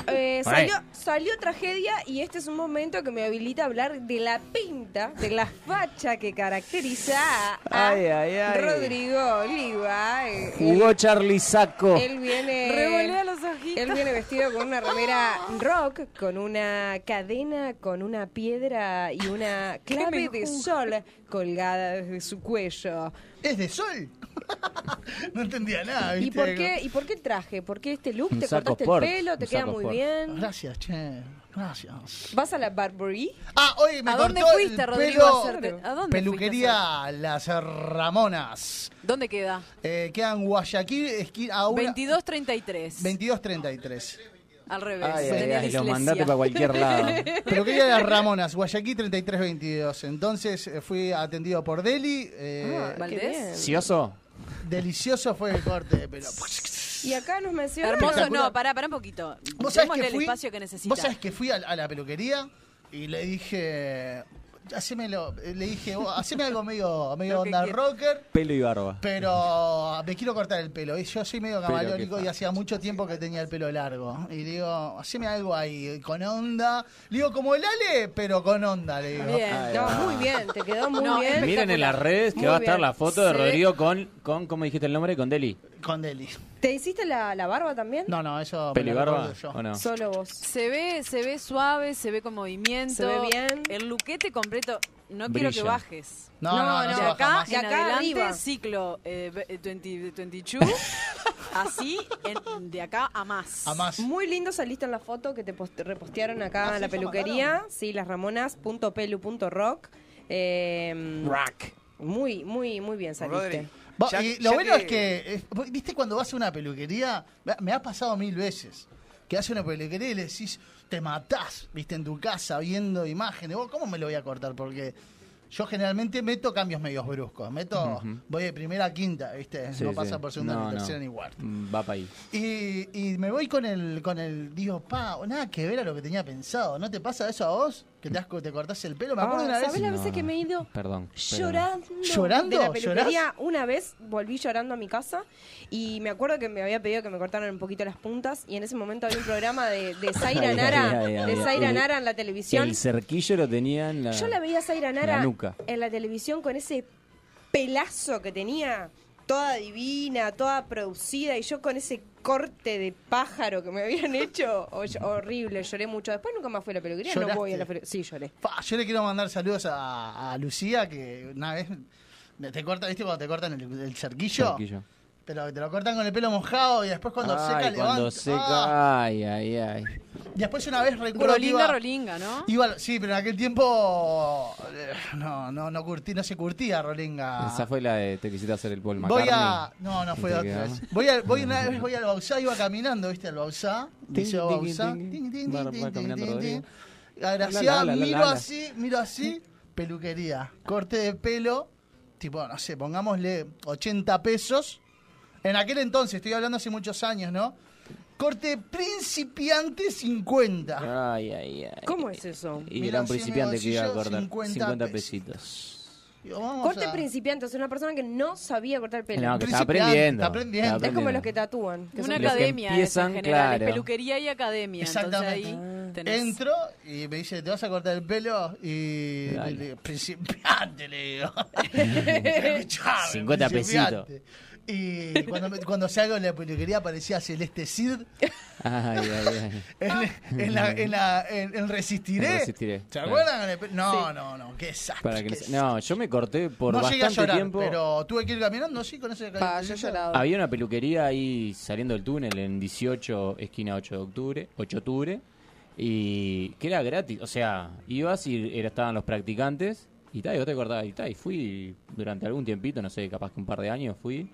Speaker 3: Eh,
Speaker 4: Por ahí.
Speaker 3: salió, salió tragedia y este es un momento que me habilita a hablar de la pinta, de la facha que caracteriza a
Speaker 4: Ay, ay, ay.
Speaker 3: Rodrigo Oliva. Eh,
Speaker 4: Jugó Charlie Saco.
Speaker 3: Él viene.
Speaker 5: Revolea los ojitos.
Speaker 3: Él viene vestido con una remera rock, con una cadena, con una piedra y una clave de sol colgada desde su cuello.
Speaker 2: ¿Es de sol? No entendía nada,
Speaker 3: ¿Y
Speaker 2: ¿viste?
Speaker 3: por, qué, ¿Y por qué el traje? ¿Por qué este look?
Speaker 2: Un
Speaker 3: ¿Te
Speaker 2: saco
Speaker 3: cortaste
Speaker 2: sport,
Speaker 3: el pelo? ¿Te
Speaker 2: un
Speaker 3: queda
Speaker 2: saco
Speaker 3: muy
Speaker 2: sport.
Speaker 3: bien?
Speaker 2: Gracias, che. Gracias.
Speaker 3: ¿Vas a la Barbary?
Speaker 2: Ah, oye, me
Speaker 3: ¿A dónde
Speaker 2: cortó
Speaker 3: fuiste,
Speaker 2: el
Speaker 3: Rodrigo,
Speaker 2: pelo-
Speaker 3: a hacerte? ¿A dónde
Speaker 2: Peluquería Las Ramonas.
Speaker 5: ¿Dónde queda?
Speaker 2: Eh, quedan Guayaquil, esquina a una...
Speaker 5: 22.33.
Speaker 2: 22-33.
Speaker 5: Al revés.
Speaker 4: Ay, Ah, ay,
Speaker 5: Tenía
Speaker 4: ay,
Speaker 5: dislexia.
Speaker 4: lo mandate pa' cualquier lado.
Speaker 2: Peluquería Las Ramonas, Guayaquil 3322. Entonces eh, fui atendido por Deli.
Speaker 5: Ah,
Speaker 2: eh,
Speaker 4: ¿Sioso?
Speaker 2: Delicioso fue el corte de pelo.
Speaker 3: Y acá nos menciona.
Speaker 5: Hermoso, no, pará, pará un poquito.
Speaker 2: ¿Vos sabés
Speaker 5: Démosle
Speaker 2: que fui-
Speaker 5: el espacio que necesita.
Speaker 2: Vos sabés que fui a, a la peluquería y le dije, hacémelo, eh, le dije, "Vos, haceme algo medio, medio onda rocker,
Speaker 4: Pelo y barba.
Speaker 2: pero me quiero cortar el pelo. Y yo soy medio
Speaker 4: Pero
Speaker 2: camaleónico
Speaker 4: qué
Speaker 2: y hacía mucho tiempo que tenía el pelo largo. Y le digo, haceme algo ahí, con onda. Le digo, como el Ale, pero con onda, le digo.
Speaker 3: Bien, no, muy bien, te quedó muy
Speaker 5: No,
Speaker 3: bien.
Speaker 4: Miren en las redes que
Speaker 3: Muy
Speaker 4: va a estar
Speaker 3: bien.
Speaker 4: la foto de
Speaker 3: Sí.
Speaker 4: Rodrigo con, con, ¿cómo dijiste el nombre? Con Deli.
Speaker 2: Con Deli.
Speaker 3: ¿Te hiciste la, la barba también?
Speaker 2: No, no, eso...
Speaker 4: ¿Pelo y
Speaker 2: me lo
Speaker 4: barba
Speaker 2: recuerdo yo.
Speaker 4: o no?
Speaker 3: Solo vos.
Speaker 5: Se ve, se ve suave, se ve con movimiento.
Speaker 3: Se ve bien.
Speaker 5: El luquete completo. No quiero que
Speaker 4: Brilla.
Speaker 5: bajes.
Speaker 2: No, no, no, no
Speaker 5: de
Speaker 2: se baja
Speaker 5: acá,
Speaker 2: más.
Speaker 5: de
Speaker 2: De acá
Speaker 5: acá adelante,
Speaker 2: arriba.
Speaker 5: ciclo eh, ve- eh, 20 22. así, en- de acá a más.
Speaker 3: Muy lindo saliste en la foto que te post- repostearon acá
Speaker 5: Ah,
Speaker 3: en
Speaker 5: ¿sí?
Speaker 3: la
Speaker 5: ¿Ya
Speaker 3: peluquería.
Speaker 5: mandaron?
Speaker 3: Sí, las ramonas.pelu.rock. Eh,
Speaker 4: Rock.
Speaker 3: Muy, muy, muy bien saliste.
Speaker 2: Va, y lo bueno es que, eh, vos- viste, cuando vas a una peluquería, me- me ha pasado mil veces, que hace una peluquería y le decís, te matás, viste, en tu casa viendo imágenes. Vos, ¿cómo me lo voy a cortar? Porque yo generalmente meto cambios medios bruscos. Meto,
Speaker 4: Ujú.
Speaker 2: voy de primera a quinta, viste,
Speaker 4: Sí,
Speaker 2: no
Speaker 4: sí.
Speaker 2: pasa por segunda
Speaker 4: No,
Speaker 2: ni
Speaker 4: no.
Speaker 2: tercera ni cuarta.
Speaker 4: Mm, Va para ahí.
Speaker 2: Y, y me voy con el, con el, digo, pa, nada que ver a lo que tenía pensado. ¿No te pasa eso a vos? Que te, has- te cortás el pelo. Me acuerdo
Speaker 3: Ah,
Speaker 2: una vez.
Speaker 3: ¿Sabés las veces que me he ido
Speaker 4: Perdón. pero-
Speaker 3: llorando.
Speaker 2: ¿Llorando?
Speaker 3: De la peluquería.
Speaker 2: ¿Llorás?
Speaker 3: Una vez volví llorando a mi casa y me acuerdo que me había pedido que me cortaran un poquito las puntas y en ese momento había un programa de, de Zaira
Speaker 4: Ay,
Speaker 3: Nara,
Speaker 4: ay, ay,
Speaker 3: de
Speaker 4: ay,
Speaker 3: Zaira
Speaker 4: ay.
Speaker 3: Nara en la televisión.
Speaker 4: El cerquillo lo tenía en la...
Speaker 3: Yo la veía a Zaira Nara
Speaker 4: la nuca.
Speaker 3: en la televisión con ese pelazo que tenía, toda divina, toda producida, y yo con ese corte de pájaro que me habían hecho, o- horrible, lloré mucho. Después nunca más fui a la peluquería, no
Speaker 2: ¿Lloraste?
Speaker 3: voy a la peluquería. Sí, lloré.
Speaker 2: Pa, yo le quiero mandar saludos a, a Lucía, que una vez me- te corta, ¿viste cuando te cortan el, el cerquillo?
Speaker 4: Cerquillo.
Speaker 2: Pero te lo cortan con el pelo mojado y después cuando
Speaker 4: Ay,
Speaker 2: seca
Speaker 4: cuando
Speaker 2: levanta. Ah,
Speaker 4: seca, ay, ay, ay.
Speaker 2: Después una vez recuerdo que
Speaker 5: Rolinga,
Speaker 2: iba-
Speaker 5: Rolinga, ¿no?
Speaker 2: Iba- sí, pero en aquel tiempo eh, no, no, no, curtí- no se curtía Rolinga.
Speaker 4: Esa fue la de te quisiste hacer el Paul
Speaker 2: Ah. Voy
Speaker 4: McCartney.
Speaker 2: a. No, no fue
Speaker 4: ¿Te
Speaker 2: otra
Speaker 4: quedaba?
Speaker 2: vez. Voy, a, voy una vez voy al Bausá, iba caminando, ¿viste? Al Bausá. Liceo
Speaker 4: ting,
Speaker 2: Bausá.
Speaker 4: ting.
Speaker 2: Ting, ting,
Speaker 4: Va- va
Speaker 2: ting, ting,
Speaker 4: caminando
Speaker 2: ting,
Speaker 4: Rodrigo.
Speaker 2: ting. Agraciada,
Speaker 4: La, la, la, la,
Speaker 2: miro
Speaker 4: la, la.
Speaker 2: así, miro así. Peluquería. Corte de pelo. Tipo, no sé, pongámosle 80 pesos. En aquel entonces, estoy hablando hace muchos años, ¿no? Corte principiante 50.
Speaker 4: Ay, ay, ay.
Speaker 3: ¿Cómo es eso?
Speaker 4: Y era
Speaker 2: Mira,
Speaker 4: un
Speaker 2: así en el
Speaker 4: principiante que iba a
Speaker 2: bolsillo,
Speaker 4: acordar.
Speaker 2: 50
Speaker 4: 50, pesitos.
Speaker 2: Digo, vamos
Speaker 3: Corte
Speaker 2: a-
Speaker 3: principiante, o sea, una persona que no sabía cortar el pelo.
Speaker 4: No, que está aprendiendo.
Speaker 2: está aprendiendo.
Speaker 4: Está
Speaker 3: Es como
Speaker 4: aprendiendo.
Speaker 3: los que tatúan. que
Speaker 5: Una
Speaker 3: son-
Speaker 4: Los que
Speaker 5: academia es en
Speaker 4: empiezan,
Speaker 5: general, es
Speaker 4: claro.
Speaker 5: peluquería y academia. Entonces
Speaker 2: Exactamente.
Speaker 5: ahí tenés...
Speaker 2: Entro y me dice, ¿te vas a cortar el pelo? Y le- le- principiante le digo. Escuchame,
Speaker 4: 50
Speaker 2: principiante.
Speaker 4: pesitos.
Speaker 2: Y cuando, me- cuando salgo de la peluquería parecía Celeste Cid
Speaker 4: Ay, ay, ay.
Speaker 2: en, en la, en, la- en- en Resistiré.
Speaker 4: En Resistiré,
Speaker 2: ¿Se
Speaker 4: claro.
Speaker 2: acuerdan? No,
Speaker 5: Sí.
Speaker 2: no, no, qué desastre.
Speaker 4: Para que les- No, yo me corté por
Speaker 2: no llegué a
Speaker 4: bastante
Speaker 2: llorar,
Speaker 4: tiempo.
Speaker 2: pero tuve que ir caminando, sí, con ese
Speaker 3: Pa, yo he llorado.
Speaker 4: Había una peluquería ahí saliendo del túnel en 18, esquina 8 de octubre, 8 de octubre, y que era gratis. O sea, ibas y era- estaban los practicantes, y tal, y vos te cortabas, y tal, y fui durante algún tiempito, no sé, capaz que un par de años fui,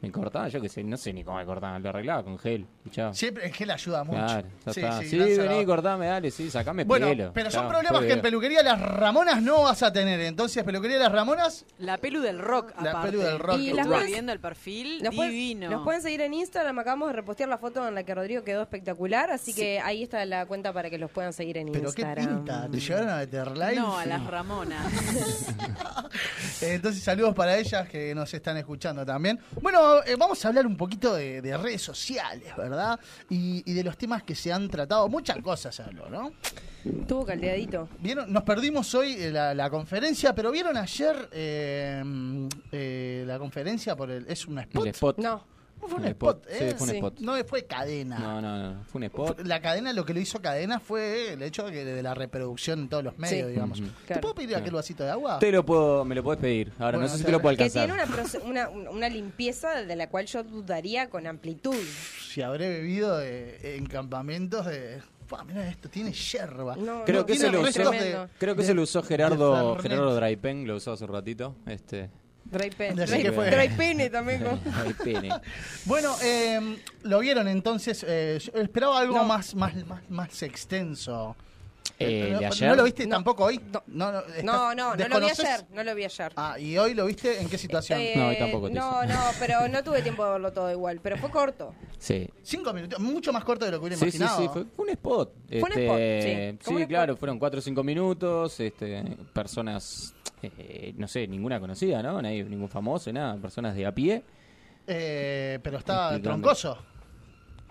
Speaker 4: me cortaba, yo que sé, no sé ni cómo me cortaban, lo arreglaba con gel, y chao.
Speaker 2: Siempre, es que le ayuda mucho.
Speaker 4: Claro, ya
Speaker 2: Sí,
Speaker 4: está.
Speaker 2: sí,
Speaker 4: Sí,
Speaker 2: gran
Speaker 4: vení,
Speaker 2: salvador.
Speaker 4: cortame, dale, sí, sacame
Speaker 2: Bueno,
Speaker 4: pelo.
Speaker 2: pero son
Speaker 4: Chao,
Speaker 2: problemas
Speaker 4: todo
Speaker 2: que en
Speaker 4: bien.
Speaker 2: peluquería Las Ramonas no vas a tener. Entonces, peluquería Las Ramonas,
Speaker 5: La pelu del rock,
Speaker 2: La
Speaker 5: aparte.
Speaker 2: pelu del rock,
Speaker 5: Y
Speaker 2: el
Speaker 5: la
Speaker 2: rock.
Speaker 5: estuve viendo el perfil,
Speaker 3: Nos pueden,
Speaker 5: divino.
Speaker 3: nos pueden seguir en Instagram, acabamos de repostear la foto en la que Rodrigo quedó espectacular, así que ahí está la cuenta para que los puedan seguir en
Speaker 2: pero qué
Speaker 3: Instagram.
Speaker 2: pinta. ¿Te llevaron a Betterlife?
Speaker 5: No, a las Ramonas.
Speaker 2: Eh, Entonces, saludos para ellas que nos están escuchando también. Bueno, eh, vamos a hablar un poquito de, de redes sociales, ¿verdad? Y, y de los temas que se han tratado. Muchas cosas se habló, ¿no?
Speaker 3: Estuvo caldeadito.
Speaker 2: ¿Vieron? Nos perdimos hoy eh, la, la conferencia, pero ¿vieron ayer eh, mm, eh, la conferencia por el. ¿Es un spot?
Speaker 4: El spot.
Speaker 3: No.
Speaker 2: No fue un
Speaker 4: El
Speaker 2: spot,
Speaker 4: spot,
Speaker 2: ¿eh?
Speaker 4: sí, fue un spot.
Speaker 2: No fue cadena.
Speaker 4: No, no, no, fue un spot.
Speaker 2: La cadena, lo que lo hizo cadena fue el hecho de, de la reproducción en todos los medios,
Speaker 3: Sí.
Speaker 2: digamos.
Speaker 4: Ujú.
Speaker 2: ¿Te puedo pedir aquel vasito de agua?
Speaker 4: Te lo puedo, me lo puedes pedir. Ahora,
Speaker 2: Ah. Bueno,
Speaker 4: no sé
Speaker 2: te
Speaker 4: si te lo puedo
Speaker 3: Que
Speaker 4: alcanzar.
Speaker 3: tiene una, proce- una, una limpieza de la cual yo dudaría con amplitud.
Speaker 2: Si habré bebido de- en campamentos de. Pua, mirá esto, tiene yerba.
Speaker 3: No,
Speaker 4: Creo
Speaker 3: no,
Speaker 4: que
Speaker 2: tiene
Speaker 4: eso lo usó,
Speaker 2: restos de-
Speaker 4: creo que
Speaker 2: de-
Speaker 4: eso lo usó
Speaker 2: de
Speaker 4: Gerardo,
Speaker 2: Fernet.
Speaker 4: Gerardo Draipen, lo usó hace un ratito. Este,
Speaker 3: Trae pe-
Speaker 2: Decí
Speaker 3: trae-
Speaker 2: que fue-
Speaker 3: trae pene también. como-
Speaker 4: Draipene.
Speaker 2: Bueno, eh, lo vieron entonces. eh, yo esperaba algo
Speaker 3: No.
Speaker 2: más, más, más, más extenso.
Speaker 4: Eh,
Speaker 2: ¿no,
Speaker 4: de
Speaker 2: no
Speaker 4: ayer.
Speaker 2: lo viste
Speaker 3: No.
Speaker 2: tampoco hoy?
Speaker 3: No.
Speaker 2: estás-
Speaker 3: No, no, no lo vi
Speaker 2: ¿desconoces?
Speaker 3: ayer. No lo vi ayer.
Speaker 2: Ah, ¿y hoy lo viste en qué situación?
Speaker 3: Eh,
Speaker 4: No, hoy tampoco te
Speaker 3: No, no, pero no tuve tiempo de verlo todo igual. Pero fue corto.
Speaker 4: Sí.
Speaker 2: Cinco minutos, mucho más corto de lo que hubiera
Speaker 4: Sí, sí,
Speaker 2: imaginado.
Speaker 4: sí, fue fue un spot.
Speaker 3: Fue un
Speaker 4: Este,
Speaker 3: spot, sí. Como un
Speaker 4: claro, fueron 4 o 5 minutos, este, personas, eh, no sé, ninguna conocida, ¿no? Nadie, ningún famoso, nada, personas de a pie.
Speaker 2: Eh, pero estaba
Speaker 4: Explicando.
Speaker 2: troncoso.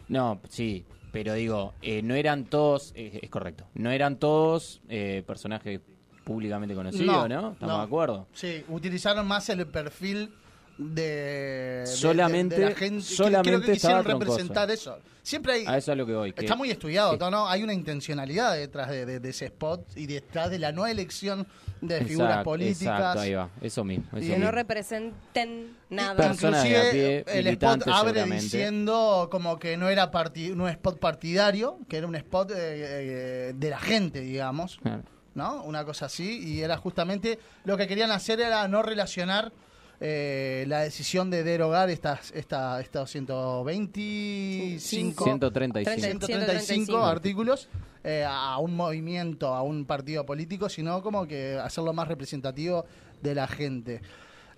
Speaker 4: No, sí, pero digo, eh, no eran todos, eh, es correcto, no eran todos eh, personajes públicamente conocidos, ¿no? Estamos
Speaker 2: no.
Speaker 4: de acuerdo.
Speaker 2: Sí, utilizaron más el perfil de, de-
Speaker 4: Solamente-
Speaker 2: de la gente. que-
Speaker 4: solamente
Speaker 2: creo que quisieron
Speaker 4: estaba troncoso.
Speaker 2: representar eso. Siempre hay
Speaker 4: A eso es lo que voy. que-
Speaker 2: está muy estudiado,
Speaker 4: que-
Speaker 2: ¿no? ¿no? Hay una intencionalidad detrás de, de- de ese spot y detrás de la no elección de figuras
Speaker 4: Exacto,
Speaker 2: políticas.
Speaker 4: Exacto, ahí va, eso mismo. eso
Speaker 3: Que
Speaker 4: mismo.
Speaker 3: no representen nada.
Speaker 4: Pers- Personas de a
Speaker 2: Inclusive
Speaker 4: pie,
Speaker 2: el spot
Speaker 4: militantes
Speaker 2: abre
Speaker 4: seguramente.
Speaker 2: diciendo como que no era parti- un spot partidario, que era un spot eh, eh, de la gente, digamos.
Speaker 4: Claro.
Speaker 2: ¿no? Una cosa así, y era justamente lo que querían hacer era no relacionar eh, la decisión de derogar estas, esta, estos 125,
Speaker 4: 135.
Speaker 2: 135 artículos eh, a un movimiento, a un partido político, sino como que hacerlo más representativo de la gente.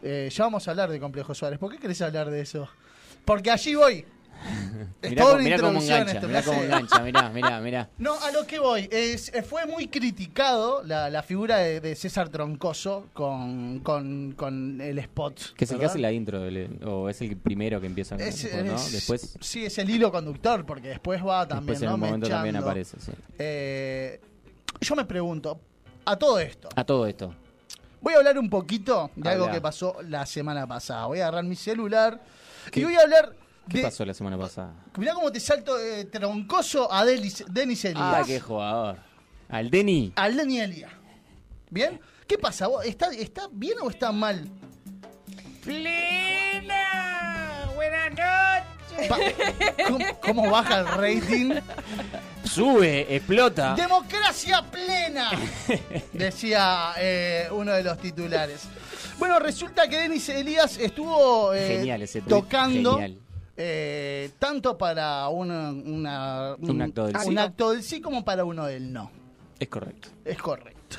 Speaker 2: Eh, ya vamos a hablar de Complejo Suárez. ¿Por qué querés hablar de eso? Porque allí voy. Es
Speaker 4: Mirá, cómo-
Speaker 2: toda
Speaker 4: mirá
Speaker 2: una
Speaker 4: cómo
Speaker 2: introducción
Speaker 4: engancha,
Speaker 2: esto,
Speaker 4: mirá
Speaker 2: me
Speaker 4: cómo
Speaker 2: hace-
Speaker 4: engancha, mirá, mirá, mirá.
Speaker 2: No, a lo que voy. Es, eh, fue muy criticado la, la figura de, de César Troncoso con, con, con el spot.
Speaker 4: Que es el que
Speaker 2: ¿verdad?
Speaker 4: hace la intro, del- o es el primero que empieza, con-
Speaker 2: Es-
Speaker 4: ¿no?
Speaker 2: es-
Speaker 4: Después,
Speaker 2: Sí, es el hilo conductor, porque después va también.
Speaker 4: después en
Speaker 2: ¿no?
Speaker 4: un momento también
Speaker 2: Mechando.
Speaker 4: aparece, sí.
Speaker 2: Eh, yo me pregunto, a todo esto,
Speaker 4: A todo esto.
Speaker 2: voy a hablar un poquito de algo
Speaker 4: Habla.
Speaker 2: que pasó la semana pasada. Voy a agarrar mi celular y voy a hablar
Speaker 4: ¿Qué
Speaker 2: de.
Speaker 4: pasó la semana pasada?
Speaker 2: Mirá cómo te salto eh, troncoso a Delis- Denis Elías.
Speaker 4: Ah, qué jugador. Al Denny.
Speaker 2: al Dani Elia. ¿Bien? ¿Qué pasa? ¿Vos- ¿Está, ¿Está bien o está mal?
Speaker 9: ¡Plena!
Speaker 2: ¿Cómo, cómo baja el rating?
Speaker 4: Sube, explota.
Speaker 2: Democracia plena, decía eh, uno de los titulares. Bueno, resulta que Denis Elías estuvo eh,
Speaker 4: Genial ese tweet,
Speaker 2: tocando
Speaker 4: genial.
Speaker 2: eh, tanto para una- una-
Speaker 4: Un acto del sí.
Speaker 2: un acto del sí como para uno del no.
Speaker 4: Es correcto.
Speaker 2: Es correcto.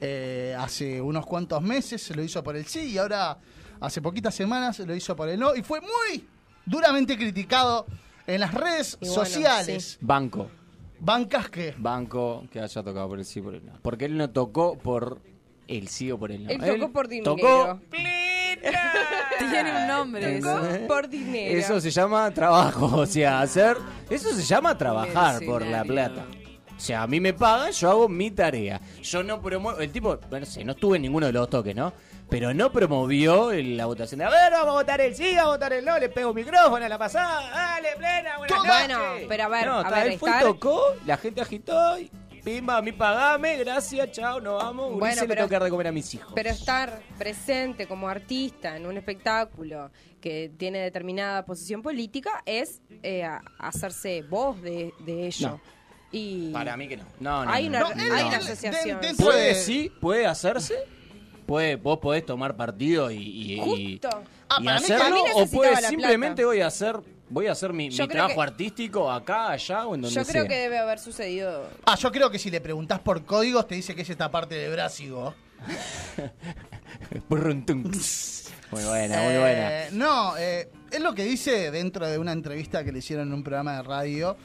Speaker 2: Eh, hace unos cuantos meses lo hizo por el sí y ahora hace poquitas semanas lo hizo por el no y fue muy duramente criticado en las redes
Speaker 4: Y bueno,
Speaker 2: sociales.
Speaker 4: Banco.
Speaker 2: ¿Bancas qué?
Speaker 4: Banco que haya tocado por el sí por el no. Porque él no tocó por el sí o por el no.
Speaker 3: Él tocó por dinero.
Speaker 4: tocó-
Speaker 5: Tiene un nombre.
Speaker 3: Tocó
Speaker 5: eso.
Speaker 3: por dinero.
Speaker 4: Eso se llama trabajo. O sea, hacer. Eso se llama trabajar por la
Speaker 3: Mercenario.
Speaker 4: plata. O sea, a mí me pagan, yo hago mi tarea. Yo no promuevo. El tipo, bueno, no sé, no estuve en ninguno de los toques, ¿no? Pero no promovió la votación de. A ver, vamos a votar el sí, vamos a votar el no, le pego micrófono a la pasada. Dale, plena, buenas
Speaker 3: Bueno,
Speaker 4: noches.
Speaker 3: pero a ver,
Speaker 4: No,
Speaker 3: a
Speaker 4: está,
Speaker 3: ver,
Speaker 4: él fue,
Speaker 3: estar-
Speaker 4: tocó, la gente agitó. y Pimba, a mí pagame, gracias, chao, nos vamos.
Speaker 3: Bueno,
Speaker 4: Bueno, le
Speaker 3: pero-
Speaker 4: tengo que dar de comer a mis hijos.
Speaker 3: Pero estar presente como artista en un espectáculo que tiene determinada posición política es eh, a- hacerse voz de, de ello.
Speaker 4: No.
Speaker 3: Y
Speaker 4: Para mí que no. No, no.
Speaker 3: Hay
Speaker 4: no,
Speaker 3: una-
Speaker 4: no,
Speaker 3: hay
Speaker 4: no.
Speaker 3: una asociación. Den- dentro
Speaker 4: Puede
Speaker 3: de-
Speaker 4: sí, puede hacerse. Puede, vos podés tomar partido y, y- y-
Speaker 3: Justo.
Speaker 4: y
Speaker 3: Ah, para mí que-
Speaker 4: hacerlo.
Speaker 3: para mí
Speaker 4: o
Speaker 3: necesitaba
Speaker 4: puede
Speaker 3: la plata.
Speaker 4: simplemente voy a hacer, voy a hacer mi,
Speaker 3: Yo creo
Speaker 4: mi trabajo
Speaker 3: que-
Speaker 4: artístico acá, allá o en donde
Speaker 3: yo creo
Speaker 4: sea.
Speaker 3: que debe haber sucedido.
Speaker 2: Ah, yo creo que si le preguntás por códigos te dice que es esta parte de Brásigo.
Speaker 4: Burrun, tum. muy buena, muy
Speaker 2: Eh,
Speaker 4: buena.
Speaker 2: No, eh, es lo que dice dentro de una entrevista que le hicieron en un programa de radio.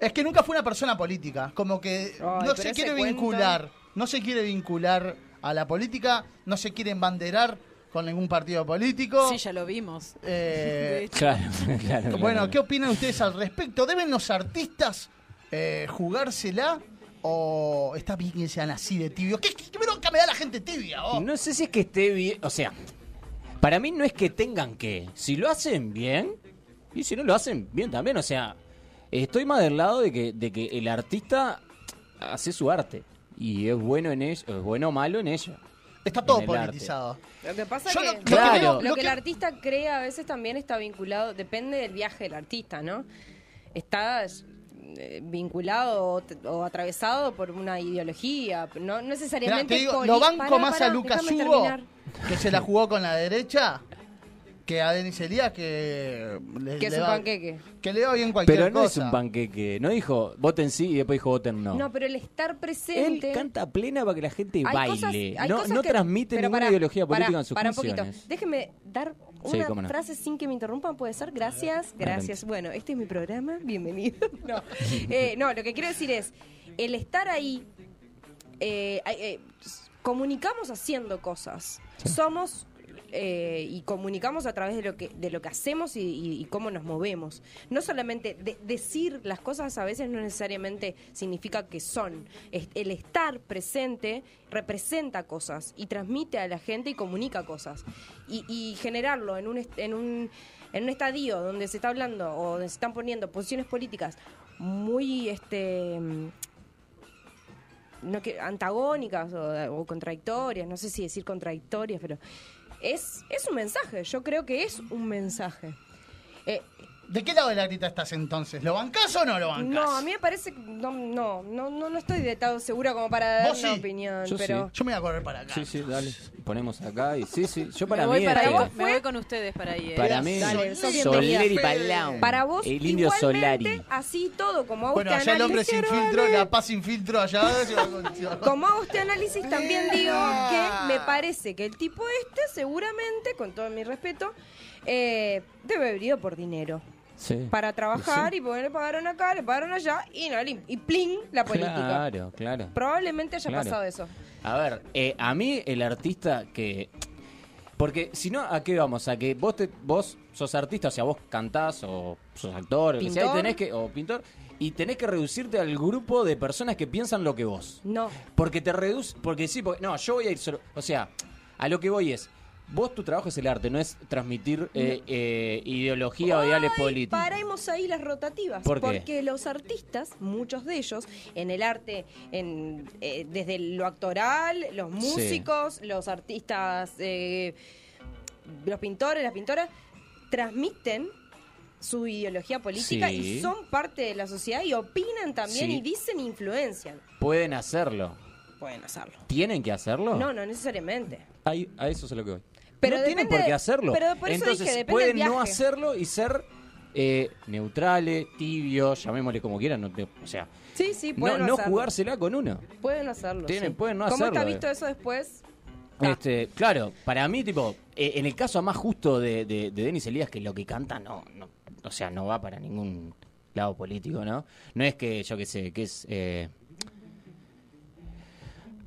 Speaker 2: Es que nunca fue una persona política. Como que no
Speaker 3: pero
Speaker 2: se
Speaker 3: ese
Speaker 2: quiere
Speaker 3: cuento.
Speaker 2: vincular. No se quiere vincular a la política. No se quiere embanderar con ningún partido político.
Speaker 5: Sí, ya lo vimos.
Speaker 2: Eh,
Speaker 4: Claro, claro.
Speaker 2: bueno, ¿qué opinan ustedes al respecto? ¿Deben los artistas eh, jugársela? ¿O está bien que sean así de tibios? ¿Qué, qué- qué bronca me da la gente tibia? oh?
Speaker 4: No sé si es que esté bien, o sea, para mí no es que tengan que, si lo hacen bien, y si no lo hacen bien también, o sea, estoy más del lado de que, de que el artista hace su arte y es bueno en ello, es bueno o malo en ella.
Speaker 2: Está todo
Speaker 4: en el arte.
Speaker 2: politizado.
Speaker 3: Lo que pasa
Speaker 2: Yo
Speaker 3: que,
Speaker 2: lo-
Speaker 3: lo,
Speaker 4: lo que Claro. veo-
Speaker 3: que
Speaker 4: lo
Speaker 3: el artista crea a veces también está vinculado, depende del viaje del artista, ¿no? Está eh, vinculado o, t- o atravesado por una ideología, no no
Speaker 2: Mirá,
Speaker 3: necesariamente
Speaker 2: te digo,
Speaker 3: poli-
Speaker 2: lo banco
Speaker 3: Pará,
Speaker 2: más
Speaker 3: pará,
Speaker 2: a Lucas
Speaker 3: déjame
Speaker 2: Hugo,
Speaker 3: terminar.
Speaker 2: que se la jugó con la derecha, que a Denis Elías, que le,
Speaker 3: Que es
Speaker 2: le
Speaker 3: un
Speaker 2: va-
Speaker 3: panqueque.
Speaker 2: Que le va bien cualquier
Speaker 4: Pero no es
Speaker 2: cosa.
Speaker 4: un panqueque, no dijo voten sí y después dijo voten no.
Speaker 3: No. pero el estar
Speaker 4: Él
Speaker 3: presente.
Speaker 4: canta plena para que la gente
Speaker 3: Hay
Speaker 4: baile,
Speaker 3: cosas- hay
Speaker 4: no,
Speaker 3: cosas
Speaker 4: no
Speaker 3: que-
Speaker 4: transmite
Speaker 3: pero
Speaker 4: ninguna
Speaker 3: pará,
Speaker 4: ideología política
Speaker 3: pará,
Speaker 4: en sus
Speaker 3: pará un
Speaker 4: canciones.
Speaker 3: poquito. Déjeme dar
Speaker 4: Sí,
Speaker 3: una
Speaker 4: cómo no.
Speaker 3: frase sin que me interrumpan, puede ser. Gracias, gracias. Bueno, este es mi programa, bienvenido. No, Eh, no, lo que quiero decir es, el estar ahí, eh, eh, s- comunicamos haciendo cosas. Somos eh, y comunicamos a través de lo que de lo que hacemos y, y- y cómo nos movemos. No solamente de- decir las cosas a veces no necesariamente significa que son. Es- el estar presente representa cosas y transmite a la gente y comunica cosas. Y, y generarlo en un, est- en un en un estadio donde se está hablando o donde se están poniendo posiciones políticas muy este mm, no que antagónicas o, o contradictorias, no sé si decir contradictorias, pero es, es un mensaje, yo creo que es un mensaje. Eh,
Speaker 2: ¿De qué lado de la grita estás entonces? ¿Lo bancás o no lo bancás?
Speaker 3: no, a mí me parece que no, no, no, no, no estoy de todo segura como para dar
Speaker 2: Vos
Speaker 3: una
Speaker 2: sí.
Speaker 3: opinión,
Speaker 4: Yo
Speaker 3: pero
Speaker 4: sí.
Speaker 2: Yo me voy a correr para acá.
Speaker 4: Sí, sí, dale. Ponemos acá y sí, sí. Yo para
Speaker 5: me, voy
Speaker 4: mí
Speaker 5: para
Speaker 4: este,
Speaker 5: ahí, me voy con ustedes para Eh. ahí. eh.
Speaker 4: Para mí,
Speaker 5: Dale, sos bienvenida.
Speaker 4: Soleri Palau.
Speaker 3: para vos
Speaker 4: El indio
Speaker 3: igualmente,
Speaker 4: Solari.
Speaker 3: así todo, como hago
Speaker 2: Bueno,
Speaker 3: este
Speaker 2: allá el hombre sin
Speaker 3: análisis,
Speaker 2: filtro, la paz sin filtro allá. se va con- se va con-
Speaker 3: Como hago este análisis, también digo que me parece que el tipo este, seguramente, con todo mi respeto, eh, debe haber ido por dinero.
Speaker 4: Sí.
Speaker 3: Para trabajar y porque le pagaron acá, le pagaron allá y no le- y pling la política.
Speaker 4: Claro, claro.
Speaker 3: Probablemente haya
Speaker 4: Claro.
Speaker 3: pasado eso.
Speaker 4: A ver, eh, a mí el artista que... Porque si no, ¿a qué vamos? A que vos te, vos sos artista, o sea, vos cantás o sos actor, o, que sea, y
Speaker 3: Pintor.
Speaker 4: tenés que, o pintor, y tenés que reducirte al grupo de personas que piensan lo que vos.
Speaker 3: No.
Speaker 4: Porque te reduce, porque sí, porque, no, yo voy a ir solo. O sea, a lo que voy es, vos tu trabajo es el arte, no es transmitir eh, eh, ideología o ideales políticos.
Speaker 3: Paremos ahí las rotativas.
Speaker 4: ¿Por qué?
Speaker 3: Porque los artistas, muchos de ellos, en el arte, en, eh, desde lo actoral, los
Speaker 4: Sí.
Speaker 3: músicos, los artistas, eh, los pintores, las pintoras, transmiten
Speaker 18: su ideología política
Speaker 4: Sí.
Speaker 18: y son parte de la sociedad y opinan también
Speaker 4: Sí.
Speaker 18: y dicen e influencian.
Speaker 4: Pueden hacerlo.
Speaker 18: Pueden hacerlo.
Speaker 4: ¿Tienen que hacerlo?
Speaker 18: No, no necesariamente.
Speaker 4: Ahí- a eso es a lo que voy.
Speaker 18: Pero
Speaker 4: no tienen
Speaker 18: depende
Speaker 4: por qué
Speaker 18: de-
Speaker 4: hacerlo.
Speaker 18: pero por eso
Speaker 4: Entonces
Speaker 18: dije, depende
Speaker 4: pueden
Speaker 18: del
Speaker 4: no
Speaker 18: viaje.
Speaker 4: hacerlo y ser eh, neutrales, tibios, llamémosle como quieran. no te- o sea,
Speaker 18: Sí, sí,
Speaker 4: no,
Speaker 18: pueden
Speaker 4: no
Speaker 18: hacerlo.
Speaker 4: jugársela con uno.
Speaker 18: Pueden hacerlo.
Speaker 4: Tienen-
Speaker 18: sí.
Speaker 4: pueden no
Speaker 18: ¿Cómo
Speaker 4: hacerlo,
Speaker 18: está
Speaker 4: eh.
Speaker 18: visto eso después?
Speaker 4: Este, claro, para mí, tipo, eh, en el caso más justo de, de, de Denis Elías, que lo que canta no, no, o sea, no va para ningún lado político, ¿no? No es que, yo qué sé, que es... eh,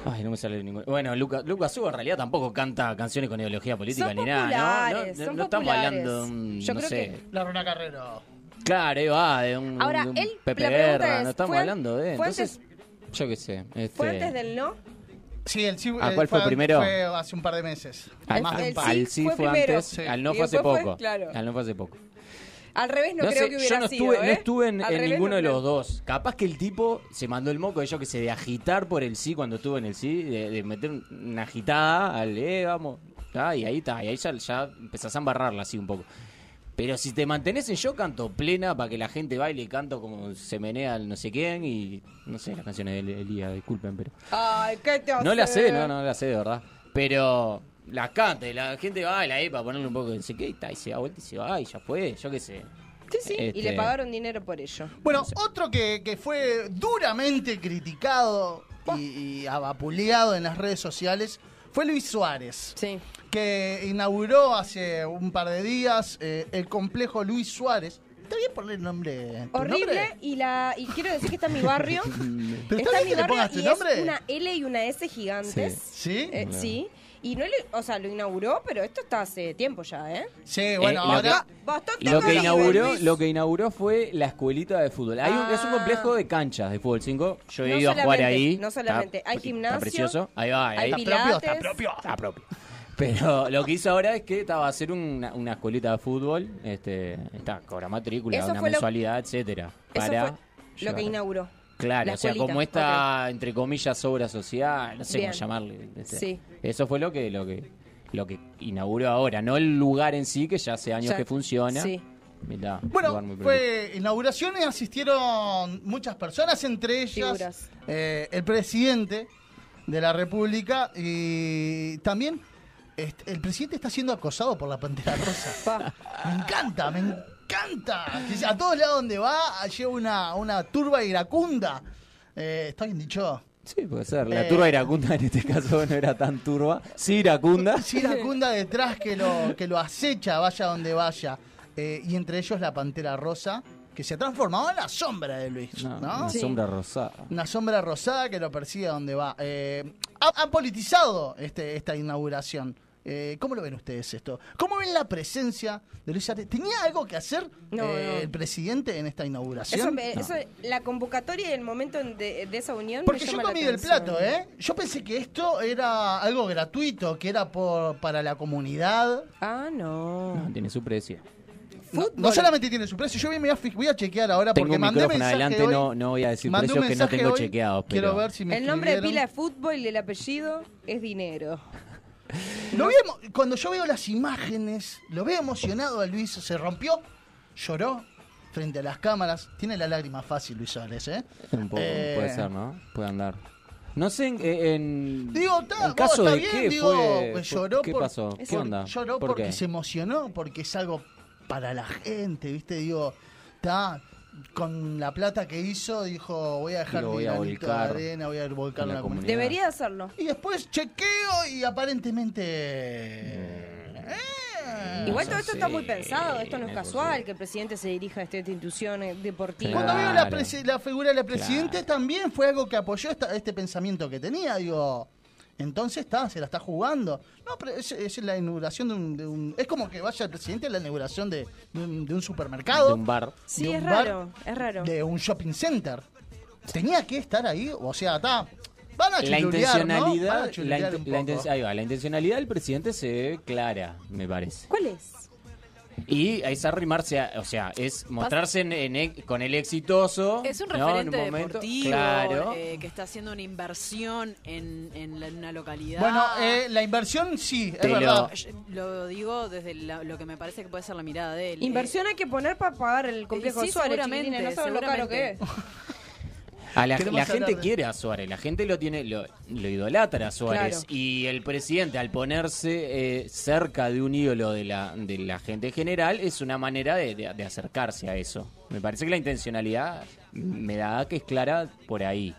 Speaker 4: Ay, no me sale ningún... Bueno, Lucas Lucas Hugo en realidad tampoco canta canciones con ideología política ni nada, ¿no? No,
Speaker 18: populares,
Speaker 4: no-
Speaker 18: son
Speaker 4: no estamos
Speaker 18: populares.
Speaker 4: hablando de un,
Speaker 18: Yo
Speaker 4: no
Speaker 18: creo
Speaker 4: sé...
Speaker 18: que-
Speaker 2: La Rona Carrero.
Speaker 4: Claro, ahí va, de un,
Speaker 18: Ahora,
Speaker 4: de un
Speaker 18: él- la
Speaker 4: Pepe
Speaker 18: pregunta
Speaker 4: Guerra,
Speaker 18: es,
Speaker 4: no estamos
Speaker 18: ¿fue an-
Speaker 4: hablando de...
Speaker 18: fue
Speaker 4: Entonces, yo qué sé. Este,
Speaker 18: ¿Fue antes del no?
Speaker 2: Sí, el sí.
Speaker 4: ¿Ah,
Speaker 2: eh,
Speaker 4: cuál fue primero?
Speaker 2: Fue hace un par de meses.
Speaker 4: al,
Speaker 2: Más de
Speaker 4: al-
Speaker 2: un par.
Speaker 4: al sí fue, antes, al no
Speaker 18: Y
Speaker 4: fue hace
Speaker 18: después fue-
Speaker 4: poco.
Speaker 18: claro.
Speaker 4: Al no fue hace poco.
Speaker 18: Al revés no,
Speaker 4: No
Speaker 18: creo
Speaker 4: sé,
Speaker 18: que
Speaker 4: yo
Speaker 18: hubiera
Speaker 4: no estuve,
Speaker 18: sido,
Speaker 4: no
Speaker 18: ¿eh?
Speaker 4: estuve en,
Speaker 18: Al
Speaker 4: en
Speaker 18: revés
Speaker 4: ninguno
Speaker 18: no
Speaker 4: de
Speaker 18: creo.
Speaker 4: los dos. Capaz que el tipo se mandó el moco de yo que se de agitar por el sí cuando estuvo en el sí, de, de meter un- una agitada al eh, vamos. ah, y ahí está, y ahí ya, ya empezás a embarrarla así un poco. Pero si te mantenés en yo canto plena para que la gente baile y canto como se menea el no sé quién y no sé las canciones de Elías, disculpen, pero
Speaker 18: Ay, ¿qué te
Speaker 4: no la
Speaker 18: hace?
Speaker 4: sé, no, no la sé de verdad. Pero las canta y la gente baila ahí para ponerle un poco de no sé qué y, ta, y se da vuelta y se va y ya fue, yo qué sé.
Speaker 18: Sí, sí,
Speaker 4: Este-
Speaker 18: y le pagaron dinero por ello.
Speaker 2: Bueno, otro que, que fue duramente criticado y, y abapuleado en las redes sociales fue Luis Suárez. Que inauguró hace un par de días eh, el complejo Luis Suárez. ¿Está bien poner el nombre? tu nombre?
Speaker 18: Horrible, y, la, y quiero decir que está en mi barrio.
Speaker 2: ¿Pero está,
Speaker 18: está en
Speaker 2: bien
Speaker 18: mi
Speaker 2: que le
Speaker 18: barrio
Speaker 2: pongas tu
Speaker 18: y
Speaker 2: nombre?
Speaker 18: es una L y una S gigantes.
Speaker 2: ¿Sí?
Speaker 18: Eh,
Speaker 2: Claro.
Speaker 18: Sí. Y no le- o sea, lo inauguró, pero esto está hace tiempo ya, ¿eh?
Speaker 2: Sí,
Speaker 4: bueno, Eh, lo ahora- que-
Speaker 18: Bastante
Speaker 4: Lo que,
Speaker 18: más
Speaker 4: inauguró,
Speaker 18: nivel.
Speaker 4: lo que inauguró fue la escuelita de fútbol. Hay un- es un complejo de canchas de fútbol 5. Yo he
Speaker 18: Ah. No
Speaker 4: ido a jugar
Speaker 18: solamente,
Speaker 4: ahí.
Speaker 18: no solamente. Hay
Speaker 4: pre-
Speaker 18: gimnasio,
Speaker 4: Está precioso. Ahí va.
Speaker 18: hay
Speaker 4: ahí.
Speaker 18: pilates. Está
Speaker 4: propio. Está propio. Pero lo que hizo ahora es que estaba a hacer una, una escuelita de fútbol. Este, está, cobra matrícula,
Speaker 18: Eso
Speaker 4: una
Speaker 18: fue lo-
Speaker 4: mensualidad, etcétera.
Speaker 18: Eso
Speaker 4: Para
Speaker 18: fue lo que
Speaker 4: llevar-
Speaker 18: inauguró.
Speaker 4: Claro,
Speaker 18: La
Speaker 4: o sea,
Speaker 18: escuelita,
Speaker 4: como esta, entre comillas, obra social, no sé
Speaker 18: Bien.
Speaker 4: cómo llamarle. este.
Speaker 18: Sí.
Speaker 4: Eso fue lo que, lo que lo que inauguró ahora, no el lugar en sí, que ya hace años
Speaker 2: Ya,
Speaker 4: que funciona.
Speaker 2: sí.
Speaker 4: Mirá, lugar muy
Speaker 2: Bueno,
Speaker 4: prolijito.
Speaker 2: fue inauguraciones, asistieron muchas personas, entre ellas
Speaker 18: Figuras.
Speaker 2: eh, el presidente de la República y también este, el presidente está siendo acosado por la Pantera Rosa. me encanta, me encanta. Que A todos lados donde va lleva una, una turba iracunda. Eh, ¿Está bien dicho?
Speaker 4: Sí, puede ser. La
Speaker 2: Eh.
Speaker 4: turba iracunda en este caso no era tan turba. Sí, iracunda.
Speaker 2: Sí, iracunda detrás que lo, que lo acecha, vaya donde vaya. Eh, y entre ellos la Pantera Rosa, que se ha transformado en la sombra de Luis.
Speaker 4: No,
Speaker 2: No,
Speaker 4: una sombra rosada.
Speaker 2: Una sombra rosada que lo persigue a donde va. Eh, ha- han politizado este, esta inauguración. Eh, ¿Cómo lo ven ustedes esto? ¿Cómo ven la presencia de Luis Arre- ¿Tenía algo que hacer
Speaker 18: No,
Speaker 2: eh,
Speaker 18: no.
Speaker 2: el presidente en esta inauguración?
Speaker 18: Eso, me- eso- la convocatoria y el momento de, de esa unión. me
Speaker 2: Porque yo
Speaker 18: llama la
Speaker 2: comí del
Speaker 18: atención.
Speaker 2: plato, ¿eh? Yo pensé que esto era algo gratuito, que era por, para la comunidad.
Speaker 18: Ah, no.
Speaker 4: No, tiene su precio.
Speaker 2: No, no solamente tiene su precio, yo voy, me voy a fi- voy a chequear ahora
Speaker 4: Tengo
Speaker 2: porque
Speaker 4: un
Speaker 2: mandé
Speaker 4: micrófono
Speaker 2: mensaje
Speaker 4: adelante,
Speaker 2: hoy.
Speaker 4: no, no voy a decir
Speaker 2: mandé un
Speaker 4: precios que no
Speaker 2: mensaje
Speaker 4: tengo
Speaker 2: hoy,
Speaker 4: chequeados. Pero...
Speaker 2: Quiero ver si me
Speaker 18: el nombre de
Speaker 2: escribieron.
Speaker 18: pila es fútbol y el apellido es dinero.
Speaker 2: Lo vi emo- cuando yo veo las imágenes, lo veo emocionado a Luis, se rompió, lloró frente a las cámaras. Tiene la lágrima fácil, Luis Suárez, ¿eh?
Speaker 4: Un poco,
Speaker 2: Eh,
Speaker 4: puede ser, ¿no? Puede andar. No sé en. eh, en-
Speaker 2: Digo, está,
Speaker 4: en caso
Speaker 2: está
Speaker 4: de
Speaker 2: bien,
Speaker 4: qué
Speaker 2: digo,
Speaker 4: fue,
Speaker 2: pues
Speaker 4: fue-
Speaker 2: lloró
Speaker 4: ¿Qué
Speaker 2: por-
Speaker 4: pasó?
Speaker 2: es-
Speaker 4: ¿Qué onda?
Speaker 2: Lloró
Speaker 4: ¿Por
Speaker 2: porque
Speaker 4: qué?
Speaker 2: se emocionó, porque es algo para la gente, ¿viste? Digo, está con la plata que hizo, dijo, voy a dejar
Speaker 4: Lo
Speaker 2: mi
Speaker 4: voy a
Speaker 2: granito de
Speaker 4: volcar
Speaker 2: arena, voy a volcar
Speaker 4: en
Speaker 2: la,
Speaker 4: la
Speaker 2: comunidad.
Speaker 4: comunidad.
Speaker 18: Debería hacerlo.
Speaker 2: Y después chequeo y aparentemente... eh,
Speaker 18: Igual todo
Speaker 2: no
Speaker 18: esto
Speaker 2: sé.
Speaker 18: está muy pensado, esto no es
Speaker 2: no sé.
Speaker 18: casual que el presidente se dirija a esta institución eh, deportiva.
Speaker 2: Cuando veo la, presi- la figura de la presidenta también fue algo que apoyó esta- este pensamiento que tenía, digo. Entonces está, se la está jugando. No, pero es, es la inauguración de un, de un- Es como que vaya el presidente a la inauguración de, de un, de un supermercado.
Speaker 4: De un bar.
Speaker 18: Sí,
Speaker 2: de un
Speaker 18: es
Speaker 2: bar,
Speaker 18: raro, es raro.
Speaker 2: De un shopping center. Tenía que estar ahí, o sea, está. Van a
Speaker 4: la
Speaker 2: chirulear, ¿no? Van a
Speaker 4: intencionalidad, la,
Speaker 2: chirulear
Speaker 4: inte-
Speaker 2: un
Speaker 4: la
Speaker 2: poco.
Speaker 4: inten- ahí va, la intencionalidad del presidente se ve clara, me parece.
Speaker 18: ¿Cuál es?
Speaker 4: Y es arrimarse, a- o sea, es mostrarse en- en e- con el exitoso.
Speaker 5: Es un
Speaker 4: ¿no? En
Speaker 5: referente
Speaker 4: momento.
Speaker 5: deportivo
Speaker 4: Claro.
Speaker 5: eh, que está haciendo una inversión en, en la- en una localidad.
Speaker 2: Bueno, eh, la inversión sí, es
Speaker 4: Te lo-
Speaker 2: verdad.
Speaker 5: Lo digo desde la- lo que me parece que puede ser la mirada de él.
Speaker 3: Inversión hay que poner para pagar el complejo
Speaker 5: sí,
Speaker 3: de Suárez,
Speaker 5: seguramente,
Speaker 3: chiquilines, no saben lo caro que es.
Speaker 5: seguramente.
Speaker 4: A la,
Speaker 2: Queremos
Speaker 4: la
Speaker 2: hablar
Speaker 4: gente
Speaker 2: de-
Speaker 4: quiere a Suárez, la gente lo tiene, lo, lo idolatra a Suárez.
Speaker 2: Claro.
Speaker 4: Y el presidente, al ponerse eh, cerca de un ídolo de la, de la gente general, es una manera de, de- de acercarse a eso. Me parece que la intencionalidad me da que es clara por ahí.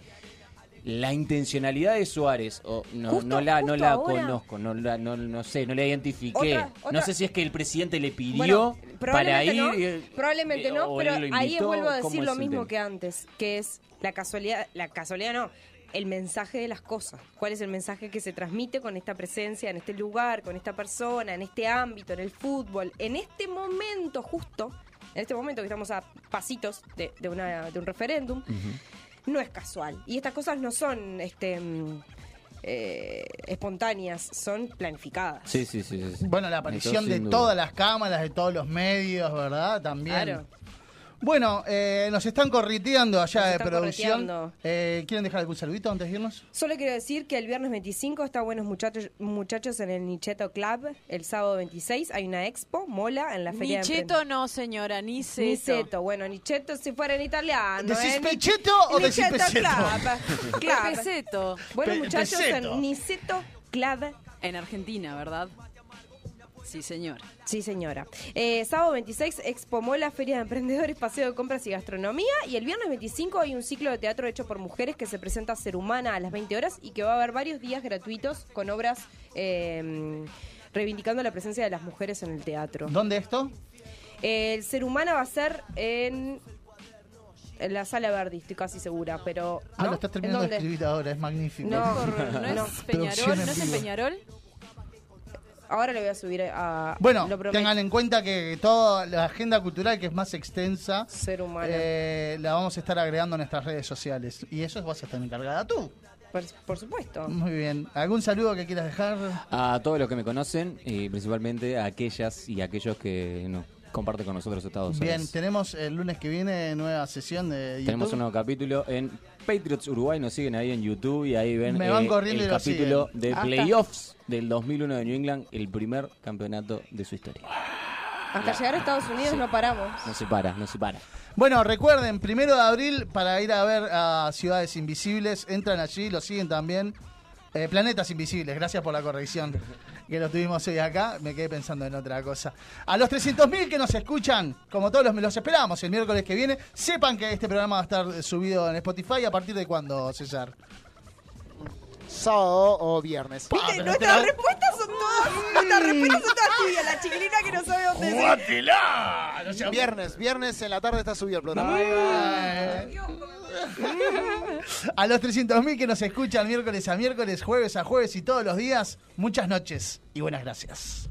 Speaker 4: La intencionalidad de Suárez, o no,
Speaker 3: Justo-
Speaker 4: no la, no
Speaker 3: justo
Speaker 4: la
Speaker 3: ahora-
Speaker 4: conozco, no, la- no, no sé, no la identifiqué.
Speaker 3: Otra-
Speaker 4: No
Speaker 3: otra-
Speaker 4: sé si es que el presidente le pidió
Speaker 3: Bueno,
Speaker 4: para
Speaker 3: probablemente
Speaker 4: ir.
Speaker 3: no,
Speaker 4: eh,
Speaker 3: probablemente
Speaker 4: eh,
Speaker 3: no,
Speaker 4: o él
Speaker 3: pero
Speaker 4: lo
Speaker 3: ahí
Speaker 4: invitó,
Speaker 3: vuelvo a
Speaker 4: ¿cómo
Speaker 3: decir
Speaker 4: es
Speaker 3: lo
Speaker 4: el
Speaker 3: mismo
Speaker 4: tema?
Speaker 3: que antes, que es la casualidad, la casualidad no, el mensaje de las cosas. ¿Cuál es el mensaje que se transmite con esta presencia en este lugar, con esta persona, en este ámbito, en el fútbol, en este momento justo, en este momento que estamos a pasitos de, de una, de un referéndum? no es casual. Y estas cosas no son este, mm, eh, espontáneas, son planificadas.
Speaker 4: Sí, sí, sí, sí, sí.
Speaker 2: Bueno, la aparición
Speaker 4: Entonces,
Speaker 2: de
Speaker 4: sin duda.
Speaker 2: todas las cámaras, de todos los medios, ¿verdad? También.
Speaker 3: Claro.
Speaker 2: Bueno, eh, nos están correteando allá
Speaker 3: Nos
Speaker 2: de
Speaker 3: están
Speaker 2: producción.
Speaker 3: correteando.
Speaker 2: Eh, ¿Quieren dejar algún saludito antes de irnos?
Speaker 3: Solo quiero decir que el viernes 25 está Buenos Muchachos, muchachos en el Nicheto Club. El sábado 26 hay una expo, mola, en la feria
Speaker 5: Nicheto no, señora, ni
Speaker 3: de Nicheto, bueno, Nicheto si fuera en italiano.
Speaker 5: ¿Decís
Speaker 3: ¿eh?
Speaker 5: pecheto o decís
Speaker 3: Nicheto
Speaker 5: peseto?
Speaker 3: Club. Club.
Speaker 5: Peseto.
Speaker 3: Buenos
Speaker 5: Pe-
Speaker 3: muchachos
Speaker 5: peseto.
Speaker 3: en Niceto Club.
Speaker 5: En Argentina, ¿verdad? Sí, señor.
Speaker 3: Sí, señora. Eh, sábado 26, Expo Mola, Feria de Emprendedores, Paseo de Compras y Gastronomía. Y el viernes 25 hay un ciclo de teatro hecho por mujeres que se presenta a Ser Humana a las 20 horas y que va a haber varios días gratuitos con obras eh, reivindicando la presencia de las mujeres en el teatro.
Speaker 2: ¿Dónde esto?
Speaker 3: El Ser Humana va a ser en, en la Sala Verdi, estoy casi segura, pero...
Speaker 2: Ah,
Speaker 3: ¿no?
Speaker 2: lo estás terminando
Speaker 3: ¿En
Speaker 2: de
Speaker 3: dónde?
Speaker 2: escribir ahora, es magnífico.
Speaker 3: No,
Speaker 5: ¿No es Peñarol?
Speaker 2: Producción en
Speaker 5: ¿No es en
Speaker 2: vivo.
Speaker 5: Peñarol?
Speaker 3: Ahora le voy a subir a...
Speaker 2: Bueno,
Speaker 3: lo prometo.
Speaker 2: tengan en cuenta que toda la agenda cultural que es más extensa,
Speaker 3: Ser humano.
Speaker 2: eh, la vamos a estar agregando en nuestras redes sociales. Y eso vas a estar encargada tú.
Speaker 3: Por, supuesto.
Speaker 2: Muy bien. ¿Algún saludo que quieras dejar?
Speaker 4: A todos los que me conocen y principalmente a aquellas y aquellos que no, comparten con nosotros Estados
Speaker 2: Bien,
Speaker 4: Unidos.
Speaker 2: tenemos el lunes que viene nueva sesión de YouTube.
Speaker 4: Tenemos un nuevo capítulo en Patriots Uruguay, nos siguen ahí en YouTube y ahí ven eh,
Speaker 2: Me van corriendo y
Speaker 4: el
Speaker 2: lo
Speaker 4: capítulo
Speaker 2: siguen.
Speaker 4: de
Speaker 2: Hasta-
Speaker 4: playoffs del 2001 de New England, el primer campeonato de su historia.
Speaker 3: Hasta llegar a Estados Unidos no paramos.
Speaker 4: No se para, no se para.
Speaker 2: Bueno, recuerden, primero de abril para ir a ver a Ciudades Invisibles, entran allí, lo siguen también. Eh, Planetas Invisibles, gracias por la corrección que lo tuvimos hoy acá, me quedé pensando en otra cosa. A los 300.000 que nos escuchan, como todos los, los esperamos el miércoles que viene, sepan que este programa va a estar eh, subido en Spotify a partir de cuándo, César.
Speaker 7: Sábado o viernes.
Speaker 2: Viste,
Speaker 3: Nuestras respuestas son todas. Nuestras respuestas son todas tibias. La chiquilina que no sabe dónde decir.
Speaker 7: Viernes, viernes en la tarde está subido el programa.
Speaker 2: A los 300.000 que nos escuchan miércoles a miércoles, jueves a jueves y todos los días, muchas noches y buenas gracias.